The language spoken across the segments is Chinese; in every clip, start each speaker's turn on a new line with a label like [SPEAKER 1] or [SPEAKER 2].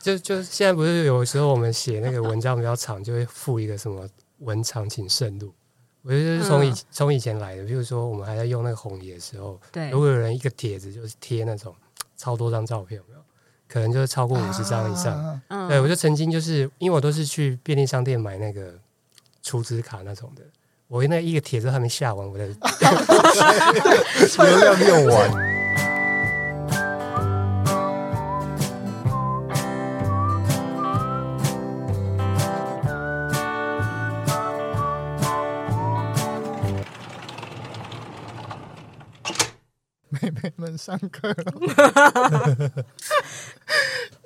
[SPEAKER 1] 就就现在不是有时候我们写那个文章比较长，就会附一个什么文长请慎入。我觉得就是从以从、以前来的，比如说我们还在用那个红爷的时候，
[SPEAKER 2] 对
[SPEAKER 1] 如果有人一个帖子就是贴那种超多张照片，有没有？可能就是超过五十张以上。
[SPEAKER 3] 啊
[SPEAKER 2] 嗯，
[SPEAKER 1] 对，我就曾经就是因为我都是去便利商店买那个储值卡那种的，我那一个帖子还没下完，我的
[SPEAKER 3] 流量没有完。妹妹们上课了，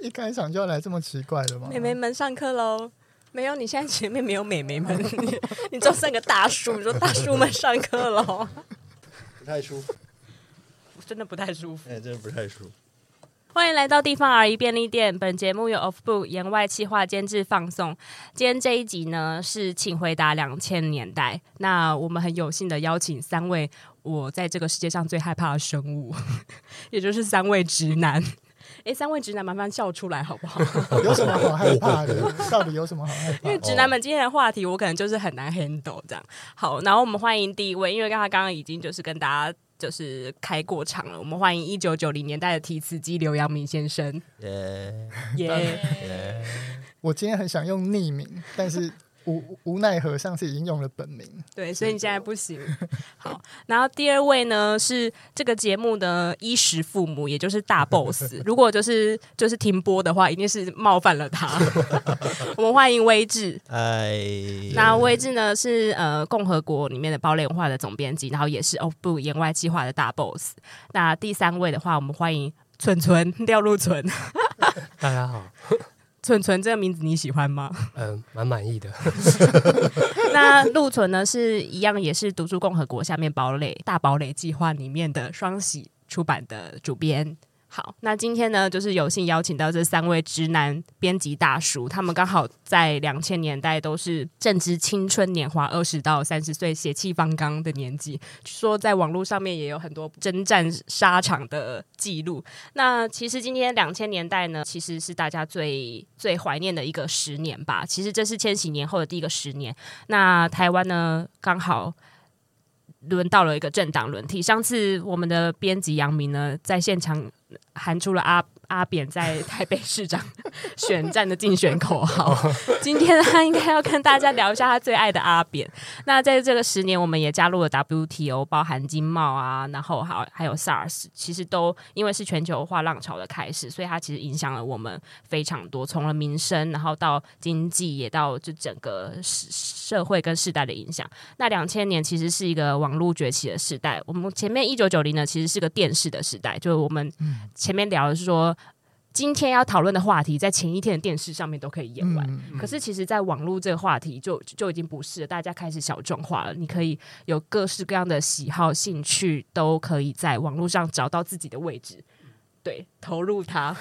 [SPEAKER 3] 一开场就要来这么奇怪的吗？
[SPEAKER 4] 美眉们上课喽！没有，你现在前面没有美眉们， 你你就剩个大 叔，你说大叔们上课喽，
[SPEAKER 3] 不太舒服，
[SPEAKER 4] 真的不太舒服。
[SPEAKER 3] 哎、真的不太舒服。
[SPEAKER 4] 欢迎来到地方而已便利店。本节目由 Off Book 言外企划监制放送。今天这一集呢是《请回答两千年代》。那我们很有幸的邀请三位我在这个世界上最害怕的生物， 也就是三位直男。诶，三位直男，麻烦笑出来好不好？
[SPEAKER 3] 有什么好害怕的？到底有什么好害怕
[SPEAKER 4] 因为
[SPEAKER 3] 的？
[SPEAKER 4] 直男们今天的话题，我可能就是很难 handle 这样。好，然后我们欢迎第一位，因为刚刚刚刚已经就是跟大家就是开过场了，我们欢迎一九九零年代的提词机刘阳明先生，
[SPEAKER 5] 耶
[SPEAKER 4] 耶、
[SPEAKER 5] 耶！
[SPEAKER 3] 我今天很想用匿名，但是无无奈何上次已经用了本名。
[SPEAKER 4] 对，所以你现在不行。好，然后第二位呢是这个节目的衣食父母，也就是大 boss。如果就是就是停播的话，一定是冒犯了他。 我们欢迎威志。
[SPEAKER 5] 哎，
[SPEAKER 4] 那威志呢是呃共和国里面的堡垒文化的总编辑，然后也是 Off Blue 言外计划的大 boss。那第三位的话，我们欢迎蠢蠢廖路蠢。
[SPEAKER 1] 大家好，
[SPEAKER 4] 蠢蠢这个名字你喜欢吗？
[SPEAKER 1] 嗯，蛮满意的。
[SPEAKER 4] 那陆存呢，是一样也是读书共和国下面堡垒大堡垒计划里面的双喜出版的主编。好，那今天呢，就是有幸邀请到这三位直男编辑大叔，他们刚好在两千年代都是正值青春年华，二十到三十岁血气方刚的年纪。据说在网络上面也有很多征战沙场的记录。那其实今天两千年代呢，其实是大家最最怀念的一个十年吧。其实这是千禧年后的第一个十年。那台湾呢，刚好轮到了一个政党轮替。上次我们的编辑杨明呢，在现场喊出了阿阿扁在台北市长 选战的竞选口号。 今天他应该要跟大家聊一下他最爱的阿扁。那在这个十年，我们也加入了 WTO，包含经贸啊，然后还有还有 SARS，其实都因为是全球化浪潮的开始，所以它其实影响了我们非常多，从了民生，然后到经济，也到就整个社社会跟世代的影响。那两千年其实是一个网络崛起的时代，我们前面一九九零呢其实是个电视的时代，就是我们前面聊的是说。今天要讨论的话题，在前一天的电视上面都可以演完。
[SPEAKER 3] 嗯
[SPEAKER 4] 可是其实，在网络这个话题就就就已经不是了，大家开始小众化了。你可以有各式各样的喜好、兴趣，都可以在网络上找到自己的位置。对，投入它。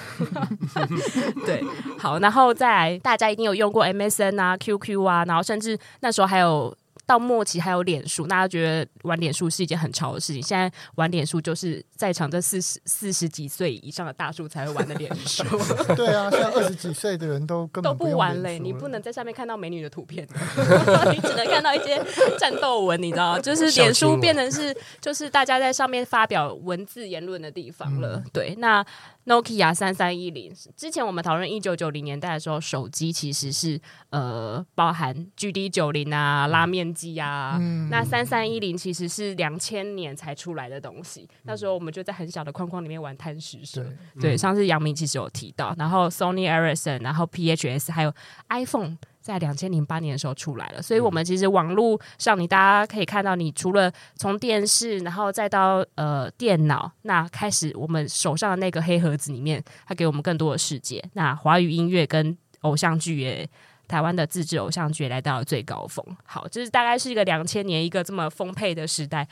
[SPEAKER 4] 对，好，然后再来，大家一定有用过 MSN 啊、QQ 啊，然后甚至那时候还有到末期还有脸书，大家觉得玩脸书是一件很潮的事情。现在玩脸书就是在场这四十四十几岁以上的大叔才会玩的脸书。
[SPEAKER 3] 对啊，现在二十几岁的人都根
[SPEAKER 4] 都
[SPEAKER 3] 本
[SPEAKER 4] 不
[SPEAKER 3] 用
[SPEAKER 4] 玩
[SPEAKER 3] 脸
[SPEAKER 4] 嘞，
[SPEAKER 3] 书
[SPEAKER 4] 你不
[SPEAKER 3] 了
[SPEAKER 4] 能在上面看到美女的图片的， 你只能看到一些战斗文，你 知道吗，就是脸
[SPEAKER 1] 小新
[SPEAKER 4] 书
[SPEAKER 1] 闻
[SPEAKER 4] 变成是就是大家在上面发表文字言论的地方
[SPEAKER 1] 嗯
[SPEAKER 4] 了。对，那 Nokia 三三一零，之前我们讨论一九九零年代的时候，手机其实是呃包含 GD 九零
[SPEAKER 1] 嗯
[SPEAKER 4] 啊、拉面机啊，
[SPEAKER 3] 嗯
[SPEAKER 4] 那三三一零其实是两千年才出来的东西，那时候我们就在很小的框框里面玩贪食蛇。
[SPEAKER 3] 对，
[SPEAKER 1] 嗯
[SPEAKER 4] 对，上次杨明其实有提到，然后 Sony Ericsson，然后 PHS，还有 iPhone，在两千零八年的时候出来了。所以，我们其实网络上你大家可以看到，你除了从电视，然后再到呃电脑，那开始我们手上的那个黑盒子里面，它给我们更多的世界。那华语音乐跟偶像剧也。台湾的自制偶像剧也来到了最高峰，好，这是大概是一个两千年一个这么丰沛的时代。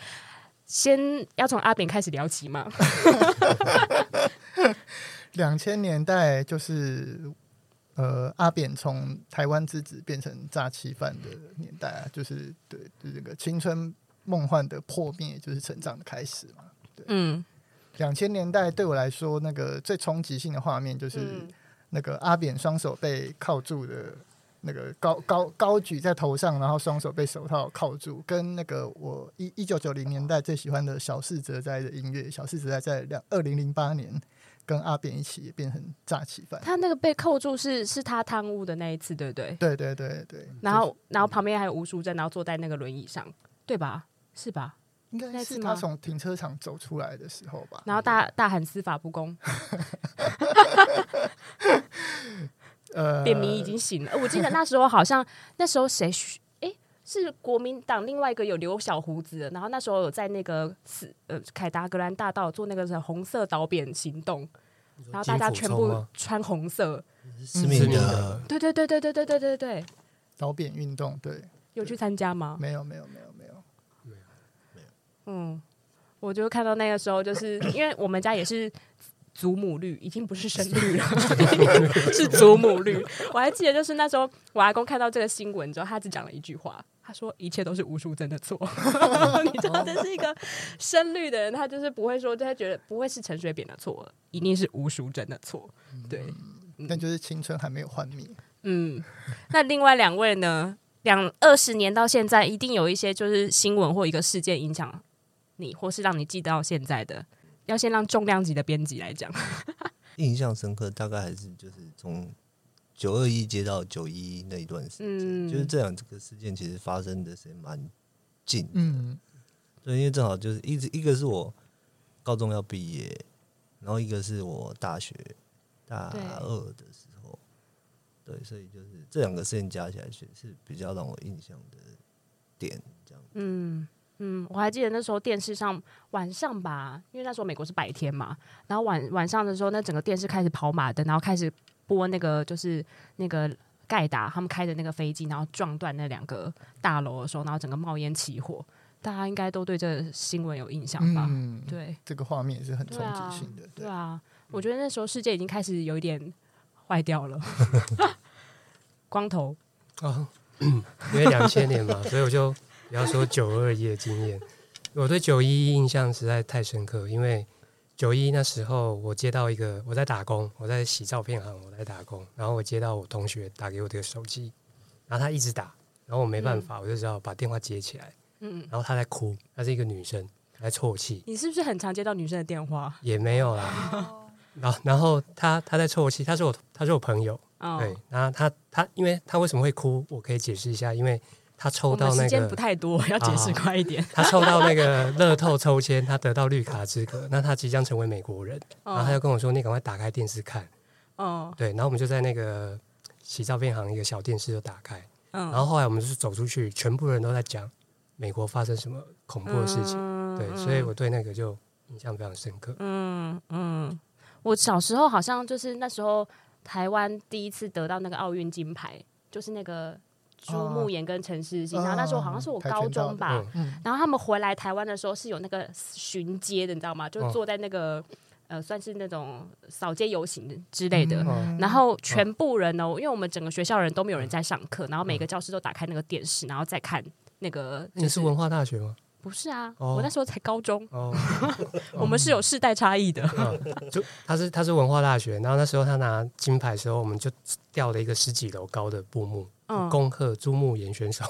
[SPEAKER 4] 先要从阿扁开始聊起吗？
[SPEAKER 3] 两千年代就是呃阿扁从台湾之子变成诈欺犯的年代啊，就是对，就是这个青春梦幻的破灭，就是成长的开始嘛。
[SPEAKER 4] 嗯，
[SPEAKER 3] 两千年代对我来说，那个最冲击性的画面就是
[SPEAKER 4] 嗯
[SPEAKER 3] 那个阿扁双手被铐住的那个高高高举在头上，然后双手被手套铐住，跟那个我一一九九零年代最喜欢的小室哲哉的音乐，小室哲哉在两二零零八年跟阿扁一起变成诈欺犯。
[SPEAKER 4] 他那个被扣住是是他贪污的那一次，对不对？
[SPEAKER 3] 对对对对，
[SPEAKER 4] 然后然后旁边还有吴淑珍，然后坐在那个轮椅上，对吧？是吧？
[SPEAKER 3] 应该
[SPEAKER 4] 那
[SPEAKER 3] 是
[SPEAKER 4] 次
[SPEAKER 3] 他
[SPEAKER 4] 吗
[SPEAKER 3] 从停车场走出来的时候吧。
[SPEAKER 4] 然后大大喊司法不公，
[SPEAKER 3] 呃，
[SPEAKER 4] 扁迷已经醒了。呃我记得那时候好像那时候谁嘘诶是国民党另外一个有留小胡子的，然后那时候有在那个斯呃凯达格兰大道做那个什么红色导扁行动，然后大家全
[SPEAKER 1] 金普冲
[SPEAKER 4] 部
[SPEAKER 1] 吗
[SPEAKER 4] 穿红色。
[SPEAKER 2] 失
[SPEAKER 1] 失
[SPEAKER 2] 明
[SPEAKER 1] 明
[SPEAKER 2] 的
[SPEAKER 1] 的
[SPEAKER 4] 对对对对对对对对对，
[SPEAKER 3] 早扁运动，对，
[SPEAKER 4] 有去参加吗？
[SPEAKER 3] 没有没有没有没有，
[SPEAKER 4] 嗯，我就看到那个时候，就是 因为我们家也是祖母绿，已经不是生绿了，是祖母绿。我还记得，就是那时候我阿公看到这个新闻之后，他只讲了一句话。他说：“一切都是吴淑珍的错。” 你知道，这是一个深绿的人，他就是不会说，就他觉得不会是陈水扁的错，一定是吴淑珍的错。对，
[SPEAKER 3] 但就是青春还没有幻灭。
[SPEAKER 4] 嗯，那另外两位呢？两二十年到现在，一定有一些就是新闻或一个事件影响你，或是让你记到现在的。要先让重量级的编辑来 讲。
[SPEAKER 2] 印象深刻，大概还是就是从九二一接到九一那一段时间，
[SPEAKER 4] 嗯
[SPEAKER 2] 就是这两个事件其实发生的时间蛮近，
[SPEAKER 3] 嗯，
[SPEAKER 2] 对，因为正好就是一直一个是我高中要毕业，然后一个是我大学大
[SPEAKER 4] 对
[SPEAKER 2] 二的时候，对，所以就是这两个事件加起来，其实是比较让我印象的点。这样，
[SPEAKER 4] 嗯嗯，我还记得那时候电视上晚上吧，因为那时候美国是白天嘛，然后晚晚上的时候，那整个电视开始跑马灯，然后开始播那个就是那个盖达他们开的那个飞机，然后撞断那两个大楼的时候，然后整个冒烟起火，大家应该都对这个新闻有印象吧？
[SPEAKER 3] 嗯，
[SPEAKER 4] 对。
[SPEAKER 3] 这个画面也是很
[SPEAKER 4] 对
[SPEAKER 3] 冲
[SPEAKER 4] 啊
[SPEAKER 3] 击性的，
[SPEAKER 4] 对啊，
[SPEAKER 1] 嗯
[SPEAKER 4] 我觉得那时候世界已经开始有一点坏 掉了。光头，
[SPEAKER 1] 哦， 因为两千年嘛，所以我就不要说九二一的经验。我对九一印象实在太深刻，因为九一那时候我接到一个，我在打工，我在洗照片行，我在打工，然后我接到我同学打给我的手机，然后他一直打，然后我没办法，我就只好把电话接起来，
[SPEAKER 4] 嗯，
[SPEAKER 1] 然后她在哭，她是一个女生，她在啜泣，
[SPEAKER 4] 你是不是很常接到女生的电话？
[SPEAKER 1] 也没有啦。然后然后她她在啜泣，她是我她是我朋友，
[SPEAKER 4] 哦，
[SPEAKER 1] 对，然后他他，因为他为什么会哭，我可以解释一下，因为他抽
[SPEAKER 4] 我们
[SPEAKER 1] 到那
[SPEAKER 4] 时间不
[SPEAKER 1] 个，
[SPEAKER 4] 太多，要解释
[SPEAKER 1] 啊
[SPEAKER 4] 快一点。
[SPEAKER 1] 他抽到那个乐透抽签，他得到绿卡资格，那他即将成为美国人，然后他就
[SPEAKER 4] 哦，
[SPEAKER 1] 跟我说：“你赶快打开电视看。
[SPEAKER 4] 哦”，
[SPEAKER 1] 对，然后我们就在那个洗照片行一个小电视就打开，
[SPEAKER 4] 嗯，
[SPEAKER 1] 然后后来我们就是走出去，全部人都在讲美国发生什么恐怖的事情，
[SPEAKER 4] 情
[SPEAKER 1] 对，所以我对那个就印象非常深刻。
[SPEAKER 4] 嗯嗯，我小时候好像就是那时候台湾第一次得到那个奥运金牌，就是那个朱
[SPEAKER 1] 啊
[SPEAKER 4] 木炎跟陈世新，然后那时候好像是我
[SPEAKER 3] 跆
[SPEAKER 4] 高
[SPEAKER 3] 拳道
[SPEAKER 4] 中
[SPEAKER 3] 的
[SPEAKER 4] 吧，
[SPEAKER 1] 嗯
[SPEAKER 3] 嗯，
[SPEAKER 4] 然后他们回来台湾的时候是有那个巡街的，你知道吗？就
[SPEAKER 1] 嗯
[SPEAKER 4] 坐在那个、呃，算是那种扫街游行之类的。
[SPEAKER 1] 嗯
[SPEAKER 4] 然后全部人哦，因为我们整个学校人都没有人在上课，然后每个教室都打开那个电视，然后再看那个。
[SPEAKER 1] 你是文化大学吗？
[SPEAKER 4] 不是啊？
[SPEAKER 1] 哦
[SPEAKER 4] 我那时候才高中，
[SPEAKER 1] 哦，
[SPEAKER 4] 我们是有世代差异的。
[SPEAKER 1] 嗯，就他是他是文化大学，然后那时候他拿金牌的时候，我们就吊了一个十几楼高的布幕，
[SPEAKER 4] 嗯，
[SPEAKER 1] 恭贺朱木炎选手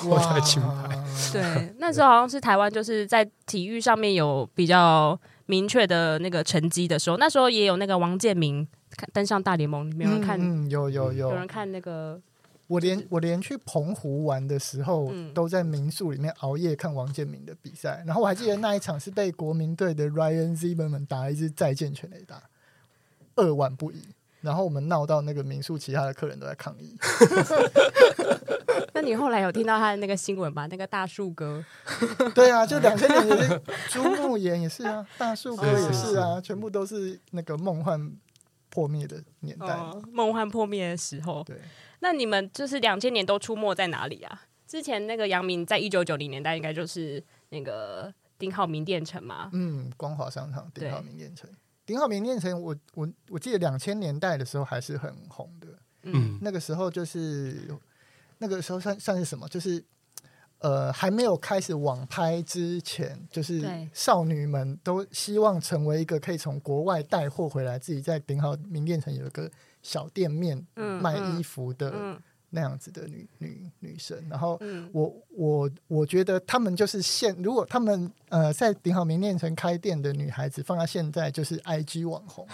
[SPEAKER 1] 获
[SPEAKER 3] 哇
[SPEAKER 1] 得金牌。
[SPEAKER 4] 对，那时候好像是台湾就是在体育上面有比较明确的那个成绩的时候，那时候也有那个王建民看登上大联盟， 没有人看，
[SPEAKER 3] 嗯，嗯有有有
[SPEAKER 4] 有人看那个
[SPEAKER 3] 我连我连去澎湖玩的时候，
[SPEAKER 4] 嗯
[SPEAKER 3] 都在民宿里面熬夜看王建民的比赛。然后我还记得那一场是被国民队的 Ryan Zimmerman 打一支再见全垒打，二晚不已。然后我们闹到那个民宿其他的客人都在抗 议。
[SPEAKER 4] 那你后来有听到他的那个新闻吧？那个大树哥，
[SPEAKER 3] 对啊，就两千年也是朱木炎也是啊，大树
[SPEAKER 4] 哦
[SPEAKER 3] 哥也
[SPEAKER 1] 是
[SPEAKER 3] 是啊，全部都是那个梦幻破灭的年代。
[SPEAKER 4] 哦，梦幻破灭的时候，
[SPEAKER 3] 对，
[SPEAKER 4] 那你们就是两千年都出没在哪里啊？之前那个杨明在一九九零年代应该就是那个丁浩明电城嘛，
[SPEAKER 3] 嗯，光华商场
[SPEAKER 4] 啊对
[SPEAKER 3] 丁浩明练城，丁浩明练城，我我我记得两千年代的时候还是很红的。
[SPEAKER 4] 嗯
[SPEAKER 1] 嗯，
[SPEAKER 3] 那个时候就是那个时候算算是什么？就是呃还没有开始网拍之前，就是
[SPEAKER 4] 对
[SPEAKER 3] 少女们都希望成为一个可以从国外带货回来，自己在顶好名店城有一个小店面
[SPEAKER 4] 嗯
[SPEAKER 3] 卖
[SPEAKER 4] 嗯
[SPEAKER 3] 衣服的
[SPEAKER 4] 嗯
[SPEAKER 3] 那样子的女女女生，然后
[SPEAKER 4] 嗯
[SPEAKER 3] 我我我觉得他们就是现，如果他们呃在顶好名店城开店的女孩子，放到现在就是 IG 网红，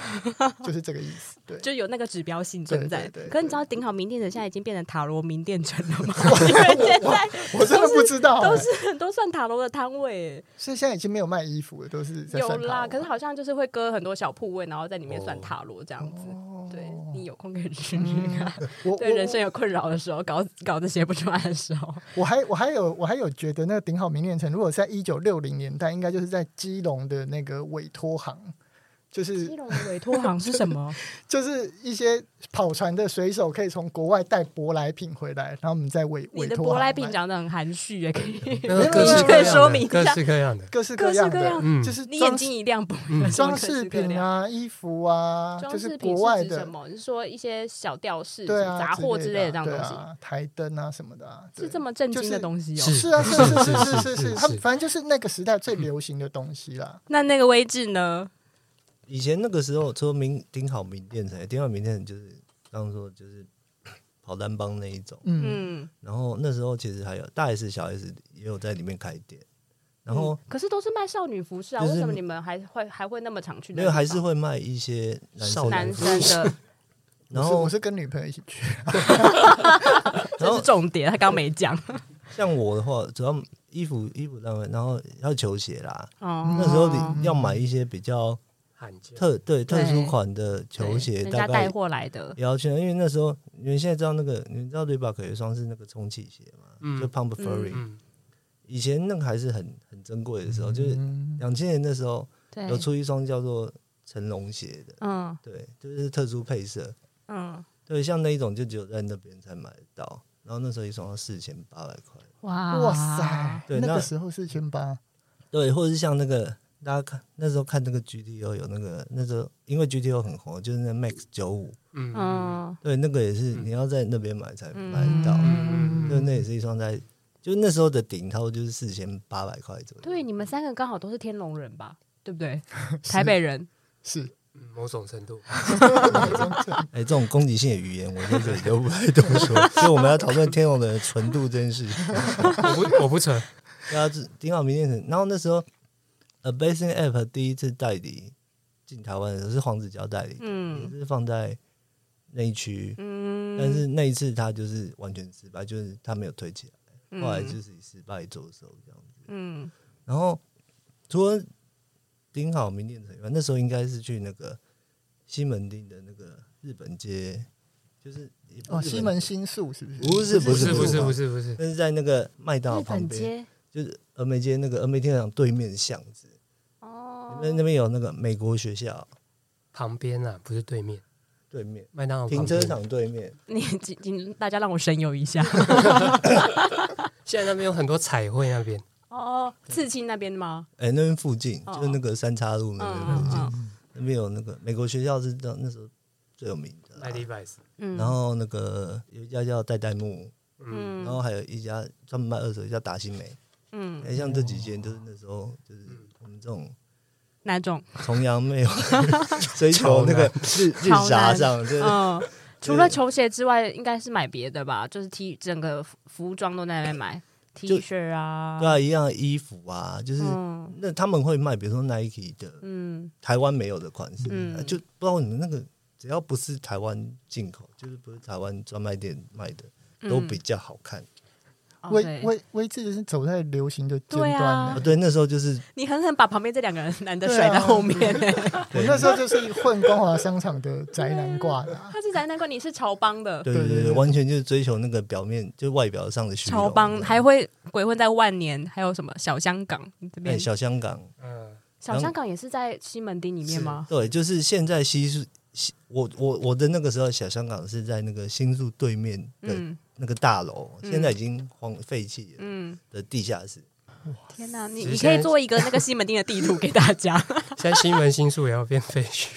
[SPEAKER 3] 就是这个意思。对，
[SPEAKER 4] 就有那个指标性存在。
[SPEAKER 3] 对对对
[SPEAKER 4] 可是你知道顶好名店城现在已经变成塔罗名店城了 吗？因为现在
[SPEAKER 3] 我真的不知道、
[SPEAKER 4] 都
[SPEAKER 3] 欸，
[SPEAKER 4] 是很多算塔罗的摊位
[SPEAKER 3] 所以现在已经没有卖衣服了，都是
[SPEAKER 4] 欸，
[SPEAKER 3] 在
[SPEAKER 4] 有
[SPEAKER 3] 算塔
[SPEAKER 4] 啦。
[SPEAKER 3] 罗哦
[SPEAKER 4] 可是好像就是会割很多小铺位，然后在里面算塔罗这样子。 对你有空可以去去看。
[SPEAKER 3] 嗯 我
[SPEAKER 4] 对人
[SPEAKER 3] 我
[SPEAKER 4] 生有困扰的时候，搞搞这些不出来的时 候，
[SPEAKER 3] 我还我还有我还有觉得那个顶好名店城，如果在一九六零年代，应该就是在基隆的那个委托行，就是
[SPEAKER 4] 基隆的委托行是什么？
[SPEAKER 3] 就是一些跑船的水手可以从国外带舶来品回来，然后我们在委
[SPEAKER 4] 你
[SPEAKER 3] 委
[SPEAKER 4] 的
[SPEAKER 3] 托
[SPEAKER 4] 舶
[SPEAKER 3] 行
[SPEAKER 4] 来品
[SPEAKER 3] 卖
[SPEAKER 4] 讲的很含蓄耶，可以
[SPEAKER 1] 那个
[SPEAKER 3] 没有
[SPEAKER 1] 各式
[SPEAKER 3] 没
[SPEAKER 1] 各
[SPEAKER 3] 有可以
[SPEAKER 1] 样的
[SPEAKER 4] 说明一
[SPEAKER 1] 各
[SPEAKER 4] 下
[SPEAKER 1] 式各样的，
[SPEAKER 3] 各式
[SPEAKER 4] 各
[SPEAKER 3] 各
[SPEAKER 4] 式
[SPEAKER 3] 样
[SPEAKER 4] 各
[SPEAKER 3] 的，
[SPEAKER 4] 样。
[SPEAKER 1] 嗯
[SPEAKER 3] 就是
[SPEAKER 4] 你眼
[SPEAKER 3] 装
[SPEAKER 4] 睛一亮不？
[SPEAKER 3] 装饰品，啊、衣服啊，
[SPEAKER 4] 装
[SPEAKER 3] 就是
[SPEAKER 4] 饰品
[SPEAKER 3] 国外
[SPEAKER 4] 指什
[SPEAKER 3] 的
[SPEAKER 4] 么？你是说一些小吊饰、
[SPEAKER 3] 对啊
[SPEAKER 4] 杂货之类的这样
[SPEAKER 3] 对
[SPEAKER 4] 东西？
[SPEAKER 3] 啊，台灯啊什么的啊，对
[SPEAKER 4] 是这么震
[SPEAKER 3] 就
[SPEAKER 4] 惊
[SPEAKER 3] 是
[SPEAKER 4] 的东西哦。
[SPEAKER 2] 嗯
[SPEAKER 1] 是
[SPEAKER 3] 是啊，是是是是
[SPEAKER 1] 是是
[SPEAKER 3] 是是，他
[SPEAKER 1] 是
[SPEAKER 3] 反正就是那个时代最流行的东西啦。
[SPEAKER 4] 那那个位置呢？
[SPEAKER 2] 以前那个时候，除了名顶好名店城，顶好名店城就是刚刚说就是 跑单帮那一种。
[SPEAKER 3] 嗯，
[SPEAKER 4] 嗯，
[SPEAKER 2] 然后那时候其实还有大 S、小 S 也有在里面开店，然后
[SPEAKER 4] 嗯可是都是卖少女服饰啊，
[SPEAKER 2] 就是
[SPEAKER 4] 为什么你们还会还会那么常去那
[SPEAKER 2] 没
[SPEAKER 4] 个地方？
[SPEAKER 2] 有还是会卖一些男
[SPEAKER 1] 少
[SPEAKER 2] 生
[SPEAKER 1] 女
[SPEAKER 4] 男生 的，
[SPEAKER 3] 我
[SPEAKER 2] 然
[SPEAKER 3] 是
[SPEAKER 2] 后
[SPEAKER 3] 我是跟女朋友一起去，
[SPEAKER 2] 然
[SPEAKER 4] 这
[SPEAKER 2] 后
[SPEAKER 4] 是重点，他刚没讲。
[SPEAKER 2] 像我的话，主要衣服衣服单位，然后还有球鞋啦。
[SPEAKER 4] 哦嗯
[SPEAKER 2] 那时候你要买一些比较
[SPEAKER 1] 罕见。
[SPEAKER 2] 特对特
[SPEAKER 4] 对
[SPEAKER 2] 殊款的球鞋，
[SPEAKER 4] 人
[SPEAKER 2] 大
[SPEAKER 4] 家带
[SPEAKER 2] 概
[SPEAKER 4] 货来的，
[SPEAKER 2] 也要去，因为那时候你们现在知道那个，你们知道 Reebok 有一双是那个充气鞋嘛，
[SPEAKER 1] 嗯
[SPEAKER 2] 就 Pump Furry，、
[SPEAKER 1] 嗯，
[SPEAKER 2] 以前那个还是很很珍贵的时候，就是
[SPEAKER 3] 嗯
[SPEAKER 2] 两千年的时候
[SPEAKER 4] 对，
[SPEAKER 2] 有出一双叫做成龙鞋的，
[SPEAKER 4] 嗯
[SPEAKER 2] 对，就是特殊配色，
[SPEAKER 4] 嗯，
[SPEAKER 2] 对，像那一种就只有在那边才买得到，然后那时候一双要四千八百块，
[SPEAKER 4] 哇
[SPEAKER 3] 哇塞，
[SPEAKER 2] 啊对
[SPEAKER 3] 那
[SPEAKER 2] 那
[SPEAKER 3] 个时候四千八，
[SPEAKER 2] 对，或者是像那个大家看那时候看那个 GTO 有那个那时候因为 GTO 很红，就是那 Max 九五，
[SPEAKER 1] 嗯嗯
[SPEAKER 4] 嗯
[SPEAKER 2] 对，那个也是你要在那边买才买
[SPEAKER 4] 嗯
[SPEAKER 2] 得到，
[SPEAKER 1] 嗯
[SPEAKER 2] 对，那也是一双在。就那时候的顶套就是四千八百块左右，
[SPEAKER 4] 对，你们三个刚好都是天龙人吧？对不对？台北人，
[SPEAKER 3] 是
[SPEAKER 1] 嗯，某种程度，
[SPEAKER 2] 哎、这种攻击性的语言，我在这里都不太懂 说，所以我们要讨论天龙人的纯度这件事情。
[SPEAKER 1] 我不我 不扯，
[SPEAKER 2] 然后啊这顶好明天城，然后那时候 a b a s i n g App 第一次代理进台湾的时候是黄子佼代理，也
[SPEAKER 4] 嗯
[SPEAKER 2] 是放在内区，
[SPEAKER 4] 嗯，
[SPEAKER 2] 但是那一次他就是完全失败，就是他没有推起来，
[SPEAKER 4] 嗯
[SPEAKER 2] 后来就是以失败作收这样子。
[SPEAKER 4] 嗯
[SPEAKER 2] 然后除了顶好明店城以外，那时候应该是去那个西门町的那个日本街，就是也不
[SPEAKER 3] 哦，
[SPEAKER 2] 是日
[SPEAKER 3] 西
[SPEAKER 2] 本
[SPEAKER 3] 门新宿是不是？
[SPEAKER 2] 不是不
[SPEAKER 1] 不
[SPEAKER 2] 是
[SPEAKER 1] 是不是
[SPEAKER 2] 不
[SPEAKER 4] 哦
[SPEAKER 1] 不
[SPEAKER 2] 是，
[SPEAKER 1] 是不是，
[SPEAKER 2] 那是在那个麦当劳
[SPEAKER 4] 日
[SPEAKER 2] 旁
[SPEAKER 4] 本
[SPEAKER 2] 边，
[SPEAKER 4] 街
[SPEAKER 2] 就是峨眉街那个峨眉天堂对面的巷子。
[SPEAKER 4] 哦
[SPEAKER 2] 那那边有那个美国学校
[SPEAKER 1] 旁边啊，不是对面，
[SPEAKER 2] 对面
[SPEAKER 1] 麦当劳旁
[SPEAKER 2] 停
[SPEAKER 1] 哦边
[SPEAKER 2] 车。场对面，
[SPEAKER 4] 你请请大家让我神游一 下
[SPEAKER 1] 现在那边有很多彩绘那边，
[SPEAKER 4] 哦，刺青那边吗？
[SPEAKER 2] 哎、那边附近
[SPEAKER 4] 哦
[SPEAKER 2] 就是那个三岔路那边附
[SPEAKER 4] 嗯
[SPEAKER 2] 近，
[SPEAKER 4] 嗯
[SPEAKER 2] 那边有那个美国学校是那那时候最有名的啊、
[SPEAKER 1] 卖 Levi's，
[SPEAKER 4] 嗯，
[SPEAKER 2] 然后那个有一家叫代代木，
[SPEAKER 1] 嗯，
[SPEAKER 4] 嗯
[SPEAKER 2] 然后还有一家专门卖二手，叫达西美。
[SPEAKER 4] 嗯
[SPEAKER 2] 哎、像这几间都是那时候就是
[SPEAKER 1] 嗯
[SPEAKER 2] 我们这种
[SPEAKER 4] 哪种？
[SPEAKER 2] 崇洋 媚外、追求那个日日
[SPEAKER 4] 超
[SPEAKER 2] 杂
[SPEAKER 4] 难
[SPEAKER 2] 上，就是
[SPEAKER 4] 嗯，除了球鞋之外，应该是买别的吧？就是 T 整个服服装都在那边买 T 恤啊，
[SPEAKER 2] 对啊，一样的衣服啊，就是、
[SPEAKER 4] 嗯
[SPEAKER 2] 那他们会卖，比如说 Nike 的，
[SPEAKER 4] 嗯
[SPEAKER 2] 台湾没有的款式，
[SPEAKER 4] 嗯
[SPEAKER 2] 啊就不知道你们那个只要不是台湾进口，就是不是台湾专卖店卖的，
[SPEAKER 4] 嗯
[SPEAKER 2] 都比较好看。
[SPEAKER 4] 哦
[SPEAKER 3] 威
[SPEAKER 4] 对
[SPEAKER 3] 威威志是走在流行的尖
[SPEAKER 4] 对
[SPEAKER 3] 端
[SPEAKER 4] 啊
[SPEAKER 2] 啊，
[SPEAKER 3] 的。
[SPEAKER 2] 对，那时候就是
[SPEAKER 4] 你狠狠把旁边这两个人男的
[SPEAKER 3] 对啊
[SPEAKER 4] 甩到后面欸，
[SPEAKER 3] 我那时候就是混光华商场的宅男挂的 啊，
[SPEAKER 4] 他是宅男怪，你是潮帮的，
[SPEAKER 2] 对对
[SPEAKER 3] 对
[SPEAKER 2] 对
[SPEAKER 3] 对
[SPEAKER 2] 对，
[SPEAKER 3] 对
[SPEAKER 2] 完全就是追求那个表面，就是外表上的虚
[SPEAKER 4] 潮
[SPEAKER 2] 荣。
[SPEAKER 4] 帮还会鬼混在万年，还有什么小香港这
[SPEAKER 2] 哎
[SPEAKER 4] 边，
[SPEAKER 2] 小香港，
[SPEAKER 1] 嗯，
[SPEAKER 4] 小香港也是在西门町里面吗？
[SPEAKER 2] 对，就是现在西数西，我我我的那个时候小香港是在那个新宿对面的
[SPEAKER 4] 嗯
[SPEAKER 2] 那个大楼，现在已经荒废弃了
[SPEAKER 4] 嗯，
[SPEAKER 2] 的地下室。
[SPEAKER 4] 天哪，你
[SPEAKER 1] 其实
[SPEAKER 4] 你
[SPEAKER 1] 现
[SPEAKER 4] 可
[SPEAKER 1] 在
[SPEAKER 4] 以做一个那个西门町的地图给大家。
[SPEAKER 1] 现在西门新宿也要变废 墟，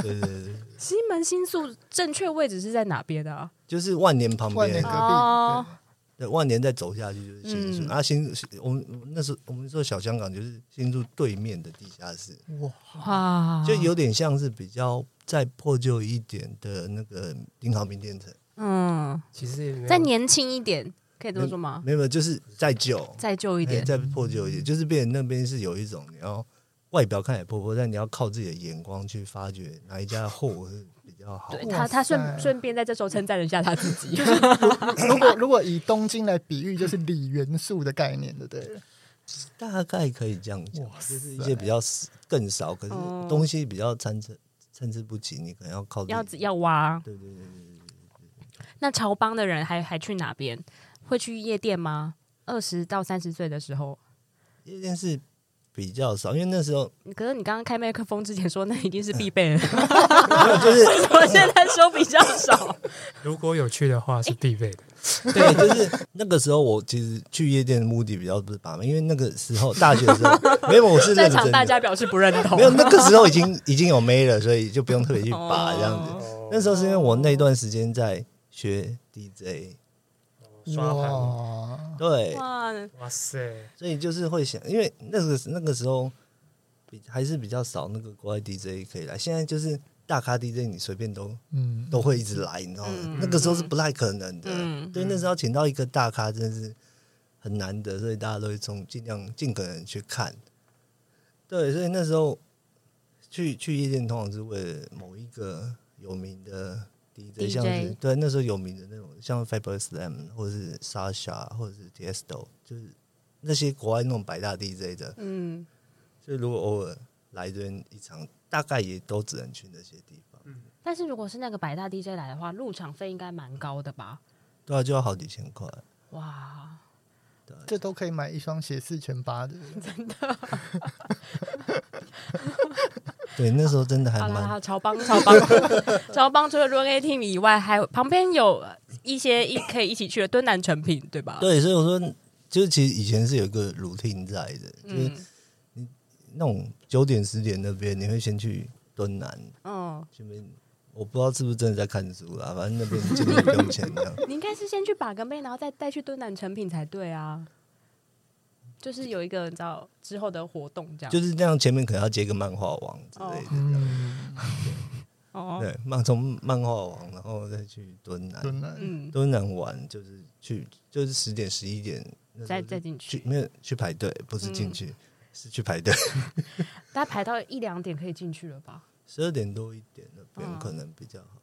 [SPEAKER 2] 对对对对，
[SPEAKER 4] 西门新宿正确位置是在哪边的啊？
[SPEAKER 2] 就是万年旁
[SPEAKER 3] 万年
[SPEAKER 2] 边
[SPEAKER 3] 隔，
[SPEAKER 4] 哦
[SPEAKER 3] 壁，
[SPEAKER 2] 对，万年再走下去就是新宿、
[SPEAKER 4] 嗯
[SPEAKER 2] 啊，新我们我们那时候我们说小香港就是新宿对面的地下室，
[SPEAKER 3] 哇，
[SPEAKER 4] 哇，
[SPEAKER 2] 就有点像是比较再破旧一点的那个银行名店城，
[SPEAKER 4] 嗯，
[SPEAKER 1] 其实
[SPEAKER 2] 啊
[SPEAKER 1] 也没有
[SPEAKER 4] 再年轻一点，可以这么说吗？
[SPEAKER 2] 没有，没有就是再旧
[SPEAKER 4] 哦再旧一
[SPEAKER 2] 一
[SPEAKER 4] 点，嗯
[SPEAKER 2] 再破旧一点，就是变成那边是有一种你要外表看起来破破，但你要靠自己的眼光去发掘哪一家的货是比较好
[SPEAKER 4] 对
[SPEAKER 2] 的。
[SPEAKER 3] 哇
[SPEAKER 4] 他，他顺
[SPEAKER 3] 塞
[SPEAKER 4] 顺便在这时候称赞了一下他自己，
[SPEAKER 3] 如果如果以东京来比喻，就是里元素的概念，对不对？
[SPEAKER 2] 大概可以这样讲，就是一些比较死更少，可是
[SPEAKER 4] 哦
[SPEAKER 2] 东西比较参差参差不齐，你可能要靠自己
[SPEAKER 4] 要自要挖。
[SPEAKER 2] 对对对对对，
[SPEAKER 4] 那潮帮的人还还去哪边？会去夜店吗？二十到三十岁的时候，
[SPEAKER 2] 夜店是比较少，因为那时候
[SPEAKER 4] 可是你刚刚开麦克风之前说那一定是必备的，
[SPEAKER 2] 就是
[SPEAKER 4] 我现在说比较少。
[SPEAKER 1] 如果有去的话是必备的。
[SPEAKER 2] 对，就是那个时候，我其实去夜店的目的比较不是把妹，因为那个时候大学的时候没有，我是
[SPEAKER 4] 在
[SPEAKER 2] 认真
[SPEAKER 4] 场大
[SPEAKER 2] 的，
[SPEAKER 4] 家表示不认同
[SPEAKER 2] 没。有那个时候已经 已经有妹了，所以就不用特别去把
[SPEAKER 4] 哦
[SPEAKER 2] 这样子。那时候是因为我那段时间在学 DJ，
[SPEAKER 1] 刷盘，
[SPEAKER 3] 哇，
[SPEAKER 2] 对，
[SPEAKER 4] 哇，
[SPEAKER 1] 哇塞，
[SPEAKER 2] 所以就是会想，因为那个那个时候比还是比较少那个国外 DJ 可以来，现在就是大咖 DJ 你随便都
[SPEAKER 3] 嗯，
[SPEAKER 2] 都会一直来，你知道吗？
[SPEAKER 4] 嗯
[SPEAKER 2] 那个时候是不太可能的。
[SPEAKER 4] 嗯
[SPEAKER 2] 对，那时候请到一个大咖真的是很难得，所以大家都会从尽量尽可能去看。对，所以那时候去去夜店通常是为了某一个有名的 DJ，像是
[SPEAKER 4] DJ
[SPEAKER 2] 对那时候有名的那种，像 Faber Slam 或者是 Sasha 或者是 Tiesto，就是那些国外那种百大 DJ 的，
[SPEAKER 4] 嗯，
[SPEAKER 2] 所以如果偶尔来这边一场，大概也都只能去那些地方。
[SPEAKER 4] 但是如果是那个百大 DJ 来的话，入场费应该蛮高的吧？
[SPEAKER 2] 对啊，就要好几千块。
[SPEAKER 4] 哇，
[SPEAKER 3] 这都可以买一双鞋四千八的，
[SPEAKER 2] 对，那时候真的还
[SPEAKER 4] 好啦，
[SPEAKER 2] 蛮
[SPEAKER 4] 好，潮帮，潮 帮，潮帮除了 r o n A Team 以外，还有旁边有一些一可以一起去的敦南成品，对吧？
[SPEAKER 2] 对，所以我说，就是其实以前是有一个 routine 在的，就是
[SPEAKER 4] 嗯
[SPEAKER 2] 那种九点十点那边，你会先去敦南
[SPEAKER 4] 嗯，
[SPEAKER 2] 这边，我不知道是不是真的在看书啦，反正那边进去不用钱这样。
[SPEAKER 4] 你应该是先去把个妹，然后再带去敦南成品才对啊。就是有一个你知道之后的活动这样，
[SPEAKER 2] 就是这样，前面可能要接个漫画王之类的这样，
[SPEAKER 3] 嗯，
[SPEAKER 4] 哦，
[SPEAKER 2] 对，漫从漫画王，然后再去敦南，
[SPEAKER 3] 真的，
[SPEAKER 4] 嗯，
[SPEAKER 2] 敦南玩就是去就是十点十一点，那时候
[SPEAKER 4] 再
[SPEAKER 2] 就
[SPEAKER 4] 再进去
[SPEAKER 2] 去，没有去排队，不是
[SPEAKER 4] 嗯
[SPEAKER 2] 进去，是去排队，
[SPEAKER 4] 大家排到一两点可以进去了吧？
[SPEAKER 2] 十二点多一点那边
[SPEAKER 4] 嗯
[SPEAKER 2] 可能比较好。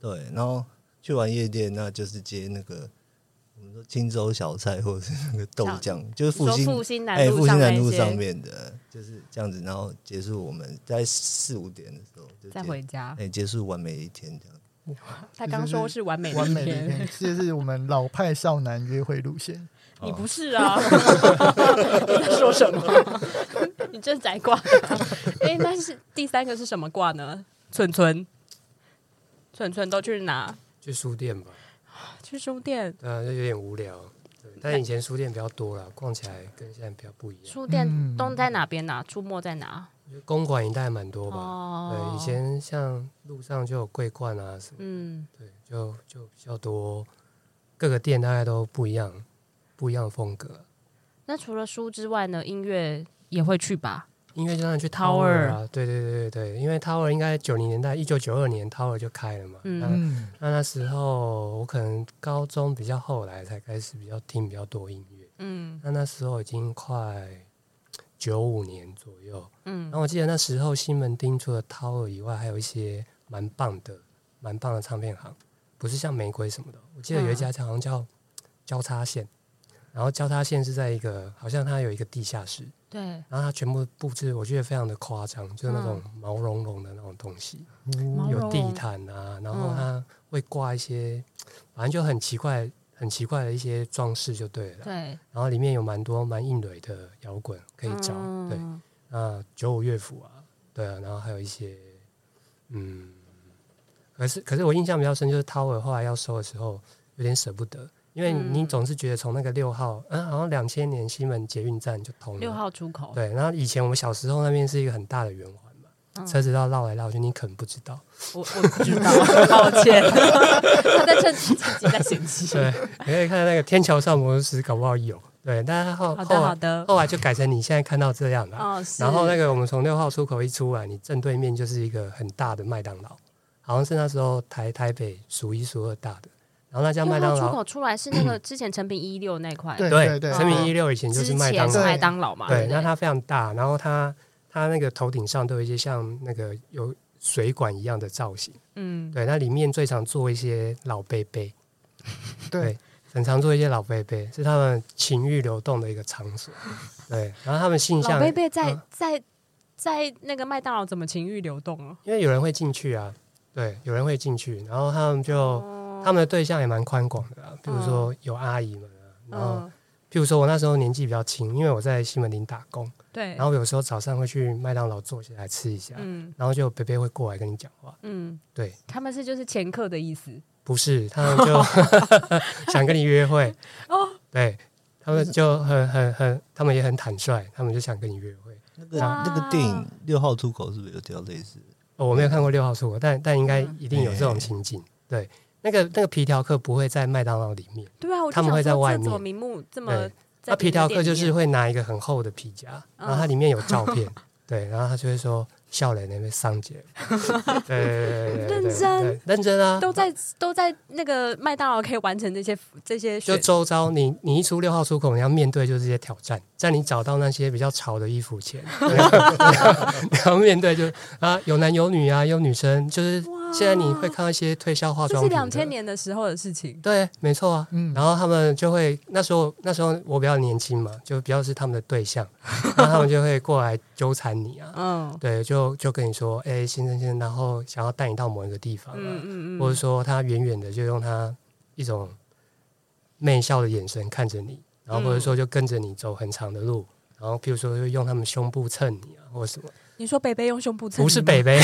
[SPEAKER 2] 对，然后去完夜店，那就是接那个我们说青州小菜，或者是那个豆浆，就是
[SPEAKER 4] 你
[SPEAKER 2] 复
[SPEAKER 4] 说
[SPEAKER 2] 兴
[SPEAKER 4] 复兴
[SPEAKER 2] 哎
[SPEAKER 4] 南
[SPEAKER 2] 复
[SPEAKER 4] 路
[SPEAKER 2] 兴
[SPEAKER 4] 上那
[SPEAKER 2] 南
[SPEAKER 4] 一
[SPEAKER 2] 路
[SPEAKER 4] 些，
[SPEAKER 2] 上面的，就是这样子。然后结束，我们在四五点的时候就
[SPEAKER 4] 再
[SPEAKER 2] 结
[SPEAKER 4] 回家。
[SPEAKER 2] 哎结束完美一天这样。
[SPEAKER 4] 他刚说是完美的
[SPEAKER 3] 完
[SPEAKER 4] 一
[SPEAKER 3] 美的一
[SPEAKER 4] 天，
[SPEAKER 3] 天，这就是我们老派少男约会路线。
[SPEAKER 4] 你不是 啊？你在说什么？ 你这宅挂。哎、那是第三个是什么挂呢？蠢蠢，蠢蠢都去哪？
[SPEAKER 1] 去书店吧，
[SPEAKER 4] 去书店。
[SPEAKER 1] 对啊，就有点无聊。对，但以前书店比较多啦，逛起来跟现在比较不一样。
[SPEAKER 4] 书店
[SPEAKER 3] 嗯
[SPEAKER 4] 都在哪边啊？出没在哪？
[SPEAKER 1] 就公馆一带蛮多吧，
[SPEAKER 4] 哦
[SPEAKER 1] 对，以前像路上就有桂冠啊什么，
[SPEAKER 4] 嗯，
[SPEAKER 1] 对，就就比较多，各个店大概都不一样，不一样的风格。
[SPEAKER 4] 那除了书之外呢，音乐也会去吧？
[SPEAKER 1] 音乐就当然去
[SPEAKER 4] Tower
[SPEAKER 1] Tower 啊，对对对对对，因为 Tower 应该九零年代，一九九二年 Tower 就开了嘛，
[SPEAKER 4] 嗯
[SPEAKER 1] 那
[SPEAKER 3] 嗯，
[SPEAKER 1] 那那时候我可能高中比较后来才开始比较听比较多音乐，
[SPEAKER 4] 嗯
[SPEAKER 1] 那那时候已经快九五年左右，然
[SPEAKER 4] 嗯
[SPEAKER 1] 后我记得那时候西门町除了 Tower 以外，还有一些蛮棒的、蛮棒的唱片行，不是像玫瑰什么的。我记得有一家好像叫交叉线，然后交叉线是在一个好像它有一个地下室，
[SPEAKER 4] 对，
[SPEAKER 1] 然后它全部布置，我觉得非常的夸张，就是那种毛茸茸的那种东西，
[SPEAKER 4] 毛
[SPEAKER 1] 有
[SPEAKER 4] 茸
[SPEAKER 1] 地毯啊，然后它会挂一些，反正就很奇怪、很奇怪的一些装饰就对了。
[SPEAKER 4] 对，
[SPEAKER 1] 然后里面有蛮多蛮硬蕊的摇滚可以找，对。
[SPEAKER 4] 嗯
[SPEAKER 1] 那九五乐府啊，对啊，然后还有一些，嗯，可是可是我印象比较深就是 Tower 后来要收的时候有点舍不得，因为
[SPEAKER 4] 嗯
[SPEAKER 1] 你总是觉得从那个六号，嗯、好像两千年西门捷运站就通了，
[SPEAKER 4] 六号出口，
[SPEAKER 1] 对，然后以前我们小时候那边是一个很大的圆环嘛，
[SPEAKER 4] 嗯
[SPEAKER 1] 车子要绕来绕去，你可能不知 道。
[SPEAKER 4] 我我不知道， 抱 歉，他在趁自己在嫌弃。
[SPEAKER 1] 对，你可以看到那个天桥上摩托车搞不好有，对，但是后
[SPEAKER 4] 好
[SPEAKER 1] 后
[SPEAKER 4] 的好
[SPEAKER 1] 来
[SPEAKER 4] 的，
[SPEAKER 1] 后来就改成你现在看到这样了。
[SPEAKER 4] 哦，是
[SPEAKER 1] 哦然后那个我们从六号出口一出来，你正对面就是一个很大的麦当劳，好像是那时候台台北数一数二大的。然后那家麦当
[SPEAKER 4] 因为它出
[SPEAKER 1] 劳，
[SPEAKER 4] 口出来是那个之前成品一六那块，
[SPEAKER 3] 对对对，
[SPEAKER 1] 成
[SPEAKER 4] 明
[SPEAKER 1] 品一六以前就
[SPEAKER 4] 之
[SPEAKER 1] 是
[SPEAKER 4] 前
[SPEAKER 1] 麦当
[SPEAKER 4] 是
[SPEAKER 1] 劳，
[SPEAKER 4] 麦当劳嘛，
[SPEAKER 1] 对，
[SPEAKER 4] 不
[SPEAKER 1] 那它非常大，然后它它那个头顶上都有一些像那个有水管一样的造型，
[SPEAKER 4] 嗯，
[SPEAKER 1] 对，那里面最常做一些老贝贝，
[SPEAKER 3] 对
[SPEAKER 1] 很常做一些老贝贝，是他们情欲流动的一个场所，对，然后他们性
[SPEAKER 4] 老
[SPEAKER 1] 向，
[SPEAKER 4] 贝贝在
[SPEAKER 1] 嗯
[SPEAKER 4] 在在那个麦当劳怎么情欲流动啊？
[SPEAKER 1] 因为有人会进去啊，对，有人会进去，然后他们就、
[SPEAKER 4] 哦
[SPEAKER 1] 他们的对象也蛮宽广的啊，比如说有阿姨们啊，然后
[SPEAKER 4] 嗯，
[SPEAKER 1] 譬如说我那时候年纪比较轻，因为我在西门町打工，
[SPEAKER 4] 对，
[SPEAKER 1] 然后有时候早上会去麦当劳坐下来吃一下，
[SPEAKER 4] 嗯
[SPEAKER 1] 然后就贝贝会过来跟你讲话，
[SPEAKER 4] 嗯，
[SPEAKER 1] 对，
[SPEAKER 4] 他们是就是前客的意思，
[SPEAKER 1] 不是， 他们就 想跟你约会
[SPEAKER 4] 哦，
[SPEAKER 1] 对他们就很很很，他们也很坦率，他们就想跟你约会。
[SPEAKER 2] 那个
[SPEAKER 4] 哇
[SPEAKER 2] 那个电影《六号出口》是不是有比较类 似？
[SPEAKER 1] 哦、我没有看过六号出口，但但应该
[SPEAKER 4] 嗯
[SPEAKER 1] 一定有这种情景。对，那个那个皮条客不会在麦当劳里面，
[SPEAKER 4] 对啊，我就
[SPEAKER 1] 他们会
[SPEAKER 4] 想说
[SPEAKER 1] 在外
[SPEAKER 4] 这怎么
[SPEAKER 1] 面
[SPEAKER 4] 名目这么
[SPEAKER 1] 对，
[SPEAKER 4] 在
[SPEAKER 1] 那皮
[SPEAKER 4] 别
[SPEAKER 1] 条
[SPEAKER 4] 的
[SPEAKER 1] 客
[SPEAKER 4] 店
[SPEAKER 1] 就是
[SPEAKER 4] 面
[SPEAKER 1] 会拿一个很厚的皮夹，然
[SPEAKER 4] 嗯
[SPEAKER 1] 后它里面有照 片，对，然后他就会说笑脸那边上节，对对对对对对，
[SPEAKER 4] 认真
[SPEAKER 1] 对认真啊，
[SPEAKER 4] 都在都在那个麦当劳可以完成这些这些
[SPEAKER 1] 就
[SPEAKER 4] 选
[SPEAKER 1] 周遭你，你一出六号出口，你要面对就是这些挑战，在你找到那些比较潮的衣服 前，你要你要面对就是啊，有男有女啊，有女生，就是
[SPEAKER 4] 哇
[SPEAKER 1] 现在你会看到一些推销化
[SPEAKER 4] 这
[SPEAKER 1] 妆
[SPEAKER 4] 是
[SPEAKER 1] 品，
[SPEAKER 4] 两千，年的时候的事情。
[SPEAKER 1] 对，没错啊。
[SPEAKER 3] 嗯
[SPEAKER 1] 然后他们就会那时候那时候我比较年轻嘛，就比较是他们的对 象，然后他们就会过来纠缠你啊，
[SPEAKER 4] 嗯
[SPEAKER 1] 对，就就跟你说，哎、先生先生，然后想要带你到某一个地方啊，
[SPEAKER 4] 嗯
[SPEAKER 1] 或者说他远远的就用他一种媚笑的眼神看着你，然后或
[SPEAKER 4] 嗯
[SPEAKER 1] 者说就跟着你走很长的路，然后譬如说就用他们胸部蹭你啊，或者什么，
[SPEAKER 4] 你说北北用胸部蹭你吗，
[SPEAKER 1] 不是北北，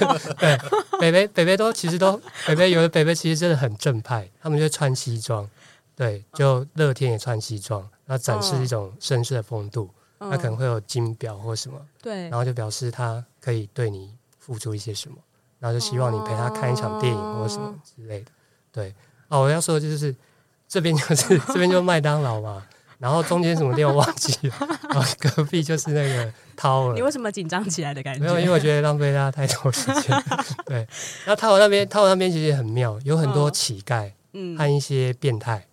[SPEAKER 1] 对，北北北北都其实都北北有的北北其实真的很正派，他们就穿西装，对，就乐天也穿西装，然后展示一种绅士的风度，
[SPEAKER 4] 嗯，
[SPEAKER 1] 他可能会有金表或什么，
[SPEAKER 4] 对
[SPEAKER 1] 然，后就表示他可以对你付出一些什么，然后就希望你陪他看一场电影或者什
[SPEAKER 4] 哦
[SPEAKER 1] 么之类的。对，哦，我要说的就是这边就是 这边就是麦当劳嘛，然后中间什么店我忘记了，然后隔壁就是那个涛
[SPEAKER 4] 你
[SPEAKER 1] 了。
[SPEAKER 4] 为什么紧张起来的感觉？
[SPEAKER 1] 没有，因为我觉得浪费大家太多时 间。对，那涛尔那边，涛尔那边其实也很妙，有很多
[SPEAKER 4] 嗯
[SPEAKER 1] 乞丐
[SPEAKER 4] 嗯，
[SPEAKER 1] 和一些变态，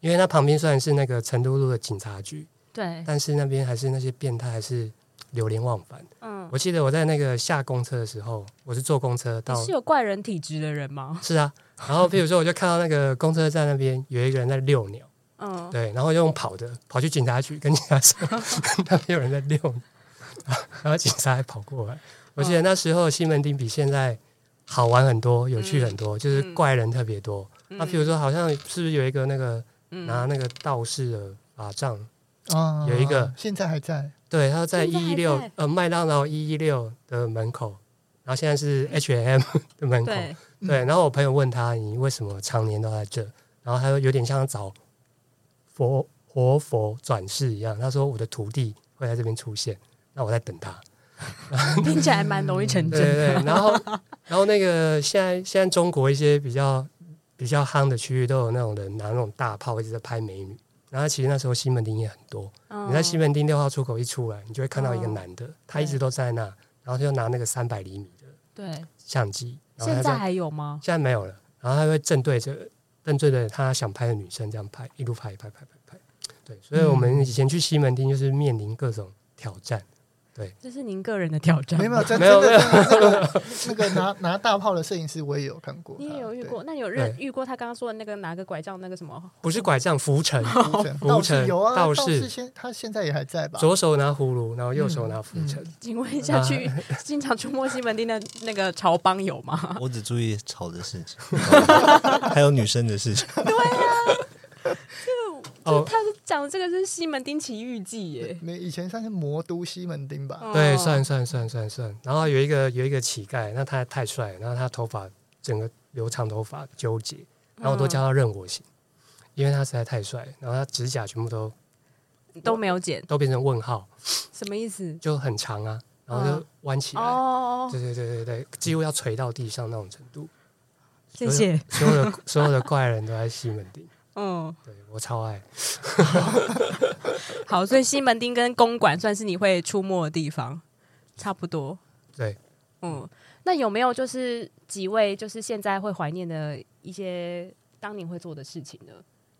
[SPEAKER 1] 因为它旁边虽然是那个成都路的警察局，
[SPEAKER 4] 对，
[SPEAKER 1] 但是那边还是那些变态还是流连忘返。
[SPEAKER 4] 嗯，
[SPEAKER 1] 我记得我在那个下公车的时候，我是坐公车
[SPEAKER 4] 你
[SPEAKER 1] 到，
[SPEAKER 4] 是有怪人体质的人吗？
[SPEAKER 1] 是啊，然后比如说我就看到那个公车站那边有一个人在遛鸟，
[SPEAKER 4] 嗯，
[SPEAKER 1] 对，然后就用跑的跑去警察局跟警察 说 那边有人在遛鸟，然后警察还跑
[SPEAKER 4] 哦
[SPEAKER 1] 过来。我记得那时候西门町比现在好玩很多，有趣很
[SPEAKER 4] 嗯
[SPEAKER 1] 多，就是怪人特别多。那比如说好像是不是有一个那个
[SPEAKER 4] 嗯
[SPEAKER 1] 拿那个道士的法杖？
[SPEAKER 3] 啊，
[SPEAKER 1] 有一个
[SPEAKER 3] 现在 还在，
[SPEAKER 1] 对，他在
[SPEAKER 4] 现在还
[SPEAKER 1] 一一六
[SPEAKER 4] 在
[SPEAKER 1] 呃麦当劳一一六的门口，然后现在是 H M 的门口。
[SPEAKER 4] 对，
[SPEAKER 1] 对，然后我朋友问他，你为什么常年都在这？然后他说有点像找佛活佛转世一样。他说我的徒弟会在这边出现，那我在等他。
[SPEAKER 4] 听起来蛮容易成
[SPEAKER 1] 对
[SPEAKER 4] 真
[SPEAKER 1] 对
[SPEAKER 4] 的。
[SPEAKER 1] 对， 然后然后那个现在现在中国一些比较比较夯的区域都有那种人拿那种大炮一直在拍美女。然后其实那时候西门町也很多，
[SPEAKER 4] 嗯
[SPEAKER 1] 你在西门町六号出口一出来，你就会看到一个
[SPEAKER 4] 哦
[SPEAKER 1] 男的，他一直都在那，然后他就拿那个三百厘米的
[SPEAKER 4] 对，
[SPEAKER 1] 相机，然后他
[SPEAKER 4] 现
[SPEAKER 1] 在
[SPEAKER 4] 在还有吗？
[SPEAKER 1] 现在没有了，然后他会正对着正对着他想拍的女生这样拍，一路拍拍拍拍拍，对，所以我们以前去西门町就是面临各种挑战，
[SPEAKER 4] 这是您个人的挑战吗。
[SPEAKER 3] 没有真
[SPEAKER 1] 没
[SPEAKER 3] 真
[SPEAKER 1] 有
[SPEAKER 3] 的真的那个那个拿拿大炮的摄影师，我也有看过他，
[SPEAKER 4] 你也有遇
[SPEAKER 3] 对
[SPEAKER 4] 过？那你有认遇过他刚刚说的那个拿个拐杖那个什么？
[SPEAKER 1] 不是拐杖浮 尘，
[SPEAKER 3] 浮尘
[SPEAKER 1] 浮
[SPEAKER 3] 道
[SPEAKER 1] 尘
[SPEAKER 3] 士有啊，
[SPEAKER 1] 道
[SPEAKER 3] 道
[SPEAKER 1] 士
[SPEAKER 3] 士现他现在也还在吧？
[SPEAKER 1] 左手拿葫芦，然后右手
[SPEAKER 4] 嗯
[SPEAKER 1] 拿浮尘，
[SPEAKER 4] 请问一
[SPEAKER 1] 啊
[SPEAKER 4] 下，去经常出没西门町的那个潮帮有吗？
[SPEAKER 2] 我只注意吵的事情，还有女生 的事情。
[SPEAKER 1] 哦，
[SPEAKER 4] 他讲的这个是西门町奇遇记耶。
[SPEAKER 3] 那以前算是魔都西门町吧，
[SPEAKER 1] 对，
[SPEAKER 4] 哦
[SPEAKER 1] 算算算算算，然后有一个有一个乞丐，那他太帅了，然后他头发整个留长头发纠结，然后我都叫他任我行，
[SPEAKER 4] 嗯
[SPEAKER 1] 因为他实在太帅，然后他指甲全部都
[SPEAKER 4] 都没有剪，
[SPEAKER 1] 都变成问号，
[SPEAKER 4] 什么意思？
[SPEAKER 1] 就很长啊。然后就弯起来，
[SPEAKER 4] 哦，
[SPEAKER 1] 对对对对对，几乎要垂到地上那种程度。
[SPEAKER 5] 谢谢。
[SPEAKER 1] 所有的所有的怪人都在西门町，
[SPEAKER 4] 嗯，
[SPEAKER 1] 对我超爱。
[SPEAKER 4] 好，所以西门町跟公馆算是你会出没的地方，差不多。
[SPEAKER 1] 对，
[SPEAKER 4] 嗯，那有没有就是几位就是现在会怀念的一些当年会做的事情呢？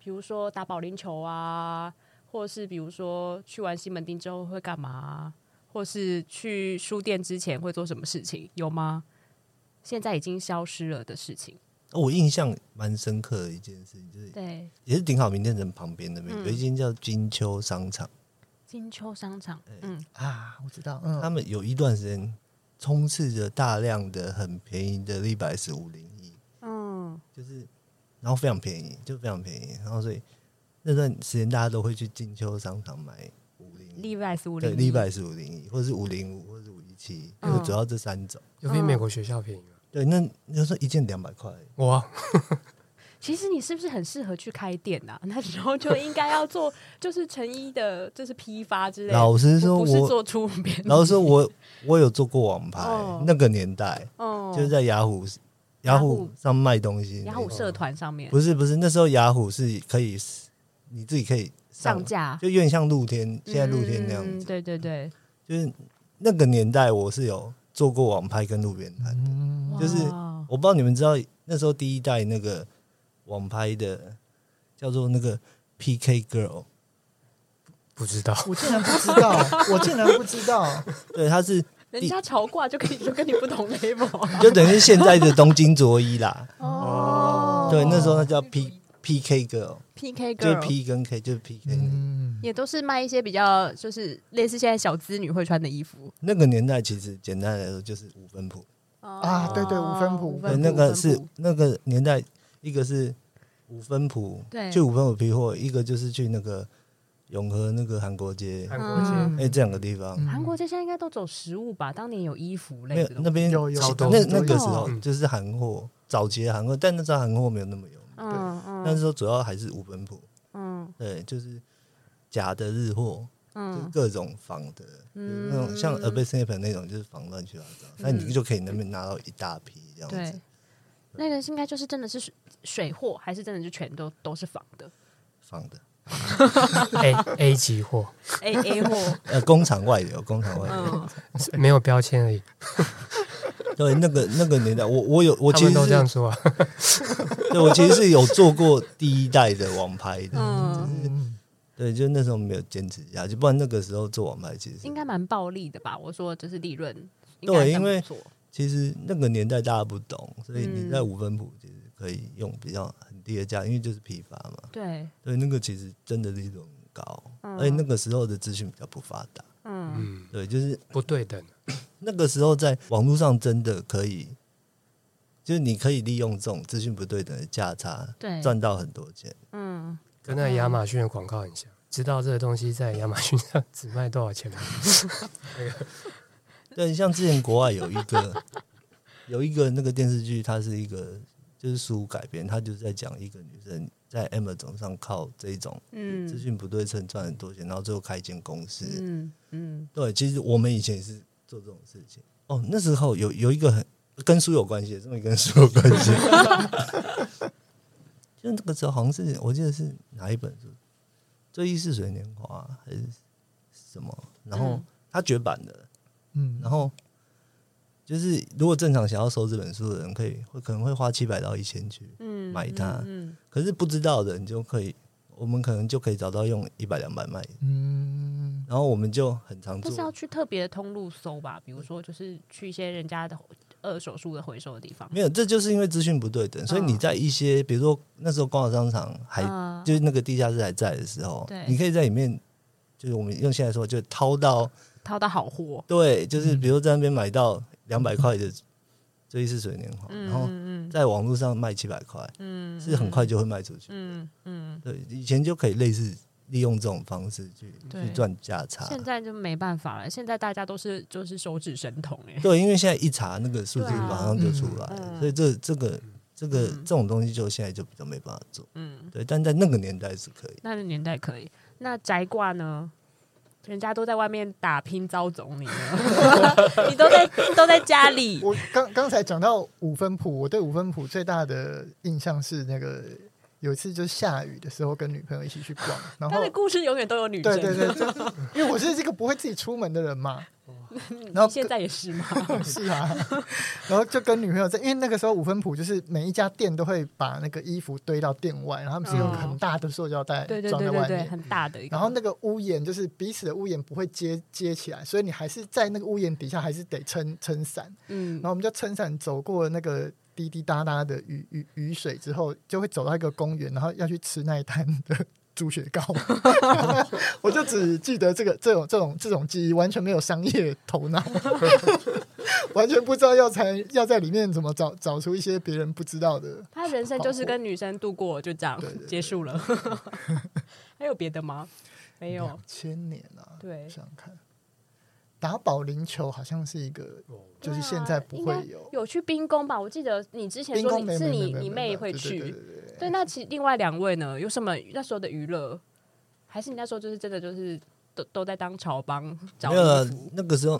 [SPEAKER 4] 比如说打保龄球啊，或是比如说去完西门町之后会干嘛啊、或是去书店之前会做什么事情？有吗？现在已经消失了的事情，
[SPEAKER 2] 哦我印象蛮深刻的一件事情，就是
[SPEAKER 4] 对，
[SPEAKER 2] 也是顶好名店城旁边那边、
[SPEAKER 4] 嗯
[SPEAKER 2] 有一间叫金秋商场，
[SPEAKER 4] 金秋商场，嗯，
[SPEAKER 3] 啊，我知道，
[SPEAKER 2] 他
[SPEAKER 3] 嗯，
[SPEAKER 2] 们有一段时间充斥着大量的很便宜的立白石五零一，
[SPEAKER 4] 嗯，
[SPEAKER 2] 就是然后非常便宜，就非常便宜，然后所以那段时间大家都会去金秋商场买五零一，
[SPEAKER 4] 例外是五
[SPEAKER 2] 对，
[SPEAKER 4] 零，
[SPEAKER 2] 立白石五零一，或者是五零五，或者是五一七，
[SPEAKER 4] 嗯
[SPEAKER 2] 就主要这三种。
[SPEAKER 1] 有比美国学校便宜吗？
[SPEAKER 2] 对，那你就说一件两百块，
[SPEAKER 1] 我啊
[SPEAKER 4] 其实你是不是很适合去开店啊？ 那时候就应该要做，就是成衣的，就是批发之类的。
[SPEAKER 2] 老实说
[SPEAKER 4] 不不是
[SPEAKER 2] 我
[SPEAKER 4] 做出边，
[SPEAKER 2] 然 后说我我有做过网拍，
[SPEAKER 4] 哦
[SPEAKER 2] 那个年代
[SPEAKER 4] 哦，
[SPEAKER 2] 就是在雅虎雅虎上卖东西，
[SPEAKER 4] 雅虎社团上面
[SPEAKER 2] 哦不是不是，那时候雅虎是可以你自己可以
[SPEAKER 4] 上，架，
[SPEAKER 2] 就有点像露天，现在露天那样
[SPEAKER 4] 嗯
[SPEAKER 2] 子，
[SPEAKER 4] 对对对，
[SPEAKER 2] 就是那个年代我是有做过网拍跟路边摊，
[SPEAKER 3] 嗯
[SPEAKER 2] 就是
[SPEAKER 4] 哇
[SPEAKER 2] 我不知道你们知道那时候第一代那个网拍的叫做那个 PK Girl，
[SPEAKER 1] 不知道，
[SPEAKER 3] 我竟然不知道，我竟然不知 道，
[SPEAKER 2] 对，它是
[SPEAKER 4] 人家潮挂就跟你 就跟你不同 level
[SPEAKER 2] 就等于现在的东京卓一啦，
[SPEAKER 4] 哦
[SPEAKER 2] 对，那时候它叫 P PK Girl，
[SPEAKER 4] PK
[SPEAKER 2] 就是
[SPEAKER 4] girl
[SPEAKER 2] P 跟 K 就是 PK 那个。
[SPEAKER 3] 嗯，
[SPEAKER 4] 也都是卖一些比较就是类似现在小资女会穿的衣服
[SPEAKER 2] 那个年代其实简单来说就是五分谱，
[SPEAKER 3] 啊对对
[SPEAKER 4] 哦
[SPEAKER 3] 五分谱五
[SPEAKER 2] 对，
[SPEAKER 3] 分
[SPEAKER 2] 那个
[SPEAKER 4] 五分
[SPEAKER 2] 是
[SPEAKER 4] 谱
[SPEAKER 2] 那个年代，一个是五分谱，
[SPEAKER 4] 对
[SPEAKER 2] 去五分谱批货，一个就是去那个永和那个韩国街，
[SPEAKER 1] 韩
[SPEAKER 2] 哎、
[SPEAKER 1] 国街
[SPEAKER 4] 嗯
[SPEAKER 2] 这两个地方，
[SPEAKER 4] 韩国街现在应该都走实物吧？当年有衣服
[SPEAKER 2] 没
[SPEAKER 4] 类
[SPEAKER 2] 有
[SPEAKER 4] 的东西，
[SPEAKER 2] 那边
[SPEAKER 3] 有有
[SPEAKER 1] 超
[SPEAKER 2] 那
[SPEAKER 1] 多
[SPEAKER 2] 那个时候
[SPEAKER 1] 嗯
[SPEAKER 2] 就是韩货，早期的韩货，但那时候韩货没有那么有，
[SPEAKER 4] 嗯
[SPEAKER 2] 那
[SPEAKER 4] 嗯
[SPEAKER 2] 时候主要还是五分谱，
[SPEAKER 4] 嗯
[SPEAKER 2] 对，就是假的日货，就
[SPEAKER 4] 嗯，
[SPEAKER 2] 各种仿的，就是那种像 a b e s n a p 那种就是仿乱七八糟，那你就可以那边拿到一大批这样子
[SPEAKER 4] 嗯对。，那个应该就是真的是水水货，还是真的就全都都是仿 的
[SPEAKER 2] 仿的，
[SPEAKER 1] A A 级货，
[SPEAKER 4] A A 货？
[SPEAKER 2] 呃，工厂外流，工厂外流。
[SPEAKER 4] 嗯，
[SPEAKER 1] 没有标签而已。
[SPEAKER 2] 对，那个那个年代，我我有我
[SPEAKER 1] 他
[SPEAKER 2] 其
[SPEAKER 1] 们
[SPEAKER 2] 实
[SPEAKER 1] 都这样
[SPEAKER 2] 是，
[SPEAKER 1] 说啊，
[SPEAKER 2] 对我其实是有做过第一代的网拍的，
[SPEAKER 4] 嗯
[SPEAKER 3] 嗯
[SPEAKER 2] 对，就那时候没有坚持下去，不然那个时候做网拍其实
[SPEAKER 4] 应该蛮暴利的吧？我说就是利润，应
[SPEAKER 2] 对
[SPEAKER 4] 该算
[SPEAKER 2] 因为
[SPEAKER 4] 不错
[SPEAKER 2] 其实那个年代大家不懂，所以
[SPEAKER 4] 嗯
[SPEAKER 2] 你在五分埔其实可以用比较很低的价，因为就是批发嘛，
[SPEAKER 4] 对，
[SPEAKER 2] 对，那个其实真的利润很高，
[SPEAKER 4] 嗯
[SPEAKER 2] 而且那个时候的资讯比较不发达，
[SPEAKER 4] 嗯
[SPEAKER 1] 嗯，
[SPEAKER 2] 对，就是
[SPEAKER 1] 不对等，
[SPEAKER 2] 那个时候在网络上真的可以，就是你可以利用这种资讯不对等的价差
[SPEAKER 4] 对，
[SPEAKER 2] 赚到很多钱。
[SPEAKER 4] 嗯，
[SPEAKER 1] 跟那个亚马逊的广告很像。知道这个东西在亚马逊上只卖多少钱吗？
[SPEAKER 2] 对，像之前国外有一个有一个那个电视剧，它是一个就是书改编，它就是在讲一个女生在 Amazon 上靠这种
[SPEAKER 4] 嗯
[SPEAKER 2] 资讯不对称赚很多钱，然后最后开一间公司。
[SPEAKER 4] 嗯嗯
[SPEAKER 2] 对，其实我们以前也是做这种事情。哦，那时候有有一个很跟书有关系，这么跟书有关系。 就那个时候好像是我记得是哪一本书，《追忆似水年华》还是什么，然后
[SPEAKER 4] 嗯
[SPEAKER 2] 它绝版的，
[SPEAKER 3] 嗯，
[SPEAKER 2] 然后就是如果正常想要收这本书的人，可以会可能会花七百到一千去，
[SPEAKER 4] 嗯，
[SPEAKER 2] 买它
[SPEAKER 4] 嗯，
[SPEAKER 2] 可是不知道的人就可以，我们可能就可以找到用一百两百卖，
[SPEAKER 3] 嗯
[SPEAKER 2] 然后我们就很常
[SPEAKER 4] 不是要
[SPEAKER 2] 做。
[SPEAKER 4] 去特别的通路搜吧？比如说就是去一些人家的二手书的回收的地方，
[SPEAKER 2] 没有，这就是因为资讯不对等，所以你在一些，比如说那时候光华商场还、
[SPEAKER 4] 嗯
[SPEAKER 2] 就是那个地下室还在的时候
[SPEAKER 4] 对，
[SPEAKER 2] 你可以在里面，就是我们用现在说，就掏到
[SPEAKER 4] 淘到好货，
[SPEAKER 2] 对，就是
[SPEAKER 4] 嗯
[SPEAKER 2] 比如在那边买到两百块的《追忆似水年华》然后
[SPEAKER 4] 嗯嗯
[SPEAKER 2] 在网络上卖七百块，
[SPEAKER 4] 嗯，
[SPEAKER 2] 是很快就会卖出去。
[SPEAKER 4] 嗯嗯。
[SPEAKER 2] 对，以前就可以类似利用这种方式去
[SPEAKER 4] 对
[SPEAKER 2] 去赚价
[SPEAKER 3] 啊
[SPEAKER 2] 差。
[SPEAKER 4] 现在就没办法了，现在大家都是就是手指神童 哎、
[SPEAKER 2] 对，因为现在一查那个数字
[SPEAKER 4] 对啊
[SPEAKER 2] 马上就出来了，
[SPEAKER 4] 嗯
[SPEAKER 2] 所以这这个这个
[SPEAKER 4] 嗯
[SPEAKER 2] 这种东西就现在就比较没办法做。
[SPEAKER 4] 嗯，
[SPEAKER 2] 对，但在那个年代是可以。
[SPEAKER 4] 那个年代可以。那宅挂呢？人家都在外面打拼遭总你了， 你都在都在家里。
[SPEAKER 3] 我刚刚才讲到五分谱，我对五分谱最大的印象是那个有一次就是下雨的时候跟女朋友一起去逛，然后
[SPEAKER 4] 他的故事永远都有女
[SPEAKER 3] 对对
[SPEAKER 4] 生，
[SPEAKER 3] 对，就是 因为我是这个不会自己出门的人嘛， 然
[SPEAKER 4] 哦你
[SPEAKER 3] 后
[SPEAKER 4] 现在也是 吗？
[SPEAKER 3] 是啊，然后就跟女朋友在，因为那个时候五分埔就是每一家店都会把那个衣服堆到店外，然后他们是用
[SPEAKER 4] 嗯
[SPEAKER 3] 很大的塑胶袋
[SPEAKER 4] 对对
[SPEAKER 3] 装
[SPEAKER 4] 对
[SPEAKER 3] 在
[SPEAKER 4] 对
[SPEAKER 3] 外
[SPEAKER 4] 对，
[SPEAKER 3] 面。
[SPEAKER 4] 很大的一个。
[SPEAKER 3] 然后那个屋檐就是彼此的屋檐不会接接起来，所以你还是在那个屋檐底下还是得撑撑伞。
[SPEAKER 4] 嗯
[SPEAKER 3] 然，后我们就撑伞走过那个滴滴答答的雨雨雨水之后，就会走到一个公园，然后要去吃那一摊的猪血糕。 我就只记得这个这种这种这种记忆，完全没有商业头脑， 完全不知道要才要在里面怎么找找出一些别人不知道的。
[SPEAKER 4] 他人生就是跟女生度过，就这样
[SPEAKER 3] 对对对
[SPEAKER 4] 结束了。 还有别的 吗？没有
[SPEAKER 3] 两。千年啊，
[SPEAKER 4] 对
[SPEAKER 3] 想想看，打保龄球好像是一个，就是现在不
[SPEAKER 4] 对啊
[SPEAKER 3] 会
[SPEAKER 4] 应该
[SPEAKER 3] 有。
[SPEAKER 4] 有去冰宫吧？我记得你之前
[SPEAKER 3] 冰
[SPEAKER 4] 说
[SPEAKER 3] 宫
[SPEAKER 4] 你
[SPEAKER 3] 没
[SPEAKER 4] 是
[SPEAKER 3] 没没
[SPEAKER 4] 你
[SPEAKER 3] 没
[SPEAKER 4] 你
[SPEAKER 3] 没
[SPEAKER 4] 妹
[SPEAKER 3] 没
[SPEAKER 4] 会
[SPEAKER 3] 对
[SPEAKER 4] 去，
[SPEAKER 3] 对对对对
[SPEAKER 4] 对，那其另外两位呢？有什么那时候的娱乐？还是你那时候就是真的就是都都在当潮帮找
[SPEAKER 2] 没有啊
[SPEAKER 4] 衣服
[SPEAKER 2] 那个时候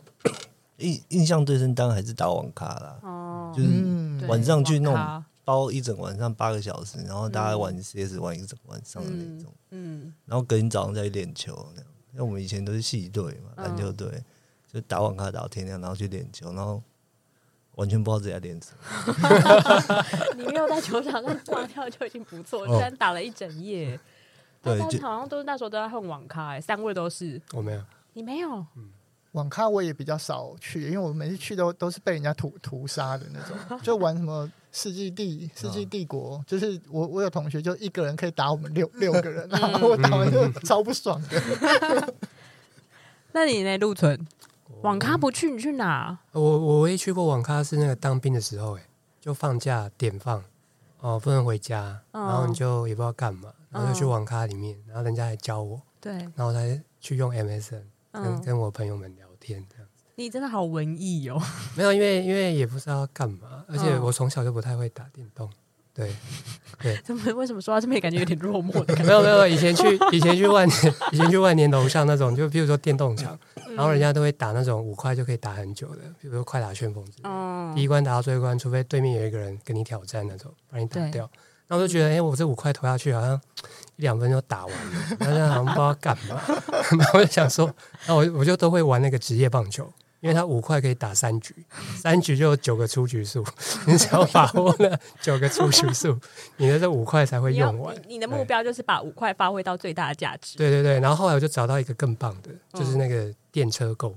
[SPEAKER 2] 印印象最深，当然还是打网咖啦，
[SPEAKER 4] 哦
[SPEAKER 2] 就，是
[SPEAKER 3] 嗯
[SPEAKER 4] 对
[SPEAKER 2] 晚上去弄
[SPEAKER 4] 网咖
[SPEAKER 2] 包一整晚上八个小时，然后大家玩 CS 玩一整晚上的那
[SPEAKER 4] 嗯
[SPEAKER 2] 种，
[SPEAKER 4] 嗯，
[SPEAKER 2] 然后隔天早上再去练球那样。因为我们以前都是系队嘛，
[SPEAKER 4] 嗯
[SPEAKER 2] 篮球队、就打网咖打到天亮，然后去练球，然后完全不知道自己在练什么。
[SPEAKER 4] 你没有在球场上挂掉就已经不错，居然打了一整夜。
[SPEAKER 2] 哦对
[SPEAKER 4] 大家
[SPEAKER 2] 就
[SPEAKER 4] 好像都是那时候都在混网咖、欸，三位都是。
[SPEAKER 1] 我没有，
[SPEAKER 4] 你没有，
[SPEAKER 3] 网咖我也比较少去，因为我每次去都都是被人家屠屠杀的那种，就玩什么世纪帝、世纪帝国，就是我我有同学就一个人可以打我们六六个人，然后我打完就超不爽的。
[SPEAKER 4] 那你呢？陆存网咖不去，你去哪？
[SPEAKER 1] 我我唯一去过网咖是那个当兵的时候、欸，就放假点放，哦，不能回家，
[SPEAKER 4] 嗯
[SPEAKER 1] 然后你就也不知道干嘛，然后就去
[SPEAKER 4] 嗯
[SPEAKER 1] 网咖里面，然后人家还教我，
[SPEAKER 4] 对，
[SPEAKER 1] 然后才去用 MSN 跟、
[SPEAKER 4] 嗯，
[SPEAKER 1] 跟我朋友们聊天这样。
[SPEAKER 4] 你真的好文艺哦。
[SPEAKER 1] 没有，因为因为也不知道要干嘛，而且
[SPEAKER 4] 嗯
[SPEAKER 1] 我从小就不太会打电动，对，
[SPEAKER 4] 怎么为什么说到这边感觉有点落寞的感
[SPEAKER 1] 没有没有，以前 去以前去万年以前去万年楼上那种，就比如说电动场，
[SPEAKER 4] 嗯
[SPEAKER 1] 然后人家都会打那种五块就可以打很久的，比如说快打旋风之类的
[SPEAKER 4] 觉？哦
[SPEAKER 1] 第一关打到最后一关，除非对面有一个人跟你挑战那种，把你打
[SPEAKER 4] 对嗯
[SPEAKER 1] 掉。然后我就觉得，哎、我这五块投下去好像一两分钟就打完了，然后这样好像不知道干嘛。 然后我就想说，那我我就都会玩那个职业棒球，因为他五块可以打三局，三局就有九个出局 数，你只要把握那九个出局数，你的这五块才会
[SPEAKER 4] 你要
[SPEAKER 1] 用完。
[SPEAKER 4] 你你的目标就是把五块发挥到最大的价值。
[SPEAKER 1] 对对对，然后后来我就找到一个更棒的，就是那个电车购。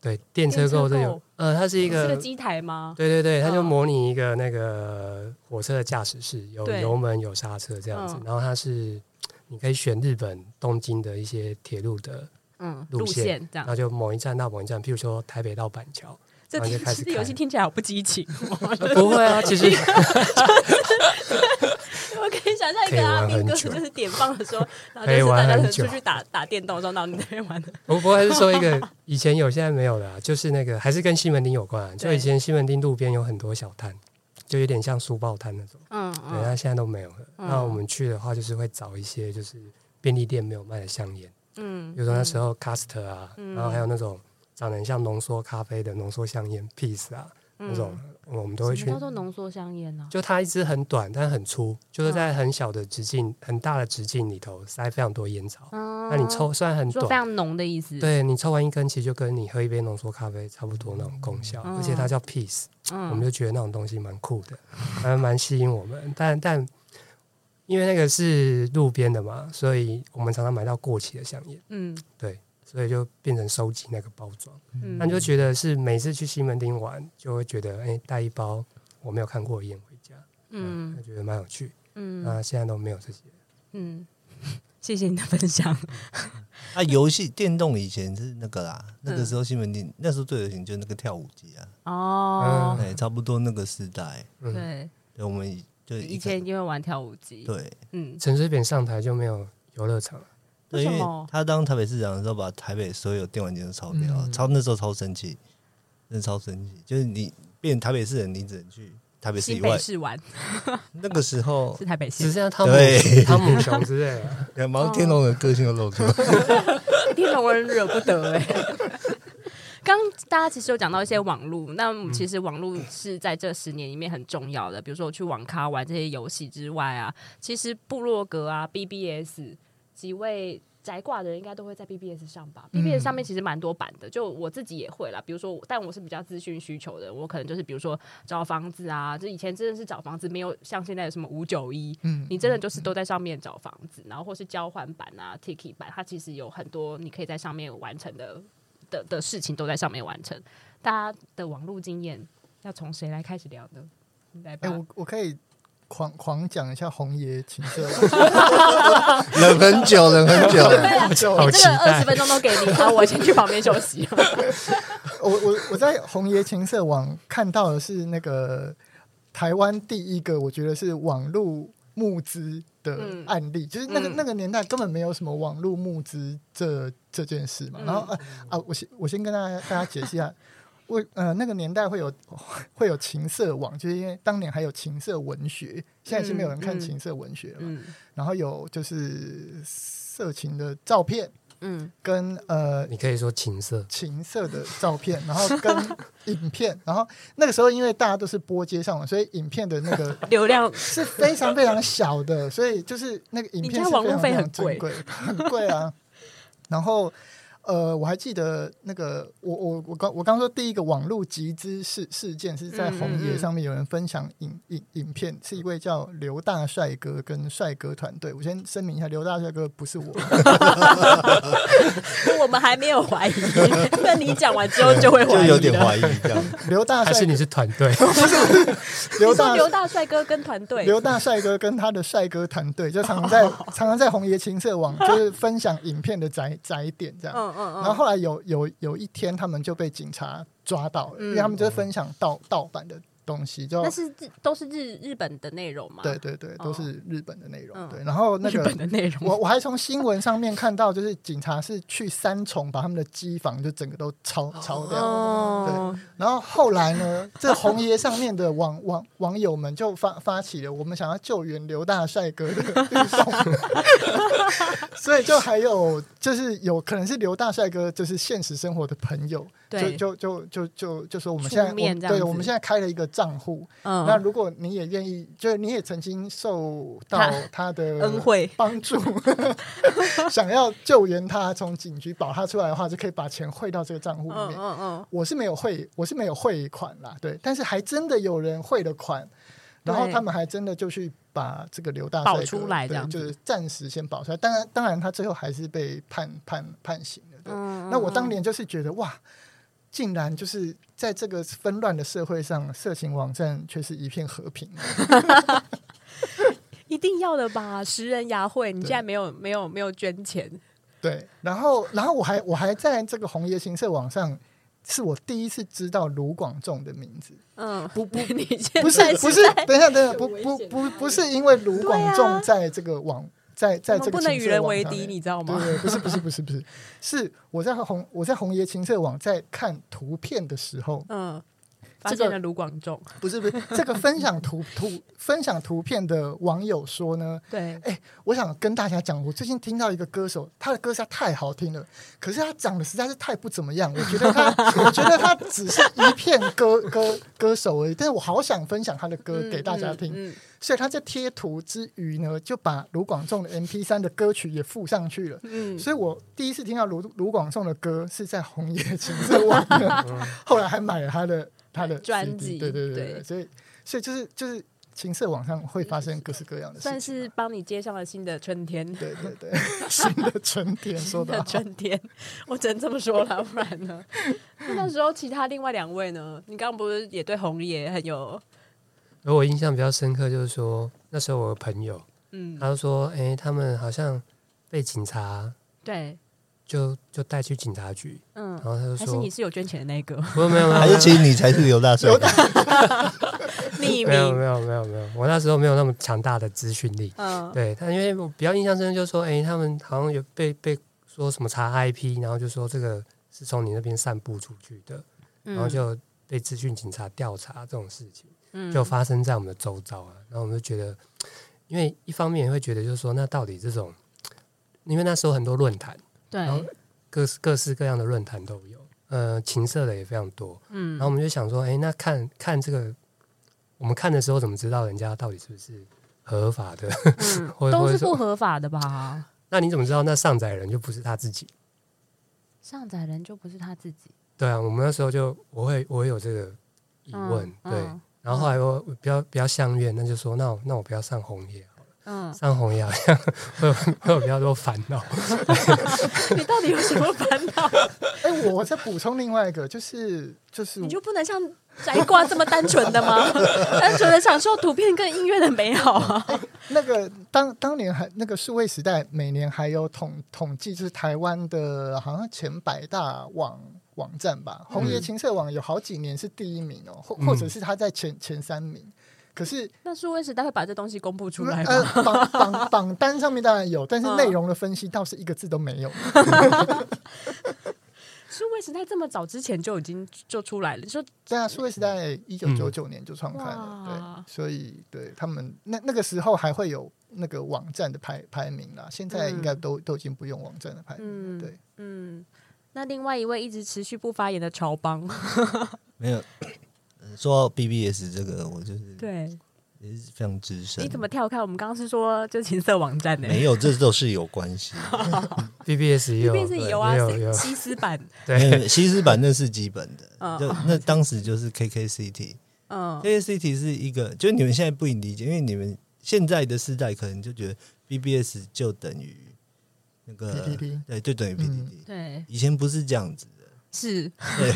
[SPEAKER 1] 对，电车购这
[SPEAKER 4] 电车
[SPEAKER 1] 种
[SPEAKER 4] 购，
[SPEAKER 1] 呃，它是一
[SPEAKER 4] 是
[SPEAKER 1] 个
[SPEAKER 4] 个机台吗？
[SPEAKER 1] 对对对，它就
[SPEAKER 4] 嗯
[SPEAKER 1] 模拟一个那个火车的驾驶室，有
[SPEAKER 4] 对
[SPEAKER 1] 油门有刹车这样子
[SPEAKER 4] 嗯。
[SPEAKER 1] 然后它是你可以选日本东京的一些铁路的，
[SPEAKER 4] 嗯，
[SPEAKER 1] 路
[SPEAKER 4] 路
[SPEAKER 1] 线
[SPEAKER 4] 线这
[SPEAKER 1] 然
[SPEAKER 4] 样。
[SPEAKER 1] 后就某一站到某一站，譬如说台北到板 桥，
[SPEAKER 4] 这
[SPEAKER 1] 然后就
[SPEAKER 4] 听
[SPEAKER 1] 开始
[SPEAKER 4] 这游戏
[SPEAKER 1] 看
[SPEAKER 4] 听起来好不激情哦，
[SPEAKER 1] 呃 不会啊，其实
[SPEAKER 4] 我可以想象一个阿兵哥就是点放的时 候，然后
[SPEAKER 1] 可
[SPEAKER 4] 就
[SPEAKER 1] 以
[SPEAKER 4] 是大
[SPEAKER 1] 玩
[SPEAKER 4] 家
[SPEAKER 1] 很
[SPEAKER 4] 就
[SPEAKER 1] 久
[SPEAKER 4] 出去打打电动的时候，然后你在那边玩的。
[SPEAKER 1] 我不会是说一个以前有现在没有的、啊，就是那个还是跟西门町有关啊、就
[SPEAKER 4] 对
[SPEAKER 1] 以前西门町路边有很多小摊，就有点像书报摊那种，
[SPEAKER 4] 嗯
[SPEAKER 1] 对，那现在都没有了。
[SPEAKER 4] 嗯
[SPEAKER 1] 那我们去的话，就是会找一些就是便利店没有卖的香烟。
[SPEAKER 4] 嗯
[SPEAKER 1] 比如说那时候 Caster 啊，
[SPEAKER 4] 嗯
[SPEAKER 1] 然后还有那种长得很像浓缩咖啡的浓缩香烟 Piece 啊，
[SPEAKER 4] 嗯
[SPEAKER 1] 那种我们都会去
[SPEAKER 4] 叫。做浓缩香烟呢？
[SPEAKER 1] 就它一支很短，但很粗，就是
[SPEAKER 4] 嗯
[SPEAKER 1] 在很小的直径、很大的直径里头塞非常多烟草。
[SPEAKER 4] 嗯
[SPEAKER 1] 那你抽虽然很
[SPEAKER 4] 说非
[SPEAKER 1] 短，
[SPEAKER 4] 常浓的意思。，
[SPEAKER 1] 对你抽完一根，其实就跟你喝一杯浓缩咖啡差不多那种功效，
[SPEAKER 4] 嗯
[SPEAKER 1] 而且它叫 Piece，我们
[SPEAKER 4] 嗯
[SPEAKER 1] 就觉得那种东西蛮酷的，还蛮吸引我们。但但因为那个是路边的嘛，所以我们常常买到过期的香烟。
[SPEAKER 4] 嗯
[SPEAKER 1] 对，所以就变成收集那个包装。
[SPEAKER 4] 嗯
[SPEAKER 1] 那你就觉得是每次去西门町玩，就会觉得哎，带、一包我没有看过的烟回家，嗯，
[SPEAKER 4] 嗯
[SPEAKER 1] 就觉得蛮有趣。
[SPEAKER 4] 嗯
[SPEAKER 1] 那现在都没有这些，
[SPEAKER 4] 嗯，谢谢你的分 享。
[SPEAKER 2] 啊，游戏电动以前是那个啦，那个
[SPEAKER 4] 嗯
[SPEAKER 2] 时候新闻町那时候最流行就是那个跳舞机啊，
[SPEAKER 4] 哦，
[SPEAKER 2] 哎，差不多那个时代，
[SPEAKER 1] 嗯，
[SPEAKER 4] 对，
[SPEAKER 2] 对，我们以就
[SPEAKER 4] 以
[SPEAKER 2] 一
[SPEAKER 4] 前
[SPEAKER 2] 开
[SPEAKER 4] 因为玩跳舞机，
[SPEAKER 2] 对
[SPEAKER 4] 嗯，
[SPEAKER 1] 陈水扁上台就没有游乐场了，
[SPEAKER 4] 为
[SPEAKER 2] 对，
[SPEAKER 4] 什
[SPEAKER 2] 因
[SPEAKER 4] 么
[SPEAKER 2] 为他当台北市长的时候，把台北所有电玩机都抄掉，
[SPEAKER 1] 嗯
[SPEAKER 2] 超那时候超生气，真的超生气，就是你变台北市人，你只能去台北市
[SPEAKER 4] 新
[SPEAKER 2] 以
[SPEAKER 4] 北
[SPEAKER 2] 外。
[SPEAKER 4] 市玩
[SPEAKER 2] 那个时候哎
[SPEAKER 4] 是，台北
[SPEAKER 1] 只
[SPEAKER 4] 市，
[SPEAKER 1] 剩下汤姆
[SPEAKER 2] 对
[SPEAKER 1] 汤姆熊之类的。
[SPEAKER 4] 哦
[SPEAKER 2] 两毛天龙的个性又露出来，
[SPEAKER 4] 天龙人惹不得哎、 刚大家其实有讲到一些网络，那其实网络是在这十年里面很重要的。比如说我去网咖玩这些游戏之外啊，其实部落格啊、BBS 几位宅挂的人应该都会在 BBS 上吧、
[SPEAKER 3] 嗯
[SPEAKER 4] b b s 上面其实蛮多版的，就我自己也会啦。比如说我，但我是比较资讯需求的，我可能就是比如说找房子啊，就以前真的是找房子，没有像现在有什么五九一，
[SPEAKER 3] 嗯
[SPEAKER 4] 你真的就是都在上面找房子，然后或是交换版啊、Tiki 版，它其实有很多你可以在上面完成的的的事情都在上面完成。大家的网络经验要从谁来开始聊呢？你来吧
[SPEAKER 3] 哎、，我我可以狂狂讲一下红爷情色吗，
[SPEAKER 2] 忍很久，忍很久了。
[SPEAKER 3] 就
[SPEAKER 1] 好
[SPEAKER 4] 这个
[SPEAKER 1] 期待
[SPEAKER 4] 二十分钟都给你，好，我先去旁边休息。
[SPEAKER 3] 我我我在红爷情色网看到的是那个台湾第一个，我觉得是网络募资的
[SPEAKER 4] 嗯
[SPEAKER 3] 案例，就是那个、
[SPEAKER 4] 嗯
[SPEAKER 3] 那个年代根本没有什么网络募资这这件事嘛。
[SPEAKER 4] 嗯
[SPEAKER 3] 然后啊啊，我先我先跟大家大家解析一下。我呃，那个年代会有会有情色网，就是因为当年还有情色文学，现在是没有人看
[SPEAKER 4] 嗯嗯
[SPEAKER 3] 情色文学了嘛。
[SPEAKER 4] 嗯
[SPEAKER 3] 然后有就是色情的照片
[SPEAKER 4] 嗯
[SPEAKER 3] 跟呃
[SPEAKER 1] 你可以说情色，
[SPEAKER 3] 情色的照片，然后跟影片， 然后那个时候因为大家都是播接上网，所以影片的那 个
[SPEAKER 4] 流量
[SPEAKER 3] 是非常非常小的，所以就是那个影片
[SPEAKER 4] 你家
[SPEAKER 3] 是
[SPEAKER 4] 网
[SPEAKER 3] 非
[SPEAKER 4] 路
[SPEAKER 3] 常
[SPEAKER 4] 费
[SPEAKER 3] 非
[SPEAKER 4] 很
[SPEAKER 3] 常
[SPEAKER 4] 贵
[SPEAKER 3] 珍贵，很贵啊。然后呃，我还记得那个我我我刚我刚说第一个网络集资事事件是在
[SPEAKER 4] 嗯
[SPEAKER 3] 红
[SPEAKER 4] 嗯
[SPEAKER 3] 爷
[SPEAKER 4] 嗯
[SPEAKER 3] 上面有人分享影影影片，是一位叫刘大帅哥跟帅哥团队。我先声明一下，刘大帅哥不是我，
[SPEAKER 4] 我们还没有怀疑，那你讲完之后 就会
[SPEAKER 2] 就
[SPEAKER 4] 怀疑，
[SPEAKER 2] 有点怀疑这样。
[SPEAKER 3] 刘
[SPEAKER 4] 啊
[SPEAKER 3] 大
[SPEAKER 1] 还
[SPEAKER 3] 帅
[SPEAKER 1] 是你是团队？
[SPEAKER 3] 刘
[SPEAKER 4] 你说
[SPEAKER 3] 大
[SPEAKER 4] 刘大帅哥跟团队，
[SPEAKER 3] 刘大帅哥跟他的帅哥团队，就常常在
[SPEAKER 4] 哦
[SPEAKER 3] 常常在红爷情色网就是分享影片的宅宅点这样。
[SPEAKER 4] 嗯嗯
[SPEAKER 3] 然后后来有有有一天，他们就被警察抓到了，
[SPEAKER 4] 嗯
[SPEAKER 3] 因为他们就是分享盗盗版的东西，就
[SPEAKER 4] 那是日都是日日本的内容嘛？
[SPEAKER 3] 对，对对，
[SPEAKER 4] 哦
[SPEAKER 3] 都是日本的内容。
[SPEAKER 4] 嗯
[SPEAKER 3] 对，然后那
[SPEAKER 4] 日
[SPEAKER 3] 个
[SPEAKER 4] 本的内
[SPEAKER 3] 我
[SPEAKER 4] 容。
[SPEAKER 3] 我还从新闻上面看到，就是警察是去三重把他们的机房就整个都抄抄掉。
[SPEAKER 4] 哦，
[SPEAKER 3] 然后后来呢，这红爷上面的网 网网友们就发发起了我们想要救援刘大帅哥的运 动，所以就还有就是有可能是刘大帅哥就是现实生活的朋友，就
[SPEAKER 4] 对
[SPEAKER 3] 就就就就就说我们现在
[SPEAKER 4] 出
[SPEAKER 3] 我
[SPEAKER 4] 面
[SPEAKER 3] 们
[SPEAKER 4] 这样
[SPEAKER 3] 对
[SPEAKER 4] 子
[SPEAKER 3] 我们现在开了一个账户，
[SPEAKER 4] 嗯
[SPEAKER 3] 那如果你也愿意，就是你也曾经受到他的
[SPEAKER 4] 恩惠
[SPEAKER 3] 帮助，想要救援他从警局保他出来的话，就可以把钱汇到这个账户里面。
[SPEAKER 4] 嗯嗯，
[SPEAKER 3] 我是没有汇，我是没有汇款啦，对，但是还真的有人汇了款，
[SPEAKER 4] 对
[SPEAKER 3] 然后他们还真的就去把这个刘大帅
[SPEAKER 4] 保
[SPEAKER 3] 哥
[SPEAKER 4] 出来这
[SPEAKER 3] 对
[SPEAKER 4] 样子
[SPEAKER 3] 就是暂时先保出来。当然，当然他最后还是被判判判刑了。对，
[SPEAKER 4] 嗯
[SPEAKER 3] 那我当年就是觉得哇，竟然就是在这个纷乱的社会上，色情网站却是一片和平。
[SPEAKER 4] 一定要的吧，食人牙慧，你竟然没有没有没有捐钱，
[SPEAKER 3] 对，然后然后我还我还在这个红叶行社网上，是我第一次知道卢广仲的名字。
[SPEAKER 4] 嗯，不不，你现
[SPEAKER 3] 不是
[SPEAKER 4] 在
[SPEAKER 3] 不是，等一下等一
[SPEAKER 4] 有
[SPEAKER 3] 下，不
[SPEAKER 4] 危
[SPEAKER 3] 不
[SPEAKER 4] 险啊
[SPEAKER 3] 不不是因为卢广
[SPEAKER 4] 对啊
[SPEAKER 3] 仲在这个网在在
[SPEAKER 4] 我
[SPEAKER 3] 这
[SPEAKER 4] 们
[SPEAKER 3] 个
[SPEAKER 4] 不能
[SPEAKER 3] 情
[SPEAKER 4] 与
[SPEAKER 3] 色
[SPEAKER 4] 人
[SPEAKER 3] 网
[SPEAKER 4] 为
[SPEAKER 3] 上
[SPEAKER 4] 敌，
[SPEAKER 3] 面
[SPEAKER 4] 你知道
[SPEAKER 3] 对
[SPEAKER 4] 吗？
[SPEAKER 3] 对，不是不是不是不是，是我在红我在红爷情色网在看图片的 时候，
[SPEAKER 4] 嗯，发
[SPEAKER 3] 这
[SPEAKER 4] 现
[SPEAKER 3] 个
[SPEAKER 4] 了卢广仲，
[SPEAKER 3] 不是不是这个分享图图分享图片的网友说呢，
[SPEAKER 4] 对，
[SPEAKER 3] 哎，我想跟大家讲，我最近听到一个歌手，他的歌实在太好听了，可是他长得实在是太不怎么样，我觉 得他，我觉得他只是一片歌歌歌手而已，但是我好想分享他的歌给大家听，
[SPEAKER 4] 嗯，嗯
[SPEAKER 3] 所以他在贴图之余呢，就把卢广仲的 MP 三的歌曲也附上去了。
[SPEAKER 4] 嗯
[SPEAKER 3] 所以我第一次听到卢卢广仲的歌是在红叶情色网的，后来还买了他的他的
[SPEAKER 4] 专
[SPEAKER 3] CD
[SPEAKER 4] 辑
[SPEAKER 3] 对对对对，
[SPEAKER 4] 对
[SPEAKER 3] 所以所以就是就是情色网上会发生各式各样的事
[SPEAKER 4] 算
[SPEAKER 3] 情，
[SPEAKER 4] 是帮你接上了新的春天，
[SPEAKER 3] 对对对，新的春天说
[SPEAKER 4] 的
[SPEAKER 3] 的
[SPEAKER 4] 春天， 我只能这么说了，不然 呢？那那时候其他另外两位呢？你刚刚不是也对红爷很有，
[SPEAKER 1] 而我印象比较深刻就是说，那时候我的朋友，
[SPEAKER 4] 嗯，
[SPEAKER 1] 他就说，哎、他们好像被警察
[SPEAKER 4] 对，
[SPEAKER 1] 就就带去警察局，
[SPEAKER 4] 嗯
[SPEAKER 1] 然，后他就
[SPEAKER 4] 还是
[SPEAKER 1] 说
[SPEAKER 4] 你，是有捐钱的那个？
[SPEAKER 1] 不没有 没有，
[SPEAKER 2] 还是其实你才是刘大帅哥，
[SPEAKER 4] 匿
[SPEAKER 1] 没有
[SPEAKER 4] 名，
[SPEAKER 1] 没有没有没有，我那时候没有那么强大的资讯力。
[SPEAKER 4] 嗯，
[SPEAKER 1] 对，但因为我比较印象深，就是说，哎、他们好像有被被说什么查 IP，然后就说这个是从你那边散布出去的，
[SPEAKER 4] 嗯
[SPEAKER 1] 然后就被资讯警察调查这种事情，
[SPEAKER 4] 嗯
[SPEAKER 1] 就发生在我们的周遭啊。然后我们就觉得，因为一方面也会觉得，就是说，那到底这种，因为那时候很多论坛，
[SPEAKER 4] 对
[SPEAKER 1] 然后各式各式各样的论坛都有，呃，情色的也非常多。
[SPEAKER 4] 嗯
[SPEAKER 1] 然后我们就想说，哎，那看看这个，我们看的时候怎么知道人家到底是不是合法的？
[SPEAKER 4] 嗯
[SPEAKER 1] 我
[SPEAKER 4] 都
[SPEAKER 1] 我
[SPEAKER 4] 是
[SPEAKER 1] 说
[SPEAKER 4] 不合法的吧？
[SPEAKER 1] 那你怎么知道那上载人就不是他自己？
[SPEAKER 4] 上载人就不是他自己。
[SPEAKER 1] 对啊，我们那时候就我会我会有这个疑问，
[SPEAKER 4] 嗯
[SPEAKER 1] 对。
[SPEAKER 4] 嗯
[SPEAKER 1] 然后后来我比较比较相怨，那就说那我那我不要上红叶，啊
[SPEAKER 4] 嗯，
[SPEAKER 1] 上红叶好像会有 会有比较多烦恼。
[SPEAKER 4] 你到底有什么烦恼？
[SPEAKER 3] 哎、我我再补充另外一个，就是就是
[SPEAKER 4] 你就不能像宅 挂这么单纯的吗？ 单纯的享受图片跟音乐的美好啊！
[SPEAKER 3] 那个当当年还那个数位时代，每年还有统统计，就是台湾的好像前百大网网站吧，
[SPEAKER 4] 嗯
[SPEAKER 3] 红爷情色网有好几年是第一名哦，或、或者是他在前前三名。可是
[SPEAKER 4] 那数位时代会把这东西公布出来
[SPEAKER 3] 呃
[SPEAKER 4] 吗？
[SPEAKER 3] 榜榜榜单上面当然有，但是
[SPEAKER 4] 嗯
[SPEAKER 3] 内容的分析倒是一个字都没有。
[SPEAKER 4] 数位时代这么早之前就已经就出来了，你说
[SPEAKER 3] 对啊，数位时代
[SPEAKER 4] 嗯
[SPEAKER 3] 一九九九年就创刊
[SPEAKER 4] 哇
[SPEAKER 3] 了，对，所以对他们那那个时候还会有那个网站的排排名啦，现在应该都、都已经不用网站的排名
[SPEAKER 4] 嗯
[SPEAKER 3] 了，对。
[SPEAKER 4] 嗯。那另外一位一直持续不发言的乔邦，
[SPEAKER 2] 没有。呃 说到 BBS 这个，我就是
[SPEAKER 4] 对，
[SPEAKER 2] 也是非常资深。
[SPEAKER 4] 你怎么跳开？我们刚刚是说就情色网站呢、
[SPEAKER 2] 没有？这都是有关 系的。
[SPEAKER 1] BBS 也
[SPEAKER 4] 即
[SPEAKER 1] 有，
[SPEAKER 4] 便是
[SPEAKER 1] 对
[SPEAKER 4] 有啊
[SPEAKER 1] 也有，有，
[SPEAKER 4] 西斯版，
[SPEAKER 2] 没有没
[SPEAKER 1] 对，
[SPEAKER 2] 有西施版那是基本的
[SPEAKER 4] 嗯，
[SPEAKER 2] 就那当时就是 KKCT。
[SPEAKER 4] 嗯
[SPEAKER 2] KKCT 是一个，就是你们现在不理解，因为你们现在的世代可能就觉得 BBS 就等于那个
[SPEAKER 3] PTT
[SPEAKER 2] 对，就等于 PTT。
[SPEAKER 4] 对，
[SPEAKER 2] 以前不是这样子的，
[SPEAKER 4] 是，
[SPEAKER 2] 对，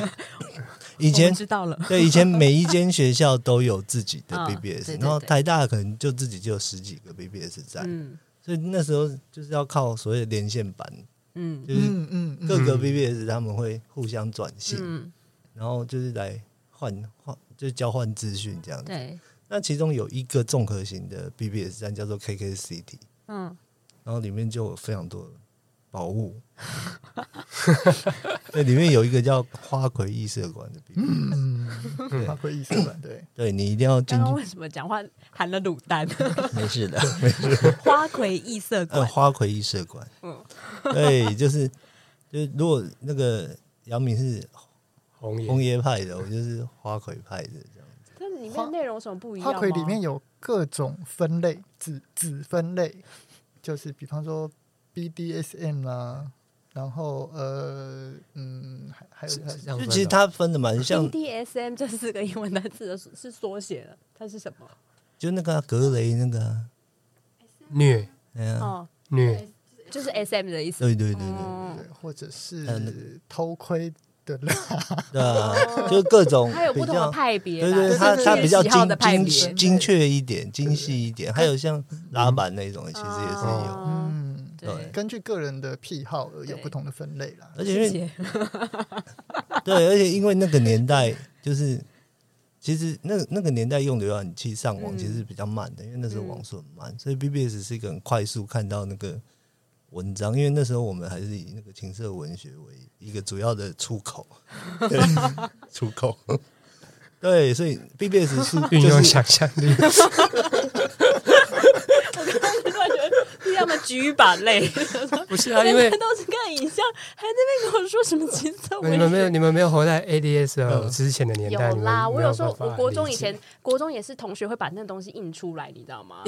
[SPEAKER 2] 以
[SPEAKER 4] 以
[SPEAKER 2] 前
[SPEAKER 4] 知道 了，
[SPEAKER 2] 对以前每一间学校都有自己的
[SPEAKER 4] 嗯
[SPEAKER 2] BBS，、
[SPEAKER 4] 对对
[SPEAKER 2] 然后
[SPEAKER 4] 对
[SPEAKER 2] 台大可能就自己就有十几个 BBS 在，
[SPEAKER 4] 嗯
[SPEAKER 2] 所以那时候就是要靠所谓的连线版，
[SPEAKER 4] 嗯
[SPEAKER 2] 就是
[SPEAKER 3] 嗯
[SPEAKER 2] 各个
[SPEAKER 1] 嗯
[SPEAKER 2] BBS 他们会互相转型，
[SPEAKER 4] 嗯，
[SPEAKER 2] 然后就是来换换就交换资讯这样子。
[SPEAKER 4] 对，
[SPEAKER 2] 那其中有一个综合型的 BBS 站叫做 KKCT，
[SPEAKER 4] 嗯，
[SPEAKER 2] 然后里面就有非常多的宝物。 对，里面有一个叫花魁异色馆的 BBS，、
[SPEAKER 3] 嗯，
[SPEAKER 2] 对
[SPEAKER 3] 发挥意思吧，对，
[SPEAKER 2] 对你一定要进
[SPEAKER 4] 刚 刚
[SPEAKER 2] 去，
[SPEAKER 4] 为什么讲话含了卤蛋？
[SPEAKER 2] 没事 的。
[SPEAKER 4] 花魁异色
[SPEAKER 2] 呃，
[SPEAKER 4] 馆，
[SPEAKER 2] 花魁异社馆，
[SPEAKER 4] 嗯
[SPEAKER 2] 对，就是就是，如果那个杨敏是
[SPEAKER 1] 红叶
[SPEAKER 2] 红叶派的，我就是花魁派的这样。
[SPEAKER 4] 这里面内容有什么不一样吗？
[SPEAKER 3] 花魁里面有各种分类，子子分类，就是比方说 BDSM 啦、啊然后呃嗯，还还有
[SPEAKER 1] 是
[SPEAKER 3] 还
[SPEAKER 1] 是
[SPEAKER 3] 有
[SPEAKER 1] 这样
[SPEAKER 2] 就
[SPEAKER 1] 分
[SPEAKER 2] 其实
[SPEAKER 1] 的哦，
[SPEAKER 2] 它分的蛮
[SPEAKER 4] 嗯
[SPEAKER 2] 像，
[SPEAKER 4] E BDSM 这四个英文单词的是是缩写的，它是什么？
[SPEAKER 2] 就那个啊格雷那个啊，
[SPEAKER 1] 虐
[SPEAKER 2] 哎呀，
[SPEAKER 4] 哦，
[SPEAKER 1] 虐
[SPEAKER 4] 就是 SM 的意思。
[SPEAKER 2] 对对对对
[SPEAKER 4] 嗯
[SPEAKER 3] 对，或者
[SPEAKER 2] 还有那
[SPEAKER 3] 是偷窥的人，
[SPEAKER 2] 对啊，就是各种
[SPEAKER 4] 它哦有不
[SPEAKER 2] 比
[SPEAKER 4] 同的
[SPEAKER 2] 较，
[SPEAKER 4] 派别
[SPEAKER 2] 对
[SPEAKER 4] 啦，
[SPEAKER 2] 对，
[SPEAKER 4] 就
[SPEAKER 2] 它
[SPEAKER 4] 是
[SPEAKER 2] 它比较
[SPEAKER 4] 喜好的
[SPEAKER 2] 精
[SPEAKER 4] 派
[SPEAKER 2] 精
[SPEAKER 4] 别。
[SPEAKER 2] 精确一点，精细一点，还有像拉板那种，其实也是有。
[SPEAKER 4] 嗯哦
[SPEAKER 3] 嗯，
[SPEAKER 2] 哎对
[SPEAKER 3] 根据个人的癖好而有
[SPEAKER 4] 对
[SPEAKER 3] 不同的分类啦。
[SPEAKER 2] 而且因
[SPEAKER 4] 谢
[SPEAKER 2] 为
[SPEAKER 4] 谢。
[SPEAKER 2] 对，而且因为那个年代就是，其实那那个年代用浏览器上网
[SPEAKER 4] 嗯
[SPEAKER 2] 其实是比较慢的，因为那时候
[SPEAKER 4] 嗯
[SPEAKER 2] 网速很慢，所以 BBS 是一个很快速看到那个文章，因为那时候我们还是以那个情色文学为一个主要的出口，对，出口。对，所以 BBS 是
[SPEAKER 1] 运
[SPEAKER 2] 就
[SPEAKER 1] 用
[SPEAKER 2] 是
[SPEAKER 1] 想象力，
[SPEAKER 4] 突然觉得替他们举板类，
[SPEAKER 1] 不是啊，
[SPEAKER 4] 人
[SPEAKER 1] 因为
[SPEAKER 4] 家都是看影像，还在那边跟我说什么情色文
[SPEAKER 1] 你们没有
[SPEAKER 4] 学。
[SPEAKER 1] 你们没有活在 ADSL
[SPEAKER 2] 嗯
[SPEAKER 1] 之前的年代，
[SPEAKER 4] 有
[SPEAKER 1] 你们
[SPEAKER 4] 啦，
[SPEAKER 1] 没
[SPEAKER 4] 我有时候
[SPEAKER 1] 办法
[SPEAKER 4] 我国中以
[SPEAKER 1] 理解
[SPEAKER 4] 前，国中也是同学会把那东西印出来，你知道吗？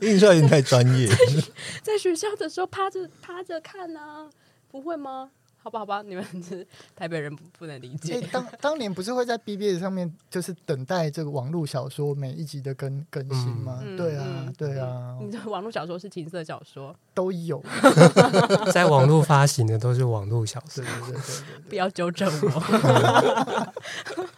[SPEAKER 2] 印出来有点太专业，
[SPEAKER 4] 在学校的时候趴着趴着看啊，不会吗？好吧，好吧，你们 这台北人不不能理
[SPEAKER 3] 所以
[SPEAKER 4] 解。
[SPEAKER 3] 当当年不是会在 BBS 上面就是等待这个网络小说每一集的更更新吗？
[SPEAKER 4] 嗯
[SPEAKER 3] 对啊
[SPEAKER 4] 嗯，
[SPEAKER 3] 对啊，
[SPEAKER 4] 你的网络小说是情色小说，
[SPEAKER 3] 都有。
[SPEAKER 1] 在网络发行的都是网络小说
[SPEAKER 3] 对，对对对对
[SPEAKER 4] 不要纠正我。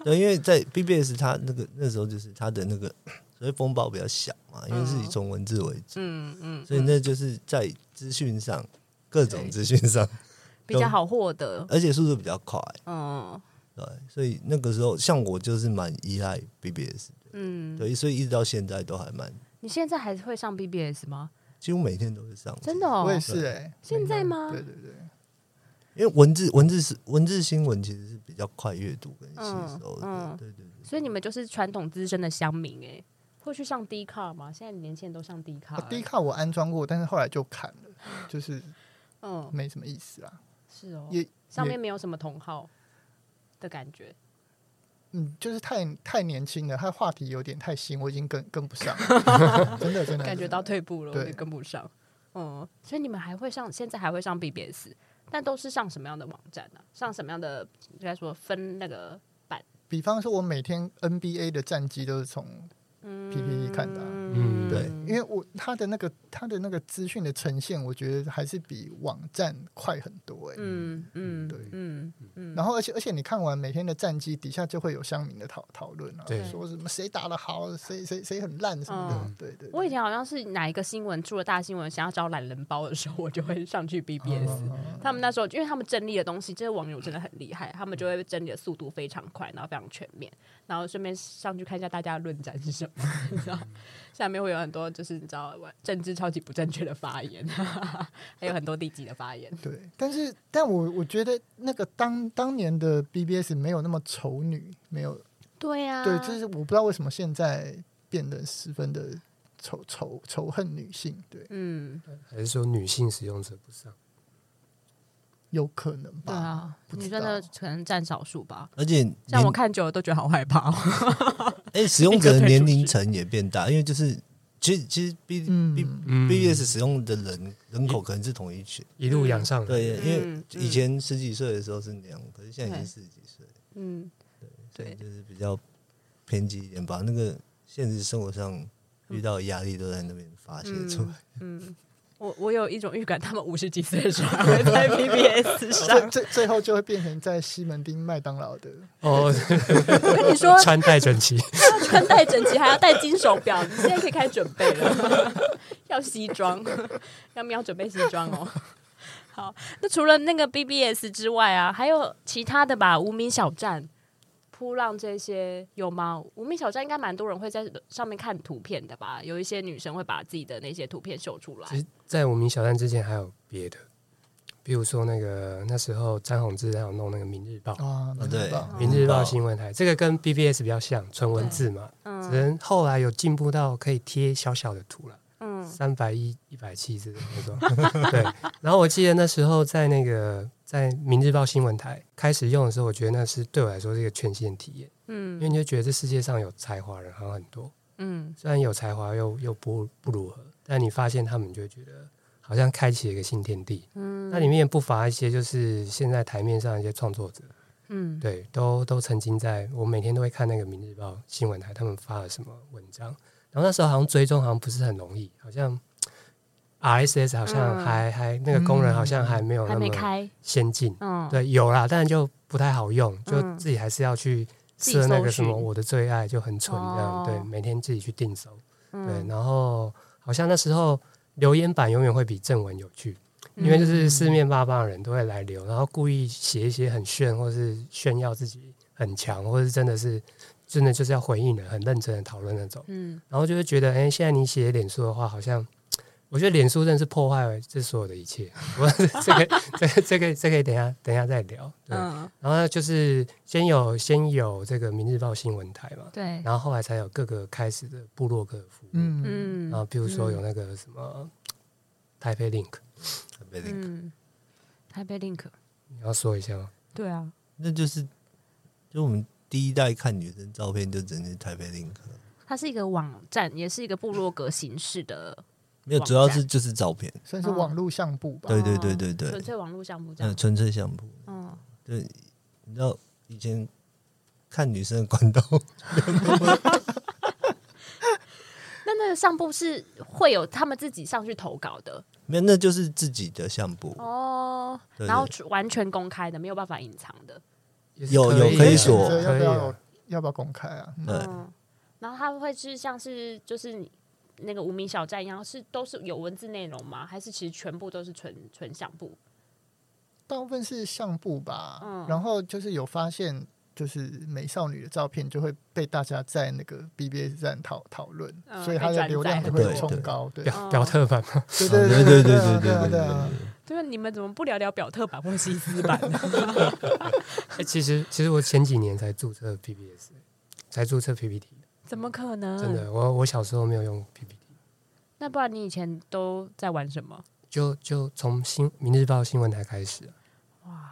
[SPEAKER 2] 对，因为在 BBS 它那个那时候就是它的那个，所以风暴比较小嘛，因为是以
[SPEAKER 4] 嗯
[SPEAKER 2] 纯文字为主，
[SPEAKER 4] 嗯嗯，
[SPEAKER 2] 所以
[SPEAKER 4] 嗯
[SPEAKER 2] 那就是在资讯上，各种资讯上，
[SPEAKER 4] 比较好获得。
[SPEAKER 2] 而且速度比较快，
[SPEAKER 4] 嗯
[SPEAKER 2] 对，所以那个时候像我就是蛮依赖 BBS，的
[SPEAKER 4] 嗯，
[SPEAKER 2] 对，所以一直到现在都还蛮，
[SPEAKER 4] 你现在还会上 BBS 吗？
[SPEAKER 2] 几乎每天都会上，
[SPEAKER 4] 真的，哦
[SPEAKER 3] 我，也是哎，
[SPEAKER 4] 现在吗
[SPEAKER 3] 对对啊对，
[SPEAKER 2] 因为文字文字是文字新闻其实是比较快阅读跟吸收的，
[SPEAKER 4] 嗯嗯
[SPEAKER 2] 对对对，
[SPEAKER 4] 所以你们就是传统资深的乡民哎、会去上 D 卡吗？现在年轻人都上
[SPEAKER 3] 哦
[SPEAKER 4] D 卡、
[SPEAKER 3] 啊，D 卡我安装过，但是后来就砍了，就是
[SPEAKER 4] 嗯，
[SPEAKER 3] 没什么意思啦。
[SPEAKER 4] 是哦
[SPEAKER 3] 也
[SPEAKER 4] 上面没有什么同好的感觉。
[SPEAKER 3] 嗯，就是太太年轻了，他话题有点太新，我已经跟跟不上了， 真的真的
[SPEAKER 4] 感觉到退步了，我
[SPEAKER 3] 对
[SPEAKER 4] 也跟不上。嗯，所以你们还会上，现在还会上 BBS，但都是上什么样的网站呢、上什么样的应该说分那个
[SPEAKER 3] 比方说，我每天 NBA 的战绩都是从 PPT 看的啊、
[SPEAKER 1] 嗯
[SPEAKER 2] 对
[SPEAKER 3] 因为我他的那个他的那个资讯的呈现，我觉得还是比网站快很多哎、
[SPEAKER 4] 嗯嗯
[SPEAKER 3] 对
[SPEAKER 4] 嗯嗯，
[SPEAKER 3] 然后而且而且你看完每天的战绩，底下就会有乡民的讨讨论啊，
[SPEAKER 1] 对
[SPEAKER 3] 说什么谁打的好，谁谁谁很烂什么的，
[SPEAKER 4] 嗯
[SPEAKER 3] 对对对
[SPEAKER 4] 我以前好像是哪一个新闻出了大新闻，想要找懒人包的时候，我就会上去 BBS。他们那时候，因为他们整理的东西，这些网友真的很厉害，他们就会整理的速度非常快，然后非常全面，然后顺便上去看一下大家的论战是什 么，你知道，下面会有很多就是你知道政治超级不正确的发言， 还有很多低级的发言。
[SPEAKER 3] 对，但是但我我觉得那个当当年的 BBS 没有那么丑女，没有
[SPEAKER 4] 对啊呀、
[SPEAKER 3] 对，就是我不知道为什么现在变得十分的仇仇仇恨女性，对，
[SPEAKER 4] 嗯，
[SPEAKER 1] 还是说女性使用者不上？
[SPEAKER 3] 有可能
[SPEAKER 4] 对
[SPEAKER 3] 吧？
[SPEAKER 4] 啊，
[SPEAKER 3] 不知
[SPEAKER 4] 女生的
[SPEAKER 3] 道
[SPEAKER 4] 可能占少数吧。
[SPEAKER 2] 而且
[SPEAKER 4] 像我
[SPEAKER 2] 年
[SPEAKER 4] 看久了都觉得好害怕、哦。
[SPEAKER 2] 哎、使用者的
[SPEAKER 4] 立
[SPEAKER 2] 年
[SPEAKER 4] 刻退
[SPEAKER 2] 龄
[SPEAKER 4] 出去
[SPEAKER 2] 层也变大，因为就是其实其实 B B
[SPEAKER 3] 嗯
[SPEAKER 2] B S 使用的人人口可能是同一群，
[SPEAKER 1] 一路养上来，
[SPEAKER 2] 对，因为
[SPEAKER 4] 嗯
[SPEAKER 2] 以前十几岁的时候是那样，可是现在已经四十几岁，
[SPEAKER 4] 嗯，
[SPEAKER 2] 所以
[SPEAKER 4] 对
[SPEAKER 2] 就是比较偏激一点，把那个现实生活上遇到的压力都在那边发泄出来。
[SPEAKER 4] 嗯，我我有一种预感，他们五十几岁的时候还会在 BBS
[SPEAKER 3] 最
[SPEAKER 4] 上。
[SPEAKER 3] 最最后就会变成在西门町麦当劳的，
[SPEAKER 1] 哦，
[SPEAKER 4] 我跟 你说，
[SPEAKER 1] 穿戴整齐，
[SPEAKER 4] 穿戴整齐，还要戴金手表，你现在可以开始准备了。 要西装， 要不要准备西装哦？ 好，那除了那个 BBS 之外啊，还有其他的吧？无名小站、扑浪这些有吗？无名小站应该蛮多人会在上面看图片的吧？有一些女生会把自己的那些图片秀出来。
[SPEAKER 1] 其实，在无名小站之前还有别的，比如说那个那时候张宏志还有弄那个《明日报》
[SPEAKER 3] 啊，
[SPEAKER 2] 啊，
[SPEAKER 3] 明
[SPEAKER 2] 对
[SPEAKER 3] 白
[SPEAKER 4] 哦
[SPEAKER 3] 吧，
[SPEAKER 1] 明日报新闻台，这个跟 BBS 比较像，纯文字嘛，只
[SPEAKER 4] 嗯
[SPEAKER 1] 能后来有进步到可以贴小小的图了，
[SPEAKER 4] 嗯
[SPEAKER 1] 三百一、一百七之类的那种。对，然后我记得那时候在那个在明日报新闻台开始用的时候，我觉得那是对我来说是一个全新的体验，因为
[SPEAKER 4] 嗯
[SPEAKER 1] 你就觉得这世界上有才华的人好像很多，
[SPEAKER 4] 嗯
[SPEAKER 1] 虽然有才华又又不不如何，但你发现他们就会觉得好像开启了一个新天地。
[SPEAKER 4] 嗯，
[SPEAKER 1] 那里面不乏一些就是现在台面上一些创作者，
[SPEAKER 4] 嗯
[SPEAKER 1] 对，都都曾经在我每天都会看那个《明日报》新闻台他们发了什么文章，然后那时候好像追踪好像不是很容易，好像 RSS 好像
[SPEAKER 4] 嗯
[SPEAKER 1] 还、还那个功能好像还没有
[SPEAKER 4] 还
[SPEAKER 1] 那
[SPEAKER 4] 没
[SPEAKER 1] 么
[SPEAKER 4] 开，
[SPEAKER 1] 先进，
[SPEAKER 4] 嗯
[SPEAKER 1] 对，有啦，但就不太好用，就
[SPEAKER 4] 嗯
[SPEAKER 1] 自己还是要去
[SPEAKER 4] 自己
[SPEAKER 1] 设那
[SPEAKER 4] 搜
[SPEAKER 1] 个什么
[SPEAKER 4] 寻
[SPEAKER 1] 我的最爱就很蠢这样，对
[SPEAKER 4] 哦，
[SPEAKER 1] 每天自己去定搜。对，
[SPEAKER 4] 嗯，
[SPEAKER 1] 然后好像那时候留言板永远会比正文有趣，因为
[SPEAKER 4] 嗯
[SPEAKER 1] 就是四面八方的人都会来留，然后故意写一些很炫或是炫耀自己很强，或是真的是真的就是要回应的，很认真的讨论那种。
[SPEAKER 4] 嗯
[SPEAKER 1] 然后就会觉得，哎，现在你写脸书的话，好像我觉得脸书真的是破坏了这所有的一切。 我这个这个这个这个等一下等一下再聊。对，
[SPEAKER 4] 嗯
[SPEAKER 1] 然后就是先有先有这个《明日报》新闻台嘛，
[SPEAKER 4] 对，
[SPEAKER 1] 然后后来才有各个开始的部落格服务。
[SPEAKER 3] 嗯，
[SPEAKER 4] 嗯
[SPEAKER 1] 啊，比如说有
[SPEAKER 4] 嗯
[SPEAKER 1] 那个什么台北 Link，
[SPEAKER 2] 很被领
[SPEAKER 4] 嗯，台北 Link，
[SPEAKER 1] 你要说一下吗？
[SPEAKER 4] 对啊，
[SPEAKER 2] 那就是就我们第一代看女生照片就只能去台北 link，
[SPEAKER 4] 它是一个网站，也是一个部落格形式的，
[SPEAKER 2] 没有，
[SPEAKER 4] 网
[SPEAKER 2] 主要
[SPEAKER 4] 站
[SPEAKER 2] 是就是照片，
[SPEAKER 3] 算
[SPEAKER 4] 哦
[SPEAKER 3] 是网络相簿吧。
[SPEAKER 2] 对对对对
[SPEAKER 4] 纯
[SPEAKER 2] 对，
[SPEAKER 4] 粹网络项目这
[SPEAKER 2] 嗯，
[SPEAKER 4] 样。
[SPEAKER 2] 纯粹相簿。
[SPEAKER 4] 嗯，
[SPEAKER 2] 对，你知道以前看女生的管道，
[SPEAKER 4] 那那个上部是会有他们自己上去投稿的
[SPEAKER 2] 没有，那就是自己的相簿。
[SPEAKER 4] 哦，
[SPEAKER 2] 对
[SPEAKER 4] 然后
[SPEAKER 2] 对
[SPEAKER 4] 完全公开的，没有办法隐藏的。
[SPEAKER 1] 也是
[SPEAKER 2] 有有
[SPEAKER 1] 啊
[SPEAKER 2] 可以
[SPEAKER 3] 选
[SPEAKER 2] 锁
[SPEAKER 3] 择要
[SPEAKER 1] 可
[SPEAKER 3] 不
[SPEAKER 1] 以
[SPEAKER 3] 要
[SPEAKER 1] 啊
[SPEAKER 3] 要不要公开啊？嗯
[SPEAKER 2] 对
[SPEAKER 4] 嗯，然后他们会是像是就是你那个无名小站一样，是都是有文字内容吗？还是其实全部都是纯纯相簿？
[SPEAKER 3] 大部分是相簿吧，
[SPEAKER 4] 嗯
[SPEAKER 3] 然后就是有发现，就是美少女的照片就会被大家在那个 BBS 站讨讨论，
[SPEAKER 4] 嗯
[SPEAKER 3] 所以它
[SPEAKER 4] 被
[SPEAKER 3] 的
[SPEAKER 4] 转
[SPEAKER 3] 流量
[SPEAKER 4] 载
[SPEAKER 3] 就会
[SPEAKER 2] 对
[SPEAKER 3] 冲
[SPEAKER 2] 对
[SPEAKER 3] 高，对
[SPEAKER 1] 表表特版吗？
[SPEAKER 3] 对对
[SPEAKER 2] 啊对对
[SPEAKER 3] 对
[SPEAKER 2] 对
[SPEAKER 3] 对
[SPEAKER 2] 对
[SPEAKER 3] 对
[SPEAKER 2] 对
[SPEAKER 3] 啊！
[SPEAKER 4] 对啊，你们怎么不聊聊表特版或西斯版？
[SPEAKER 1] 哎其实其实我前几年才注册 PPS，才注册 PPT，
[SPEAKER 4] 怎么可能？
[SPEAKER 1] 真的，我我小时候没有用过 PPT，
[SPEAKER 4] 那不然你以前都在玩什么？
[SPEAKER 1] 就就从新《明日报》新闻台开始啊，
[SPEAKER 3] 哇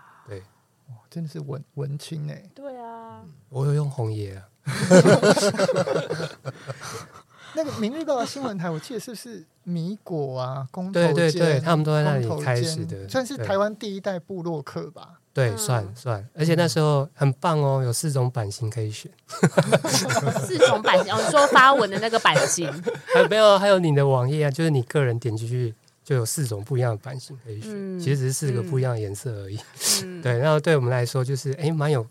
[SPEAKER 3] 真的是文文青哎、
[SPEAKER 4] 对啊，
[SPEAKER 1] 我有用红爷啊，
[SPEAKER 3] 那个《明日报》的新闻台， 我记得是不是米果啊、宫头
[SPEAKER 1] 对对
[SPEAKER 3] 坚
[SPEAKER 1] 对，他们都在那
[SPEAKER 3] 宫
[SPEAKER 1] 里
[SPEAKER 3] 头
[SPEAKER 1] 开
[SPEAKER 3] 坚
[SPEAKER 1] 始的，
[SPEAKER 3] 算是
[SPEAKER 1] 对
[SPEAKER 3] 台湾第一代部落客 吧。
[SPEAKER 1] 对，
[SPEAKER 4] 嗯
[SPEAKER 1] 算算，而且那时候很棒哦，有四种版型可以选，
[SPEAKER 4] 四种版型，哦，你说发文的那个版 型，
[SPEAKER 1] 还有没有？还有你的网页啊，就是你个人点进去就有四种不一样的版型可以选，
[SPEAKER 4] 嗯
[SPEAKER 1] 其实只是四个不一样的颜色而已。
[SPEAKER 4] 嗯，
[SPEAKER 1] 对，然后对我们来说就是哎，蛮有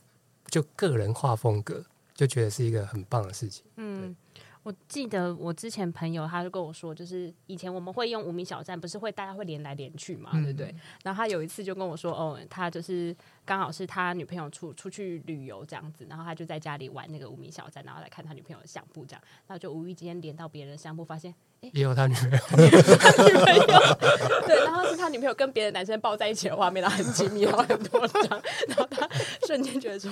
[SPEAKER 1] 就个人化风格，就觉得是一个很棒的事情。
[SPEAKER 4] 嗯，我记得我之前朋友他就跟我说，就是以前我们会用无名小站，不是会大家会连来连去嘛，对不对？然后他有一次就跟我说，哦，他就是刚好是他女朋友出出去旅游这样子，然后他就在家里玩那个无名小站，然后来看他女朋友的相簿这样，然后就无意间连到别人的相簿，发现
[SPEAKER 1] 也有他女儿，
[SPEAKER 4] 他女朋友，对，然后是他女朋友跟别的男生抱在一起的画面，然后很亲密，然后很多张，然后他瞬间觉得说，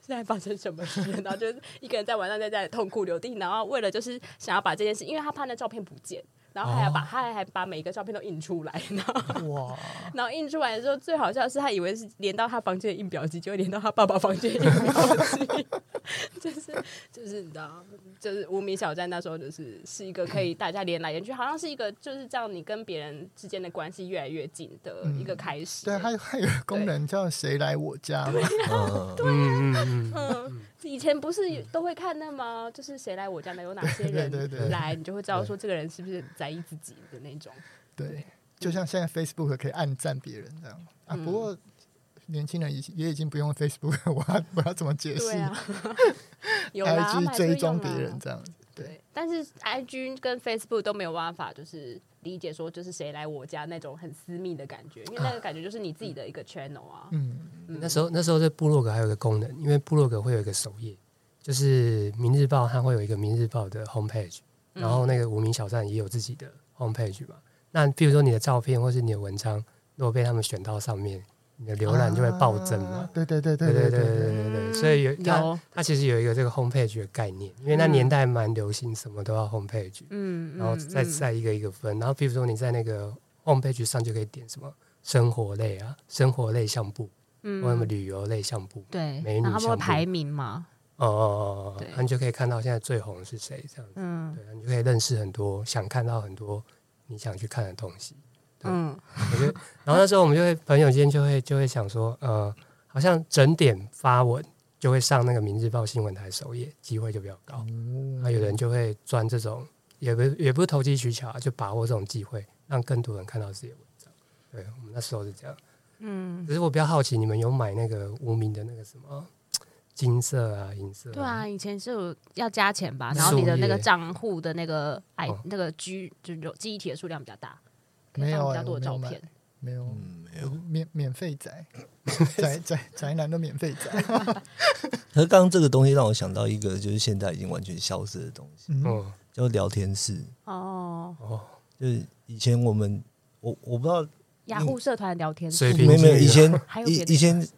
[SPEAKER 4] 现在发生什么事？然后就是一个人在晚上在家里痛哭流涕，然后为了就是想要把这件事，因为他怕那照片不见。然后还要把、他还还把每一个照片都印出来，然后
[SPEAKER 3] 哇，
[SPEAKER 4] 然后印出来的时候，最好笑的是他以为是连到他房间的印表机，结果连到他爸爸房间的印表机， 就是就是你知道，就是无名小站那时候就是是一个可以大家连来连去，好像是一个就是这样你跟别人之间的关系越来越近的一个开始。
[SPEAKER 3] 嗯对，还有还有一个功能叫“谁来我家”嘛，
[SPEAKER 2] 嗯，
[SPEAKER 1] 嗯嗯嗯，
[SPEAKER 4] 嗯，以前不是都会看那吗？就是谁来我家的有哪些人
[SPEAKER 3] 对对对
[SPEAKER 4] 来，你就会知道说这个人是不是很在意自己的那种。
[SPEAKER 3] 对，就像现在 Facebook 可以暗赞别人这样啊。
[SPEAKER 4] 嗯
[SPEAKER 3] 不过年轻人已经也已经不用 Facebook，我要 我要怎么解释
[SPEAKER 4] 对 啊，有啦，他们还
[SPEAKER 3] ？IG
[SPEAKER 4] 是会用
[SPEAKER 3] 追
[SPEAKER 4] 啊
[SPEAKER 3] 踪
[SPEAKER 4] 啦
[SPEAKER 3] 别人这样子，对，
[SPEAKER 4] 对，但是 I G 跟 Facebook 都没有办法，就是理解说就是谁来我家那种很私密的感觉，因为那个感觉就是你自己的一个 channel 啊。
[SPEAKER 3] 嗯，
[SPEAKER 4] 嗯
[SPEAKER 1] 那时候那时候这部落格还有个功能，因为部落格会有一个首页，就是《明日报》它会有一个《明日报》的 homepage，然
[SPEAKER 4] 嗯
[SPEAKER 1] 后那个无名小站也有自己的 homepage 嘛。那比如说你的照片或是你的文章，如果被他们选到上面，你的浏览就会暴增嘛
[SPEAKER 3] 啊。对对对
[SPEAKER 1] 对
[SPEAKER 3] 对
[SPEAKER 1] 对对对
[SPEAKER 3] 对，
[SPEAKER 1] 对对，
[SPEAKER 4] 嗯
[SPEAKER 1] 所以有它
[SPEAKER 4] 有
[SPEAKER 1] 它其实有一个这个 homepage 的概念，因为那
[SPEAKER 4] 嗯
[SPEAKER 1] 年代蛮流行什么都要 homepage，
[SPEAKER 4] 嗯，
[SPEAKER 1] 然后
[SPEAKER 4] 嗯
[SPEAKER 1] 再
[SPEAKER 4] 嗯
[SPEAKER 1] 再一个一个分，然后比如说你在那个 homepage 上就可以点什么生活类啊、生活类项目，
[SPEAKER 4] 嗯
[SPEAKER 1] 或者什么旅游类项目，
[SPEAKER 4] 对，
[SPEAKER 1] 美女
[SPEAKER 4] 然后他们
[SPEAKER 1] 相
[SPEAKER 4] 会
[SPEAKER 1] 簿
[SPEAKER 4] 排名嘛，
[SPEAKER 1] 哦哦哦哦
[SPEAKER 4] 对，
[SPEAKER 1] 那你就可以看到现在最红的是谁，这样子，
[SPEAKER 4] 嗯
[SPEAKER 1] 对，你就可以认识很多想看到很多你想去看的东西。对
[SPEAKER 4] 嗯，
[SPEAKER 1] 我觉得，然后那时候我们就会朋友间就会就会想说，呃，好像整点发文就会上那个《明日报》新闻台首页，机会就比较高。那、有人就会钻这种，也不也不是投机取巧、啊，就把握这种机会，让更多人看到自己的文章。对我们那时候是这样。嗯，只是我比较好奇，你们有买那个无名的那个什么金色啊、银色、
[SPEAKER 4] 对啊，，以前是有要加钱吧，然后你的那个账户的那个哎
[SPEAKER 1] 哦
[SPEAKER 4] 那个 G 就是有记忆体的数量比较大，可以
[SPEAKER 3] 没有
[SPEAKER 4] 放比
[SPEAKER 3] 欸
[SPEAKER 4] 较多的照
[SPEAKER 3] 我没有
[SPEAKER 4] 片。
[SPEAKER 3] 没有
[SPEAKER 2] 嗯，没有。
[SPEAKER 3] 免免费宅宅宅宅男的免费宅，
[SPEAKER 2] 可是刚刚这个东西让我想到一个，就是现在已经完全消失的东西，
[SPEAKER 3] 嗯，
[SPEAKER 1] 嗯，
[SPEAKER 2] 叫聊天室。
[SPEAKER 4] 哦，
[SPEAKER 1] 哦，
[SPEAKER 2] 就是以前我们，我我不知道，
[SPEAKER 4] 雅虎社团聊天室
[SPEAKER 1] 水平
[SPEAKER 2] 没有没有，
[SPEAKER 1] 线
[SPEAKER 2] 以前
[SPEAKER 4] 还有别的
[SPEAKER 2] 以以前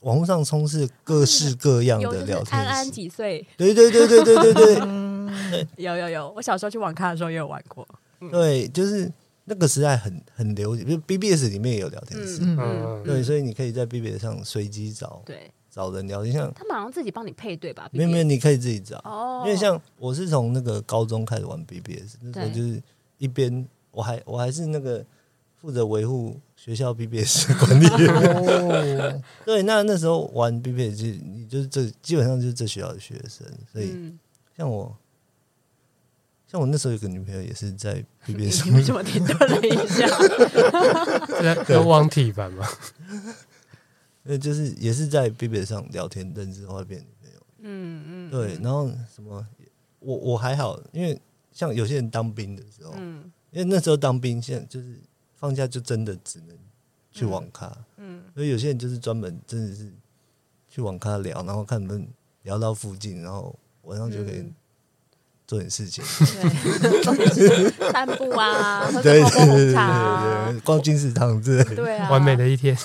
[SPEAKER 2] 网络上充斥各式各样
[SPEAKER 4] 有
[SPEAKER 2] 的
[SPEAKER 4] 就是
[SPEAKER 2] 聊
[SPEAKER 4] 安安
[SPEAKER 2] 天室，
[SPEAKER 4] 几岁，
[SPEAKER 2] 对对对对对对对
[SPEAKER 4] 有有有，我小时候去网咖的时候也有玩过。
[SPEAKER 2] 对，就是那个时代很很流行，就是 BBS 里面也有聊天室，
[SPEAKER 3] 嗯
[SPEAKER 1] 嗯，
[SPEAKER 2] 对，所以你可以在 BBS 上随机找
[SPEAKER 4] 对
[SPEAKER 2] 找人聊天，像
[SPEAKER 4] 他们好像自己帮你配对吧？
[SPEAKER 2] 没有没有，你可以自己找，
[SPEAKER 4] 哦，
[SPEAKER 2] 因为像我是从那个高中开始玩 BBS，那时候
[SPEAKER 4] 对
[SPEAKER 2] 就是一边我还我还是那个负责维护学校 BBS 的管理 员。
[SPEAKER 3] 哦，
[SPEAKER 2] 对，那那时候玩 BBS 就你就是这基本上就是这学校的学生，所以
[SPEAKER 4] 嗯，
[SPEAKER 2] 像我。像我那时候有个女朋友也 是在 BBS 上
[SPEAKER 4] 你为
[SPEAKER 2] 面
[SPEAKER 4] 什，么停顿了一下？
[SPEAKER 1] 啊是在汪体版吗？
[SPEAKER 2] 呃，就是也是在 BBS 上聊天认识，后来变女朋友。
[SPEAKER 4] 嗯嗯，
[SPEAKER 2] 对，然后什么，我我还好，因为像有些人当兵的时候，
[SPEAKER 4] 嗯
[SPEAKER 2] 因为那时候当兵，现在就是放假就真的只能去网咖，嗯，所以有些人就是专门真的是去网咖聊，然后看能不能聊到附近，然后晚上就可以
[SPEAKER 4] 嗯
[SPEAKER 2] 做点事情，
[SPEAKER 4] 对，散步啊，喝
[SPEAKER 2] 对
[SPEAKER 4] 个泡泡
[SPEAKER 2] 对对
[SPEAKER 4] 红
[SPEAKER 2] 对
[SPEAKER 4] 茶啊
[SPEAKER 2] 对，，逛金石 堂之类的，
[SPEAKER 4] 对啊，
[SPEAKER 1] 完美的一天，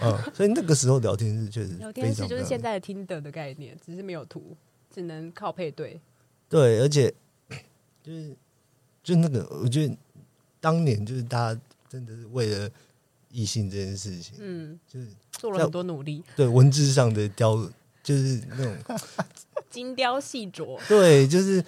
[SPEAKER 2] 嗯，所以那个时候聊天是确实
[SPEAKER 4] 聊天
[SPEAKER 2] 非
[SPEAKER 4] 室
[SPEAKER 2] 常
[SPEAKER 4] 就是
[SPEAKER 2] 非常
[SPEAKER 4] 现在的 Tinder 的概念，只是没有图，只能靠配对。
[SPEAKER 2] 对，而且 就是就那个，我觉得当年就是大家真的是为了异性这件事情，
[SPEAKER 4] 嗯，
[SPEAKER 2] 就是
[SPEAKER 4] 做了很多努力，
[SPEAKER 2] 对文字上的雕，就是那种
[SPEAKER 4] 精雕细琢。
[SPEAKER 2] 对，就是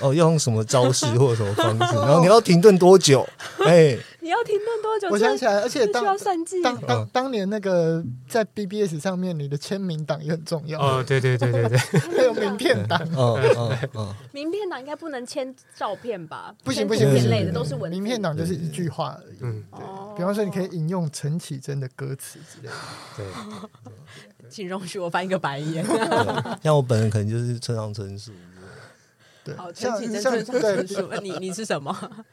[SPEAKER 2] 哦，要用什么招式或者什么方 式，然后你要停顿多久？哎、
[SPEAKER 4] 你要停顿多久？
[SPEAKER 3] 我想起来，而且
[SPEAKER 4] 这需要
[SPEAKER 3] 当
[SPEAKER 4] 算计。
[SPEAKER 3] 当当
[SPEAKER 2] 嗯
[SPEAKER 3] 当年那个在 BBS 上面，你的签名档也很重要，
[SPEAKER 1] 哦，对对对对对，
[SPEAKER 3] 还有名片档。
[SPEAKER 2] 哦哦哦，
[SPEAKER 4] 名片档应该不能签照片吧？
[SPEAKER 3] 不行
[SPEAKER 4] 签
[SPEAKER 3] 不行
[SPEAKER 4] 图片
[SPEAKER 2] 不行
[SPEAKER 4] 类的
[SPEAKER 2] 不行
[SPEAKER 4] 都是文字
[SPEAKER 3] 名片档就是一句话而已。
[SPEAKER 1] 嗯，
[SPEAKER 4] 哦
[SPEAKER 3] 对，比方说你可以引用陈绮贞的歌词之类的。
[SPEAKER 1] 对，
[SPEAKER 4] 请容许我翻一个白眼。
[SPEAKER 2] 对像我本人可能就是村上春树，
[SPEAKER 3] 对
[SPEAKER 4] 好，，陈
[SPEAKER 3] 像
[SPEAKER 4] 绮贞、
[SPEAKER 3] 像
[SPEAKER 4] 村上春
[SPEAKER 3] 对
[SPEAKER 4] 树，你你是什么？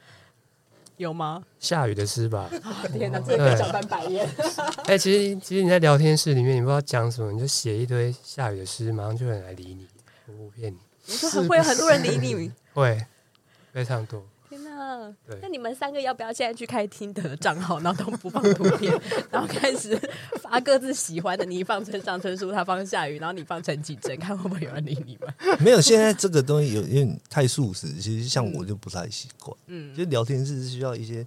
[SPEAKER 4] 有吗？
[SPEAKER 1] 下雨的诗吧。
[SPEAKER 4] 天哪，真的被想翻白眼。
[SPEAKER 1] 哎、其实其实你在聊天室里面，你不知道讲什么，你就写一堆下雨的诗，马上就有人来理你，我不骗你，
[SPEAKER 4] 你说很会有很多人理你。
[SPEAKER 1] 会非常多。
[SPEAKER 4] 天哪！
[SPEAKER 1] 对
[SPEAKER 4] 那你们三个要不要现在去开听的账号，然后都不放图片， 然后开始发各自喜欢的？你放村上春树，他放夏雨，然后你放陈绮贞，看会不会有人理你们？
[SPEAKER 2] 没有现在这个东西有有点太速食，其实像我就不太习惯。
[SPEAKER 4] 嗯
[SPEAKER 2] 就，聊天室是需要一些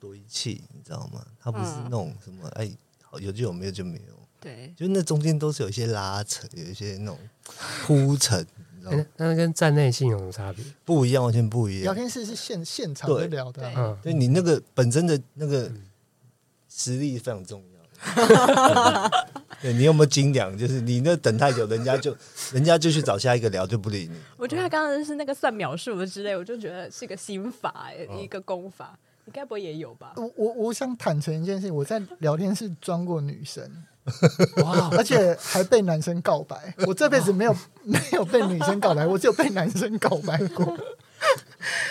[SPEAKER 2] 堆砌，你知道吗？它不是那种什么哎，好有就有，没有就没有，
[SPEAKER 4] 对，
[SPEAKER 2] 就那中间都是有一些拉扯，有一些那种铺陈，你知道
[SPEAKER 1] 哎
[SPEAKER 2] 吗？
[SPEAKER 1] 那那跟站内信有什么差别？
[SPEAKER 2] 不一样，完全不一
[SPEAKER 3] 聊
[SPEAKER 2] 样。
[SPEAKER 3] 天室是现现场在
[SPEAKER 2] 对
[SPEAKER 3] 聊的啊，
[SPEAKER 1] 嗯，
[SPEAKER 2] 就你那个本身的那个实力非常重要。 对你有没有斤两？就是你那等太久，人家就人家就去找下一个聊，就不理你。
[SPEAKER 4] 我觉得他刚刚是那个算秒数的之类，我就觉得是一个心法、欸
[SPEAKER 1] 嗯
[SPEAKER 4] 一个功法。你该不会也有吧？
[SPEAKER 3] 我我我想坦诚一件事情，我在聊天室装过女生，
[SPEAKER 1] 哇，
[SPEAKER 3] 而且还被男生告白。我这辈子没有没有被女生告白，我只有被男生告白过。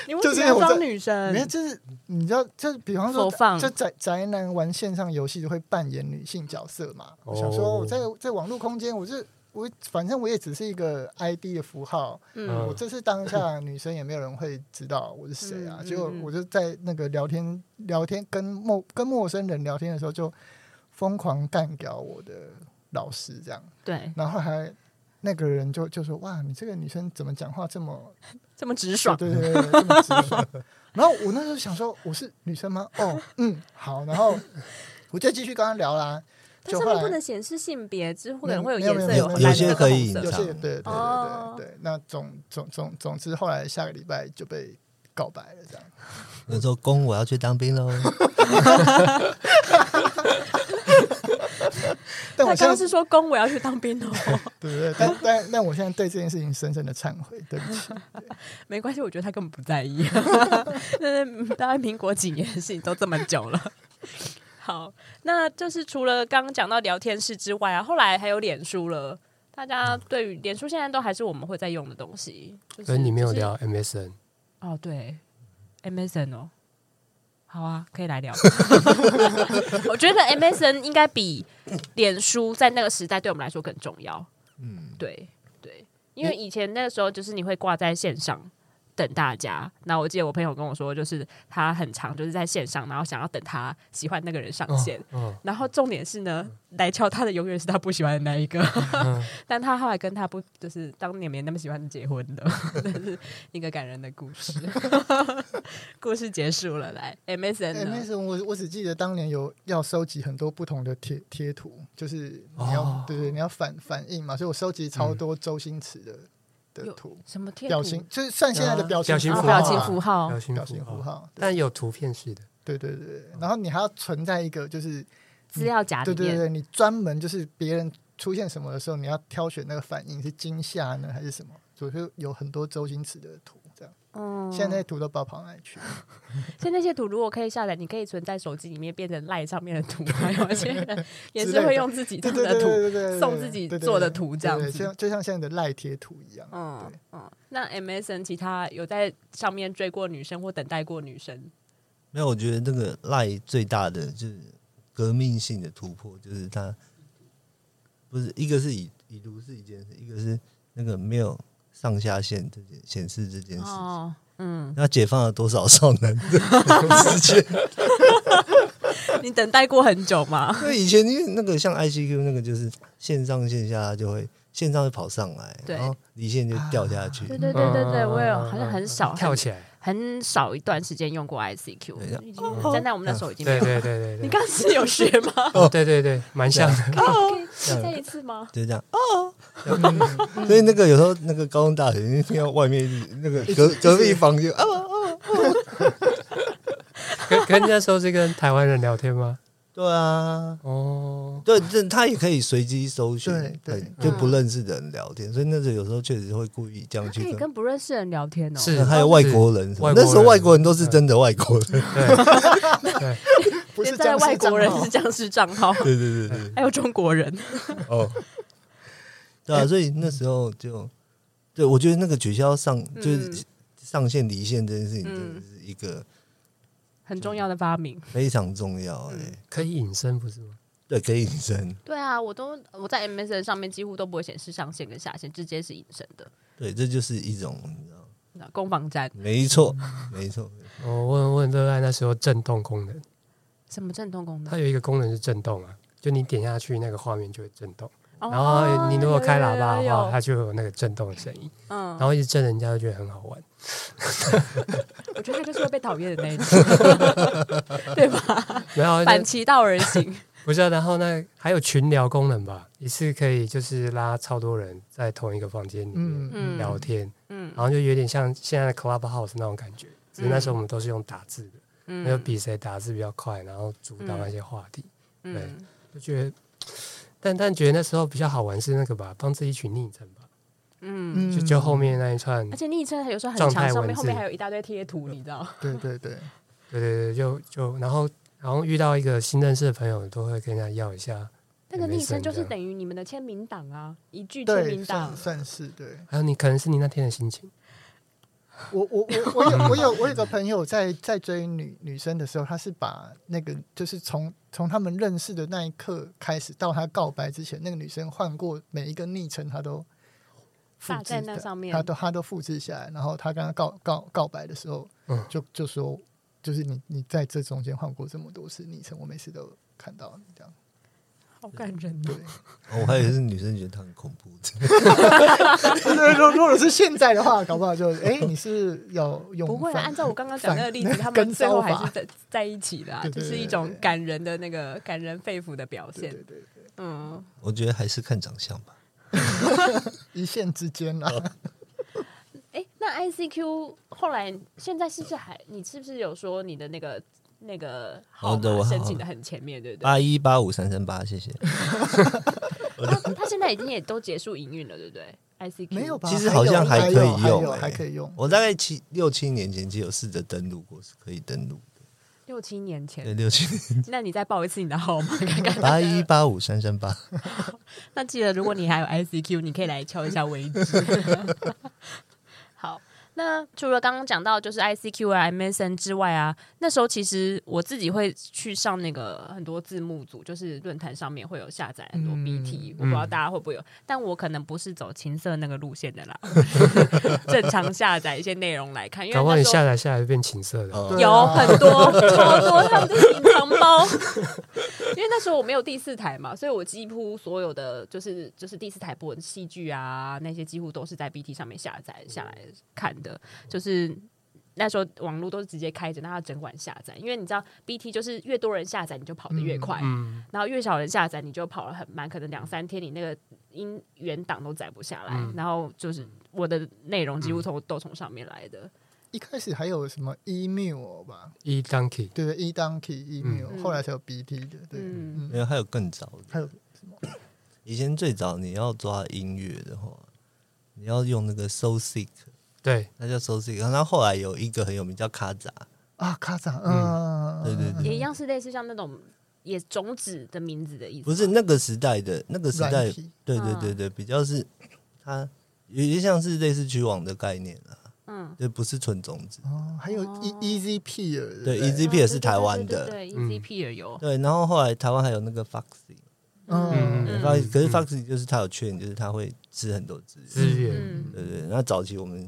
[SPEAKER 4] 你为
[SPEAKER 3] 就
[SPEAKER 4] 什
[SPEAKER 3] 是
[SPEAKER 4] 么要
[SPEAKER 3] 我在
[SPEAKER 4] 装女生
[SPEAKER 3] 没？有，就是你知道，就是比方
[SPEAKER 4] 佛
[SPEAKER 3] 说
[SPEAKER 4] 嗯放，
[SPEAKER 3] 就宅宅男玩线上游戏就会扮演女性角色嘛。我想说，我在在网络空间，我是我反正我也只是一个 ID 的符号，
[SPEAKER 1] 嗯
[SPEAKER 3] 我这是当下女生也没有人会知道我是谁啊。
[SPEAKER 4] 嗯
[SPEAKER 3] 结果
[SPEAKER 4] 嗯嗯
[SPEAKER 3] 我就在那个聊天聊天跟陌跟陌生人聊天的时候，就疯狂干掉我的老师这样，
[SPEAKER 4] 对，
[SPEAKER 3] 然后还。那个人就就说：“哇，你这个女生怎么讲话这么
[SPEAKER 4] 这么直爽，
[SPEAKER 3] 对对对对，这么直爽。 然后我那时候想说，我是女生吗？哦，嗯，好。然后我就继续跟他聊啦。
[SPEAKER 4] 它上
[SPEAKER 3] 就后
[SPEAKER 4] 面
[SPEAKER 3] 来
[SPEAKER 4] 不能显示性别，只是可能会
[SPEAKER 3] 没
[SPEAKER 4] 颜
[SPEAKER 3] 没
[SPEAKER 4] 色，
[SPEAKER 3] 没
[SPEAKER 4] 有
[SPEAKER 3] 没
[SPEAKER 4] 蓝
[SPEAKER 3] 有
[SPEAKER 4] 色
[SPEAKER 2] 些
[SPEAKER 4] 跟
[SPEAKER 2] 可
[SPEAKER 4] 红
[SPEAKER 2] 以
[SPEAKER 4] 色
[SPEAKER 3] 有
[SPEAKER 4] 的。
[SPEAKER 3] 些
[SPEAKER 2] 隐藏
[SPEAKER 3] 对对对
[SPEAKER 4] 哦
[SPEAKER 3] 对对，那总总总总之，后来下个礼拜就被告白了，这样。
[SPEAKER 2] 我说公，我要去当兵喽。
[SPEAKER 4] 他
[SPEAKER 3] 但
[SPEAKER 4] 刚
[SPEAKER 3] 我现在
[SPEAKER 4] 刚是说公我要去当兵哦，
[SPEAKER 3] 对对对，但但但我现在对这件事情深深的忏悔，对不起。
[SPEAKER 4] 没关系，我觉得他根本不在意。 那嗯大概民国几年的事情都这么久了。好，那就是除了刚刚讲到聊天室之外啊，后来还有脸书了。大家对于脸书现在都还是我们会在用的东西，就是
[SPEAKER 1] 所以你没有
[SPEAKER 4] 就是
[SPEAKER 1] 聊 MSN，
[SPEAKER 4] 哦，对，MSN 哦，好啊，可以来聊。我觉得 MSN 应该比脸书在那个时代对我们来说更重要。嗯，对对，因为以前那个时候就是你会挂在线上。等大家，那我记得我朋友跟我说，就是他很长，就是在线上，然后想要等他喜欢那个人上线，
[SPEAKER 1] 嗯，
[SPEAKER 4] 然后重点是呢，来敲他的永远是他不喜欢的那一个， 但他后来跟他不就是当年没那么喜欢结婚的， 这是一个感人的故事。 故事结束了，来 MSN
[SPEAKER 3] 哎，那
[SPEAKER 4] 呢？
[SPEAKER 3] 时候我我只记得当年有要收集很多不同的贴贴图，就是你要、对对，你要反反应嘛，所以我收集超多周星驰的、
[SPEAKER 4] 有
[SPEAKER 3] 的图。
[SPEAKER 4] 什么贴图
[SPEAKER 3] 表情，就是算现在的表情
[SPEAKER 1] 表情
[SPEAKER 4] 啊
[SPEAKER 1] 符
[SPEAKER 3] 符
[SPEAKER 1] 号啊
[SPEAKER 4] 表情符号
[SPEAKER 1] 表，情
[SPEAKER 3] 表情符
[SPEAKER 1] 号，
[SPEAKER 3] 号，
[SPEAKER 1] 但有图片式的，
[SPEAKER 3] 对对对对。然后你还要存在一个，就是
[SPEAKER 4] 资料夹里
[SPEAKER 3] 对对
[SPEAKER 4] 面。
[SPEAKER 3] 对，你专门就是别人出现什么的时候，你要挑选那个反应是惊吓呢，还是什么？就是有很多周星驰的图这样，
[SPEAKER 4] 嗯，
[SPEAKER 3] 现在那些图都不知道跑哪里去。
[SPEAKER 4] 所以那些图如果可以下载，你可以存在手机里面，变成赖上面的图。还有些人也是会用自己
[SPEAKER 3] 对
[SPEAKER 4] 做
[SPEAKER 3] 对
[SPEAKER 4] 的
[SPEAKER 3] 对
[SPEAKER 4] 图。
[SPEAKER 3] 对对对，
[SPEAKER 4] 送自己做的图这样子
[SPEAKER 3] 就像就像现在的赖贴图一样。
[SPEAKER 4] 嗯
[SPEAKER 3] 对
[SPEAKER 4] 嗯，那 MSN 其他有在上面追过女生或等待过女生？
[SPEAKER 2] 没有，我觉得那个赖最大的就是革命性的突破，就是它不是一个是已已读是一件事，一个是那个没有上下线这件显示这件事。
[SPEAKER 4] 哦，嗯，
[SPEAKER 2] 那解放了多少少男的 直接？
[SPEAKER 4] 你等待过很久吗？
[SPEAKER 2] 因为以前因为那个像 ICQ 那个就是线上线下它就会线上会跑上来，
[SPEAKER 4] 对啊
[SPEAKER 2] 然后离线就掉下去。
[SPEAKER 4] 对对对对对，
[SPEAKER 1] 嗯
[SPEAKER 4] 我有好像很少
[SPEAKER 1] 跳起来，
[SPEAKER 4] 很少一段时间用过 ICQ，
[SPEAKER 2] 对
[SPEAKER 4] 已经站在我们的手已经没
[SPEAKER 1] 对
[SPEAKER 4] 有。
[SPEAKER 1] 对对对
[SPEAKER 4] 你
[SPEAKER 1] 对，
[SPEAKER 4] 刚是有学吗？
[SPEAKER 1] 哦对对对，蛮像的，
[SPEAKER 4] 可以再一次吗？
[SPEAKER 2] 就这 样哦。 所以那个有时候那个高中大学，你听到外面 那个隔隔壁房就啊
[SPEAKER 1] 跟跟那时候是跟台湾人聊天吗？
[SPEAKER 2] 对啊，
[SPEAKER 1] 哦，
[SPEAKER 2] 对，这他也可以随机搜寻，
[SPEAKER 3] 对对
[SPEAKER 2] 很就不认识的人聊天，所以那时候有时候确实会故意这样
[SPEAKER 4] 嗯可以
[SPEAKER 2] 去跟。
[SPEAKER 4] 跟不认识人聊天哦。
[SPEAKER 1] 是
[SPEAKER 2] 还有外国人什么
[SPEAKER 1] 外，国
[SPEAKER 2] 那
[SPEAKER 1] 人
[SPEAKER 2] 时候外国人都是真的外国 人，
[SPEAKER 1] 对
[SPEAKER 3] 不是哦
[SPEAKER 4] 现在外国人
[SPEAKER 3] 僵尸账号
[SPEAKER 4] 是僵尸账号，
[SPEAKER 2] 对对对对，
[SPEAKER 4] 还有中国人。
[SPEAKER 2] 哦，对啊，所以那时候就，对我觉得那个取消上就是
[SPEAKER 4] 嗯
[SPEAKER 2] 上线离线这件事情，真的
[SPEAKER 4] 嗯
[SPEAKER 2] 是一个
[SPEAKER 4] 很重要的发明。
[SPEAKER 2] 非常重要
[SPEAKER 4] 嗯
[SPEAKER 2] 哎、
[SPEAKER 1] 可以隐身不是吗？
[SPEAKER 2] 对，可以隐身，
[SPEAKER 4] 对啊，我都我在 MSN 上面几乎都不会显示上线跟下线，直接是隐身的，
[SPEAKER 2] 对，这就是一种，你知道
[SPEAKER 4] 那攻防战。
[SPEAKER 2] 没错，没错，
[SPEAKER 1] 哦，我很我很热爱那时候震动功能，
[SPEAKER 4] 什么震动功能
[SPEAKER 1] 它？有一个功能是震动啊，就你点下去那个画面就会震动，
[SPEAKER 4] 哦
[SPEAKER 1] 然后哎你如果开喇叭的
[SPEAKER 4] 有有有
[SPEAKER 1] 话，
[SPEAKER 4] 有
[SPEAKER 1] 它就有那个震动的声音，然
[SPEAKER 4] 嗯，
[SPEAKER 1] 后一直震人家就觉得很好玩。
[SPEAKER 4] 我觉得他就是会被讨厌 的那一种，对吧？
[SPEAKER 1] 然后
[SPEAKER 4] 反其道而行，
[SPEAKER 1] 啊不是、啊，然后呢还有群聊功能吧，一次可以就是拉超多人在同一个房间里面
[SPEAKER 3] 嗯，
[SPEAKER 4] 嗯，
[SPEAKER 1] 聊天，
[SPEAKER 4] 嗯，
[SPEAKER 1] 然后就有点像现在的 Clubhouse 那种感觉，只是那时候我们都是用打字的，
[SPEAKER 4] 嗯，
[SPEAKER 1] 那就比谁打字比较快，然后主导那些话题，
[SPEAKER 4] 嗯，
[SPEAKER 1] 就觉得，但但觉得那时候比较好玩是那个吧，帮自己取昵称吧，
[SPEAKER 4] 嗯，
[SPEAKER 1] 就就后面那一串，
[SPEAKER 4] 而且昵称有时候很
[SPEAKER 1] 状态
[SPEAKER 4] 长，上面
[SPEAKER 1] 文字
[SPEAKER 4] 后面还有一大堆贴图，你知道？
[SPEAKER 3] 对对对，
[SPEAKER 1] 对对对，就就然后然后遇到一个新认识的朋友，都会跟人家要一下，
[SPEAKER 4] 那个昵称就是
[SPEAKER 1] 等，
[SPEAKER 4] 等于你们的签名档啊，一句签
[SPEAKER 3] 对
[SPEAKER 4] 名档
[SPEAKER 3] 算。算是对。
[SPEAKER 1] 还有你可能是你那天的心情，
[SPEAKER 3] 我我我我有我有我有个朋友在在追女女生的时候，他是把那个就是从从他们认识的那一刻开始到他告白之前，那个女生换过每一个昵称，他都复
[SPEAKER 4] 打
[SPEAKER 3] 制
[SPEAKER 4] 在
[SPEAKER 3] 的
[SPEAKER 4] 那上面
[SPEAKER 3] 他都他都复制下来，然后他跟他告告告白的时候
[SPEAKER 1] 嗯，
[SPEAKER 3] 就就说就是你你在这中间换过这么多次昵称，我每次都看到你 这样，
[SPEAKER 4] 好感人
[SPEAKER 3] 对
[SPEAKER 4] 哦！。
[SPEAKER 2] 我还以为是女生觉得他很恐怖，
[SPEAKER 3] 如如果是现在的话，搞不好就哎、你是有用
[SPEAKER 4] 不会啊，
[SPEAKER 3] 反
[SPEAKER 4] 按照我刚刚讲那个例子，他们
[SPEAKER 3] 跟
[SPEAKER 4] 最后
[SPEAKER 3] 骚
[SPEAKER 4] 还
[SPEAKER 3] 法
[SPEAKER 4] 是在在一起的啊，
[SPEAKER 3] 对
[SPEAKER 4] 就
[SPEAKER 3] 对
[SPEAKER 4] 是
[SPEAKER 3] 对
[SPEAKER 4] 一种感人的那个感人肺腑的表
[SPEAKER 3] 对
[SPEAKER 4] 现
[SPEAKER 3] 对。对，对
[SPEAKER 4] 嗯，
[SPEAKER 2] 我觉得还是看长相吧。
[SPEAKER 3] 一线 之间啊。
[SPEAKER 4] 哎，那 ICQ 后来现在是不是还你是不是有说你的那个那个号
[SPEAKER 2] 哦对
[SPEAKER 4] 码
[SPEAKER 2] 我
[SPEAKER 4] 申请的很前面，对不对？
[SPEAKER 2] 八一八五三三八，谢谢。
[SPEAKER 4] 他他现在已经也都结束营运了，对不对？ICQ
[SPEAKER 3] 没有吧？
[SPEAKER 2] 其实好像还
[SPEAKER 3] 还
[SPEAKER 2] 可以
[SPEAKER 3] 有还有
[SPEAKER 2] 用欸
[SPEAKER 3] 还可以用。
[SPEAKER 2] 我大概七六七年前就有试着登录过，是可以登录。
[SPEAKER 4] 六七年前
[SPEAKER 2] 对，，六七
[SPEAKER 4] 那你再报一次你的 号码看看。
[SPEAKER 2] 八一八五三三八，
[SPEAKER 4] 那记得，如果你还有 ICQ，你可以来敲一下 为止。好，那除了刚刚讲到就是 ICQ 啊、MSN 之外啊，那时候其实我自己会去上那个很多字幕组，就是论坛上面会有下载很多
[SPEAKER 3] 嗯
[SPEAKER 4] BT，、我不知道
[SPEAKER 1] 嗯
[SPEAKER 4] 大家会不会有，但我可能不是走情色那个路线的啦， 正常下载一些内容来看，因为
[SPEAKER 1] 搞不好
[SPEAKER 4] 那
[SPEAKER 1] 你
[SPEAKER 4] 时候
[SPEAKER 1] 下载下来就变情色的，
[SPEAKER 2] 哦，
[SPEAKER 3] 对
[SPEAKER 4] 有
[SPEAKER 3] 啊
[SPEAKER 4] 很多 超多，他们就是隐藏包。 因为那时候我没有第四台嘛，所以我几乎所有的就是就是第四台播的戏剧啊那些，几乎都是在 BT 上面下载下来看的，就是。那时候网络都是直接开着，让它整晚下载，因为你知道 BT 就是越多人下载你就跑得越快，
[SPEAKER 1] 嗯，
[SPEAKER 4] 然后越少人下载你就跑得很慢，可能两三天你那个音源档都载不下来，
[SPEAKER 1] 嗯
[SPEAKER 4] 然后就是我的内容几乎从、都从上面来的，
[SPEAKER 3] 一开始还有什么 email 吧？
[SPEAKER 1] 一 donkey
[SPEAKER 3] 对对，e donkey email，、
[SPEAKER 4] 嗯
[SPEAKER 3] 后来才有 BT 的。对，
[SPEAKER 4] 嗯
[SPEAKER 3] 嗯，
[SPEAKER 2] 没有，还有更早的。
[SPEAKER 3] 还有
[SPEAKER 2] 以前最早你要抓音乐的话，你要用那个 So Sick，
[SPEAKER 1] 对，
[SPEAKER 2] 那叫 So Sick。然后后来有一个很有名叫卡扎，
[SPEAKER 3] 啊，卡掌，
[SPEAKER 1] 嗯
[SPEAKER 3] 嗯，
[SPEAKER 2] 对对对
[SPEAKER 4] 也一样是类似像那种也种子的名字的意思吗，嗯
[SPEAKER 2] 不是那个时代的那个时代
[SPEAKER 3] 软，体
[SPEAKER 2] 对对对对，比较是它有些像是类似曲网的概念啊，
[SPEAKER 4] 嗯，
[SPEAKER 2] 对，不是纯种子。
[SPEAKER 3] 哦，还有
[SPEAKER 4] 哦
[SPEAKER 3] E E Z P 了，
[SPEAKER 2] 对
[SPEAKER 3] 不
[SPEAKER 2] EZ EZP 也是台湾的
[SPEAKER 4] 对对
[SPEAKER 1] 嗯
[SPEAKER 4] 对对，EZP 也有，
[SPEAKER 2] 对，然后后来台湾还有那个 Foxy，
[SPEAKER 3] 嗯
[SPEAKER 1] 嗯
[SPEAKER 2] 对
[SPEAKER 4] 嗯
[SPEAKER 2] Foxy，可是
[SPEAKER 1] 嗯
[SPEAKER 2] Foxy 就是它有缺点，就是它会吃很多资源。
[SPEAKER 1] 资源，
[SPEAKER 4] 嗯
[SPEAKER 2] 对对，那早期我们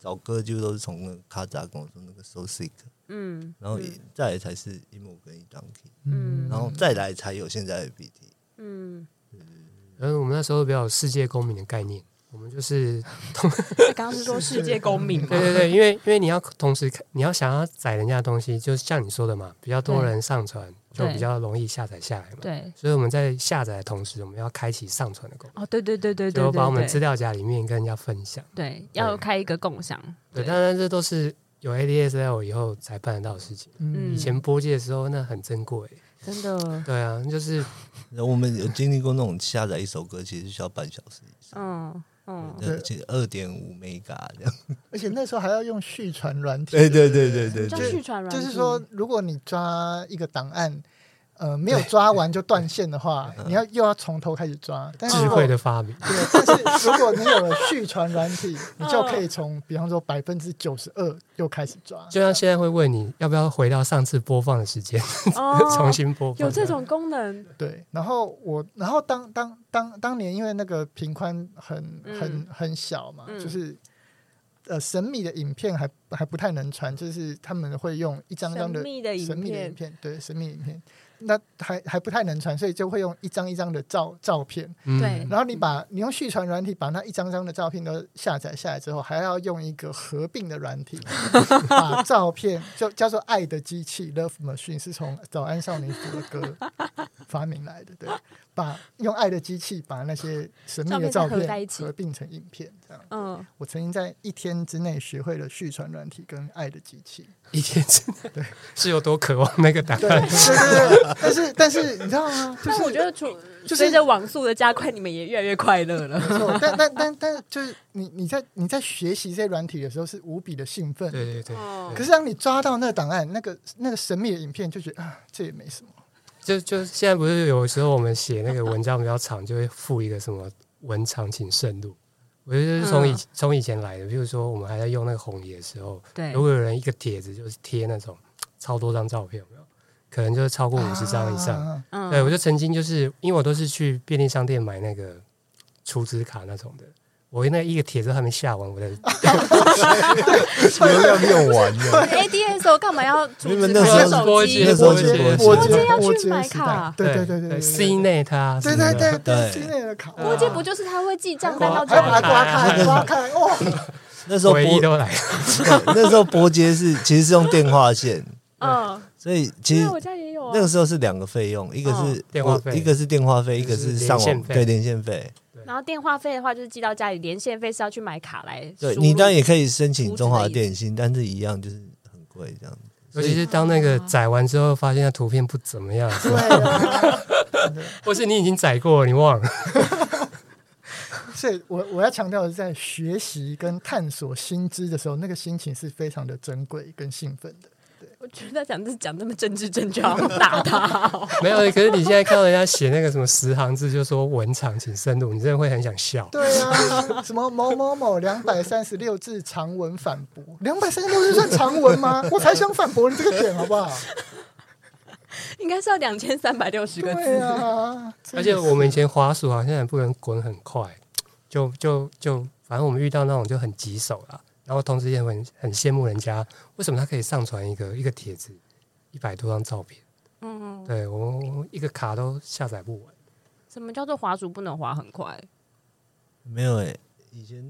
[SPEAKER 2] 找歌就都是从那个卡扎跟我说那个 So Sick，
[SPEAKER 4] 嗯，
[SPEAKER 2] 然后也再来才是 emo 跟 e donkey，
[SPEAKER 4] 嗯
[SPEAKER 2] 然后再来才有现在的 BT。
[SPEAKER 4] 嗯，
[SPEAKER 1] 然后我们那时候比较有世界公民的概念，我我们就是
[SPEAKER 4] 哎刚刚是说世界公民 嘛，
[SPEAKER 1] 对对对，因为因为你要同时看，你要想要载人家的东西，就是像你说的嘛，比较多
[SPEAKER 4] 对
[SPEAKER 1] 人上传，就
[SPEAKER 4] 对
[SPEAKER 1] 比较容易下载下来嘛。
[SPEAKER 4] 对
[SPEAKER 1] 所以我们在下载的同时，我们要开启上传的功
[SPEAKER 4] 哦，对对对对
[SPEAKER 1] 能，
[SPEAKER 4] 对
[SPEAKER 1] 就
[SPEAKER 4] 对，
[SPEAKER 1] 把我们资
[SPEAKER 4] 对
[SPEAKER 1] 料夹里面跟人家分享。
[SPEAKER 4] 对要开一个共享，
[SPEAKER 1] 对，当然这都是有 ADSL 以后才办得到的事情。
[SPEAKER 4] 嗯
[SPEAKER 1] 以前播机的时候，那很珍贵。
[SPEAKER 4] 真的，
[SPEAKER 1] 对啊，就是
[SPEAKER 2] 然后我们有经历过那种下载一首歌，其实需要半小时以上，
[SPEAKER 4] 嗯嗯，
[SPEAKER 2] 而且二点五 mega 这样。
[SPEAKER 3] 而且那时候还要用续传软体，
[SPEAKER 2] 对对对对对
[SPEAKER 4] 叫
[SPEAKER 2] 对，
[SPEAKER 4] 续传软体，
[SPEAKER 3] 就是说，如果你抓一个档案，呃，没有抓完就断线的话，
[SPEAKER 2] 嗯
[SPEAKER 3] 你要又要从头开始抓。
[SPEAKER 4] 哎
[SPEAKER 3] 但是
[SPEAKER 1] 智
[SPEAKER 3] 如果
[SPEAKER 1] 慧的发明。
[SPEAKER 3] 对，但是如果你有了续传软体，你就可以从比方说百分之九十二又开始抓。
[SPEAKER 1] 就像现在会问你要不要回到上次播放的时间，
[SPEAKER 4] 哦
[SPEAKER 1] 重新播放。
[SPEAKER 4] 有这种功能，
[SPEAKER 3] 对，然后我，然后当当当当年因为那个频宽很很
[SPEAKER 4] 嗯
[SPEAKER 3] 很小嘛，
[SPEAKER 4] 嗯
[SPEAKER 3] 就是呃神秘的影片还还不太能传，就是他们会用一张张的
[SPEAKER 4] 神秘的
[SPEAKER 3] 神
[SPEAKER 4] 影
[SPEAKER 3] 秘的
[SPEAKER 4] 片，
[SPEAKER 3] 影片，对，神秘的影片，那还还不太能传，所以就会用一张一张的照照片，
[SPEAKER 1] 嗯
[SPEAKER 4] 对
[SPEAKER 3] 然后你把你用续传软体把那一张张的照片都下载下来之后，还要用一个合并的软 体把照片就叫做《爱的机器》（Love Machine） 是从《早安少女组》的歌发明来的，对，把用《爱的机器》把那些神秘的
[SPEAKER 4] 照
[SPEAKER 3] 照
[SPEAKER 4] 片合在一
[SPEAKER 3] 片
[SPEAKER 4] 起
[SPEAKER 3] 合并成影片，这样。
[SPEAKER 4] 嗯，
[SPEAKER 3] 我曾经在一天之内学会了续传软体跟《爱的机 器》。
[SPEAKER 1] 一天之内 是有多渴望那个档
[SPEAKER 3] 对
[SPEAKER 1] 案
[SPEAKER 3] 对。对对，但是但是你知道吗？就
[SPEAKER 4] 但
[SPEAKER 3] 是
[SPEAKER 4] 我觉得除
[SPEAKER 3] 就是
[SPEAKER 4] 随着网速的加快，你们也越来越快乐了，
[SPEAKER 3] 没错，但但但但就是你你在你在学习这些软体的时候是无比的兴奋，
[SPEAKER 1] 对对对，
[SPEAKER 4] 哦
[SPEAKER 3] 可是当你抓到那个档案，那个那个神秘的影片，就觉得啊，这也没什么。
[SPEAKER 1] 就就现在不是有时候我们写那个文章比较长，就会附一个什么文长请慎入。我觉得就是从以
[SPEAKER 4] 嗯
[SPEAKER 1] 从、以前来的，比如说我们还在用那个红爷的时候，
[SPEAKER 4] 对
[SPEAKER 1] 如果有人一个帖子就是贴那种超多张照片，有没有？可能就是超过五十张以上。
[SPEAKER 3] 啊
[SPEAKER 4] 嗯，
[SPEAKER 1] 对，我就曾经就是因为我都是去便利商店买那个储值卡那种的，我那一个帖子还没下完，我的
[SPEAKER 3] 啊
[SPEAKER 2] 流量用完了。
[SPEAKER 4] ADS 我干嘛要阻
[SPEAKER 2] 你们
[SPEAKER 4] 止
[SPEAKER 2] 那
[SPEAKER 4] 他的
[SPEAKER 2] 时候
[SPEAKER 1] 是播
[SPEAKER 4] 手
[SPEAKER 1] 机
[SPEAKER 4] 机？
[SPEAKER 2] 那时候是
[SPEAKER 1] 对
[SPEAKER 3] 我
[SPEAKER 2] 国
[SPEAKER 4] 我觉
[SPEAKER 2] 际
[SPEAKER 4] 得
[SPEAKER 3] 接
[SPEAKER 4] 要去
[SPEAKER 3] 我接
[SPEAKER 4] 买
[SPEAKER 3] 时代
[SPEAKER 4] 卡
[SPEAKER 3] 对对对对
[SPEAKER 1] ，C 啊内它
[SPEAKER 3] 对对对对，
[SPEAKER 2] 对
[SPEAKER 3] 室内的卡，
[SPEAKER 1] 对
[SPEAKER 4] 国界不就是他会记账单到
[SPEAKER 3] 还要把它
[SPEAKER 4] 转
[SPEAKER 3] 刮
[SPEAKER 4] 卡？
[SPEAKER 3] 开刮开，哇！
[SPEAKER 2] 那时候
[SPEAKER 1] 回忆
[SPEAKER 2] 拨
[SPEAKER 1] 都来了，
[SPEAKER 2] 那时候拨接是其实是用电话线，
[SPEAKER 4] 嗯，
[SPEAKER 2] 所以其
[SPEAKER 4] 因
[SPEAKER 2] 实
[SPEAKER 4] 为我家也有啊
[SPEAKER 2] 那，个时候是两个费
[SPEAKER 4] 哦
[SPEAKER 2] 用，一个是
[SPEAKER 1] 电话
[SPEAKER 2] 拨
[SPEAKER 1] 费
[SPEAKER 2] 一个是电话费，一
[SPEAKER 1] 就
[SPEAKER 2] 个
[SPEAKER 1] 是
[SPEAKER 2] 是上
[SPEAKER 1] 连线
[SPEAKER 2] 网
[SPEAKER 1] 费
[SPEAKER 2] 对连线费。
[SPEAKER 4] 然后电话费的话就是寄到家里，连线费是要去买卡来输入。
[SPEAKER 2] 对你当然也可以申请
[SPEAKER 4] 图纸
[SPEAKER 2] 中华
[SPEAKER 4] 的意思
[SPEAKER 2] 电信，但是一样就是很贵这样子。
[SPEAKER 1] 尤其是当那个载完之后，发现它图片不怎么样，
[SPEAKER 3] 对 啊，
[SPEAKER 1] 或是你已经载过了，你忘了。
[SPEAKER 3] 所以我我要强调的是，在学习跟探索新知的时候，那个心情是非常的珍贵跟兴奋的。
[SPEAKER 4] 我觉得讲这讲这么政治正确，好像打 他哦。
[SPEAKER 1] 没有，可是你现在看到人家写那个什么十行字，就说文场请深入，你真的会很想笑。
[SPEAKER 3] 对啊，什么某某某两百三十六字长文反驳，两百三十六字算长文吗？我才想反驳你这个点，好不好？
[SPEAKER 4] 应该是要两千三百六十个
[SPEAKER 3] 对
[SPEAKER 4] 字。
[SPEAKER 3] 啊，
[SPEAKER 1] 而且我们以前滑鼠好像也不能滚很快，就就就，反正我们遇到那种就很棘手啦。然后同时也很很羡慕人家，为什么他可以上传一个一个帖子，一百多张照片？
[SPEAKER 4] 嗯，
[SPEAKER 1] 对我我一个卡都下载不完。
[SPEAKER 4] 什么叫做滑鼠不能滑很快？
[SPEAKER 2] 没有哎，以前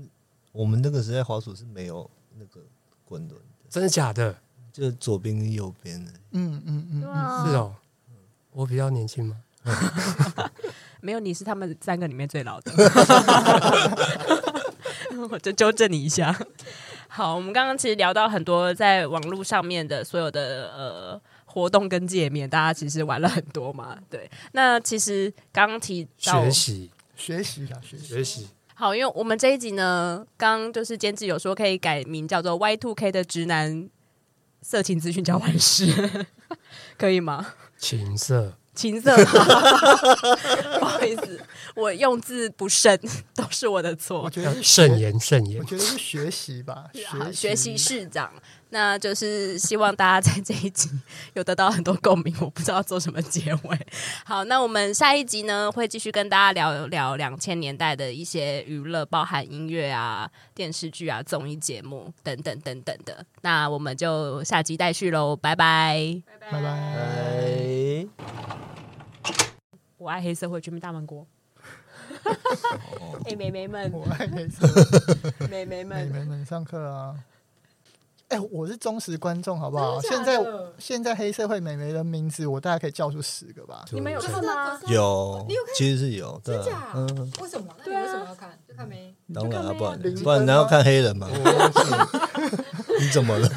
[SPEAKER 2] 我们那个时代滑鼠是没有那个滚轮的，
[SPEAKER 1] 真的假的？
[SPEAKER 2] 就是左边跟右边的。
[SPEAKER 3] 嗯嗯嗯，
[SPEAKER 4] 啊
[SPEAKER 1] 是，哦，我比较年轻吗？
[SPEAKER 4] 没有，你是他们三个里面最老的。 我就纠正你一下。好，我们刚刚其实聊到很多在网络上面的所有的呃活动跟界面，大家其实玩了很多嘛。对，那其实刚刚提到
[SPEAKER 1] 学习
[SPEAKER 3] 学习啦，学习。
[SPEAKER 1] 学习，
[SPEAKER 4] 好，因为我们这一集呢，刚刚就是监制有说可以改名叫做 Y Two K 的直男色情资讯交换室， 可以吗？
[SPEAKER 1] 情色
[SPEAKER 4] 情色 吗，不好意思，我用字不慎， 都是我的
[SPEAKER 3] 我
[SPEAKER 4] 错。
[SPEAKER 3] 觉得是学
[SPEAKER 1] 慎言慎
[SPEAKER 3] 我
[SPEAKER 1] 言。
[SPEAKER 3] 觉得是学习吧，
[SPEAKER 4] 好，
[SPEAKER 3] 学
[SPEAKER 4] 学习市长，那就是希望大家在这一集有得到很多共鸣。我不知道做什么结尾。 好，那我们下一集呢，会继续跟大家聊聊两千年代的一些娱乐，包含音乐啊、电视剧啊、综艺节目等等等等的。那我们就下集待续喽，拜拜！
[SPEAKER 3] 拜拜。
[SPEAKER 2] 哎，
[SPEAKER 4] 我爱黑社会，全民大闷锅。
[SPEAKER 2] 哦
[SPEAKER 4] 哎，妹妹们，
[SPEAKER 3] 我爱黑社
[SPEAKER 4] 妹妹
[SPEAKER 3] 会，你
[SPEAKER 4] 们，
[SPEAKER 3] 们能上课啊？哎、我是忠实观众，好不好？
[SPEAKER 4] 真
[SPEAKER 3] 现
[SPEAKER 4] 的
[SPEAKER 3] 在
[SPEAKER 4] 假的
[SPEAKER 3] 现在黑社会美眉的名字，我大概可以叫出十个吧。
[SPEAKER 4] 你们有
[SPEAKER 1] 就
[SPEAKER 4] 看吗？哎
[SPEAKER 2] 有
[SPEAKER 5] 你有看，
[SPEAKER 2] 其实是有，对啊，
[SPEAKER 5] 真
[SPEAKER 2] 嗯，
[SPEAKER 5] 为什么？那你
[SPEAKER 4] 对啊
[SPEAKER 5] 为什么要看？就看没？
[SPEAKER 2] 当然啊，不然
[SPEAKER 3] 零分
[SPEAKER 4] 哦
[SPEAKER 2] 不然难道看黑人吗？
[SPEAKER 1] 我忘记了
[SPEAKER 2] 你怎么了？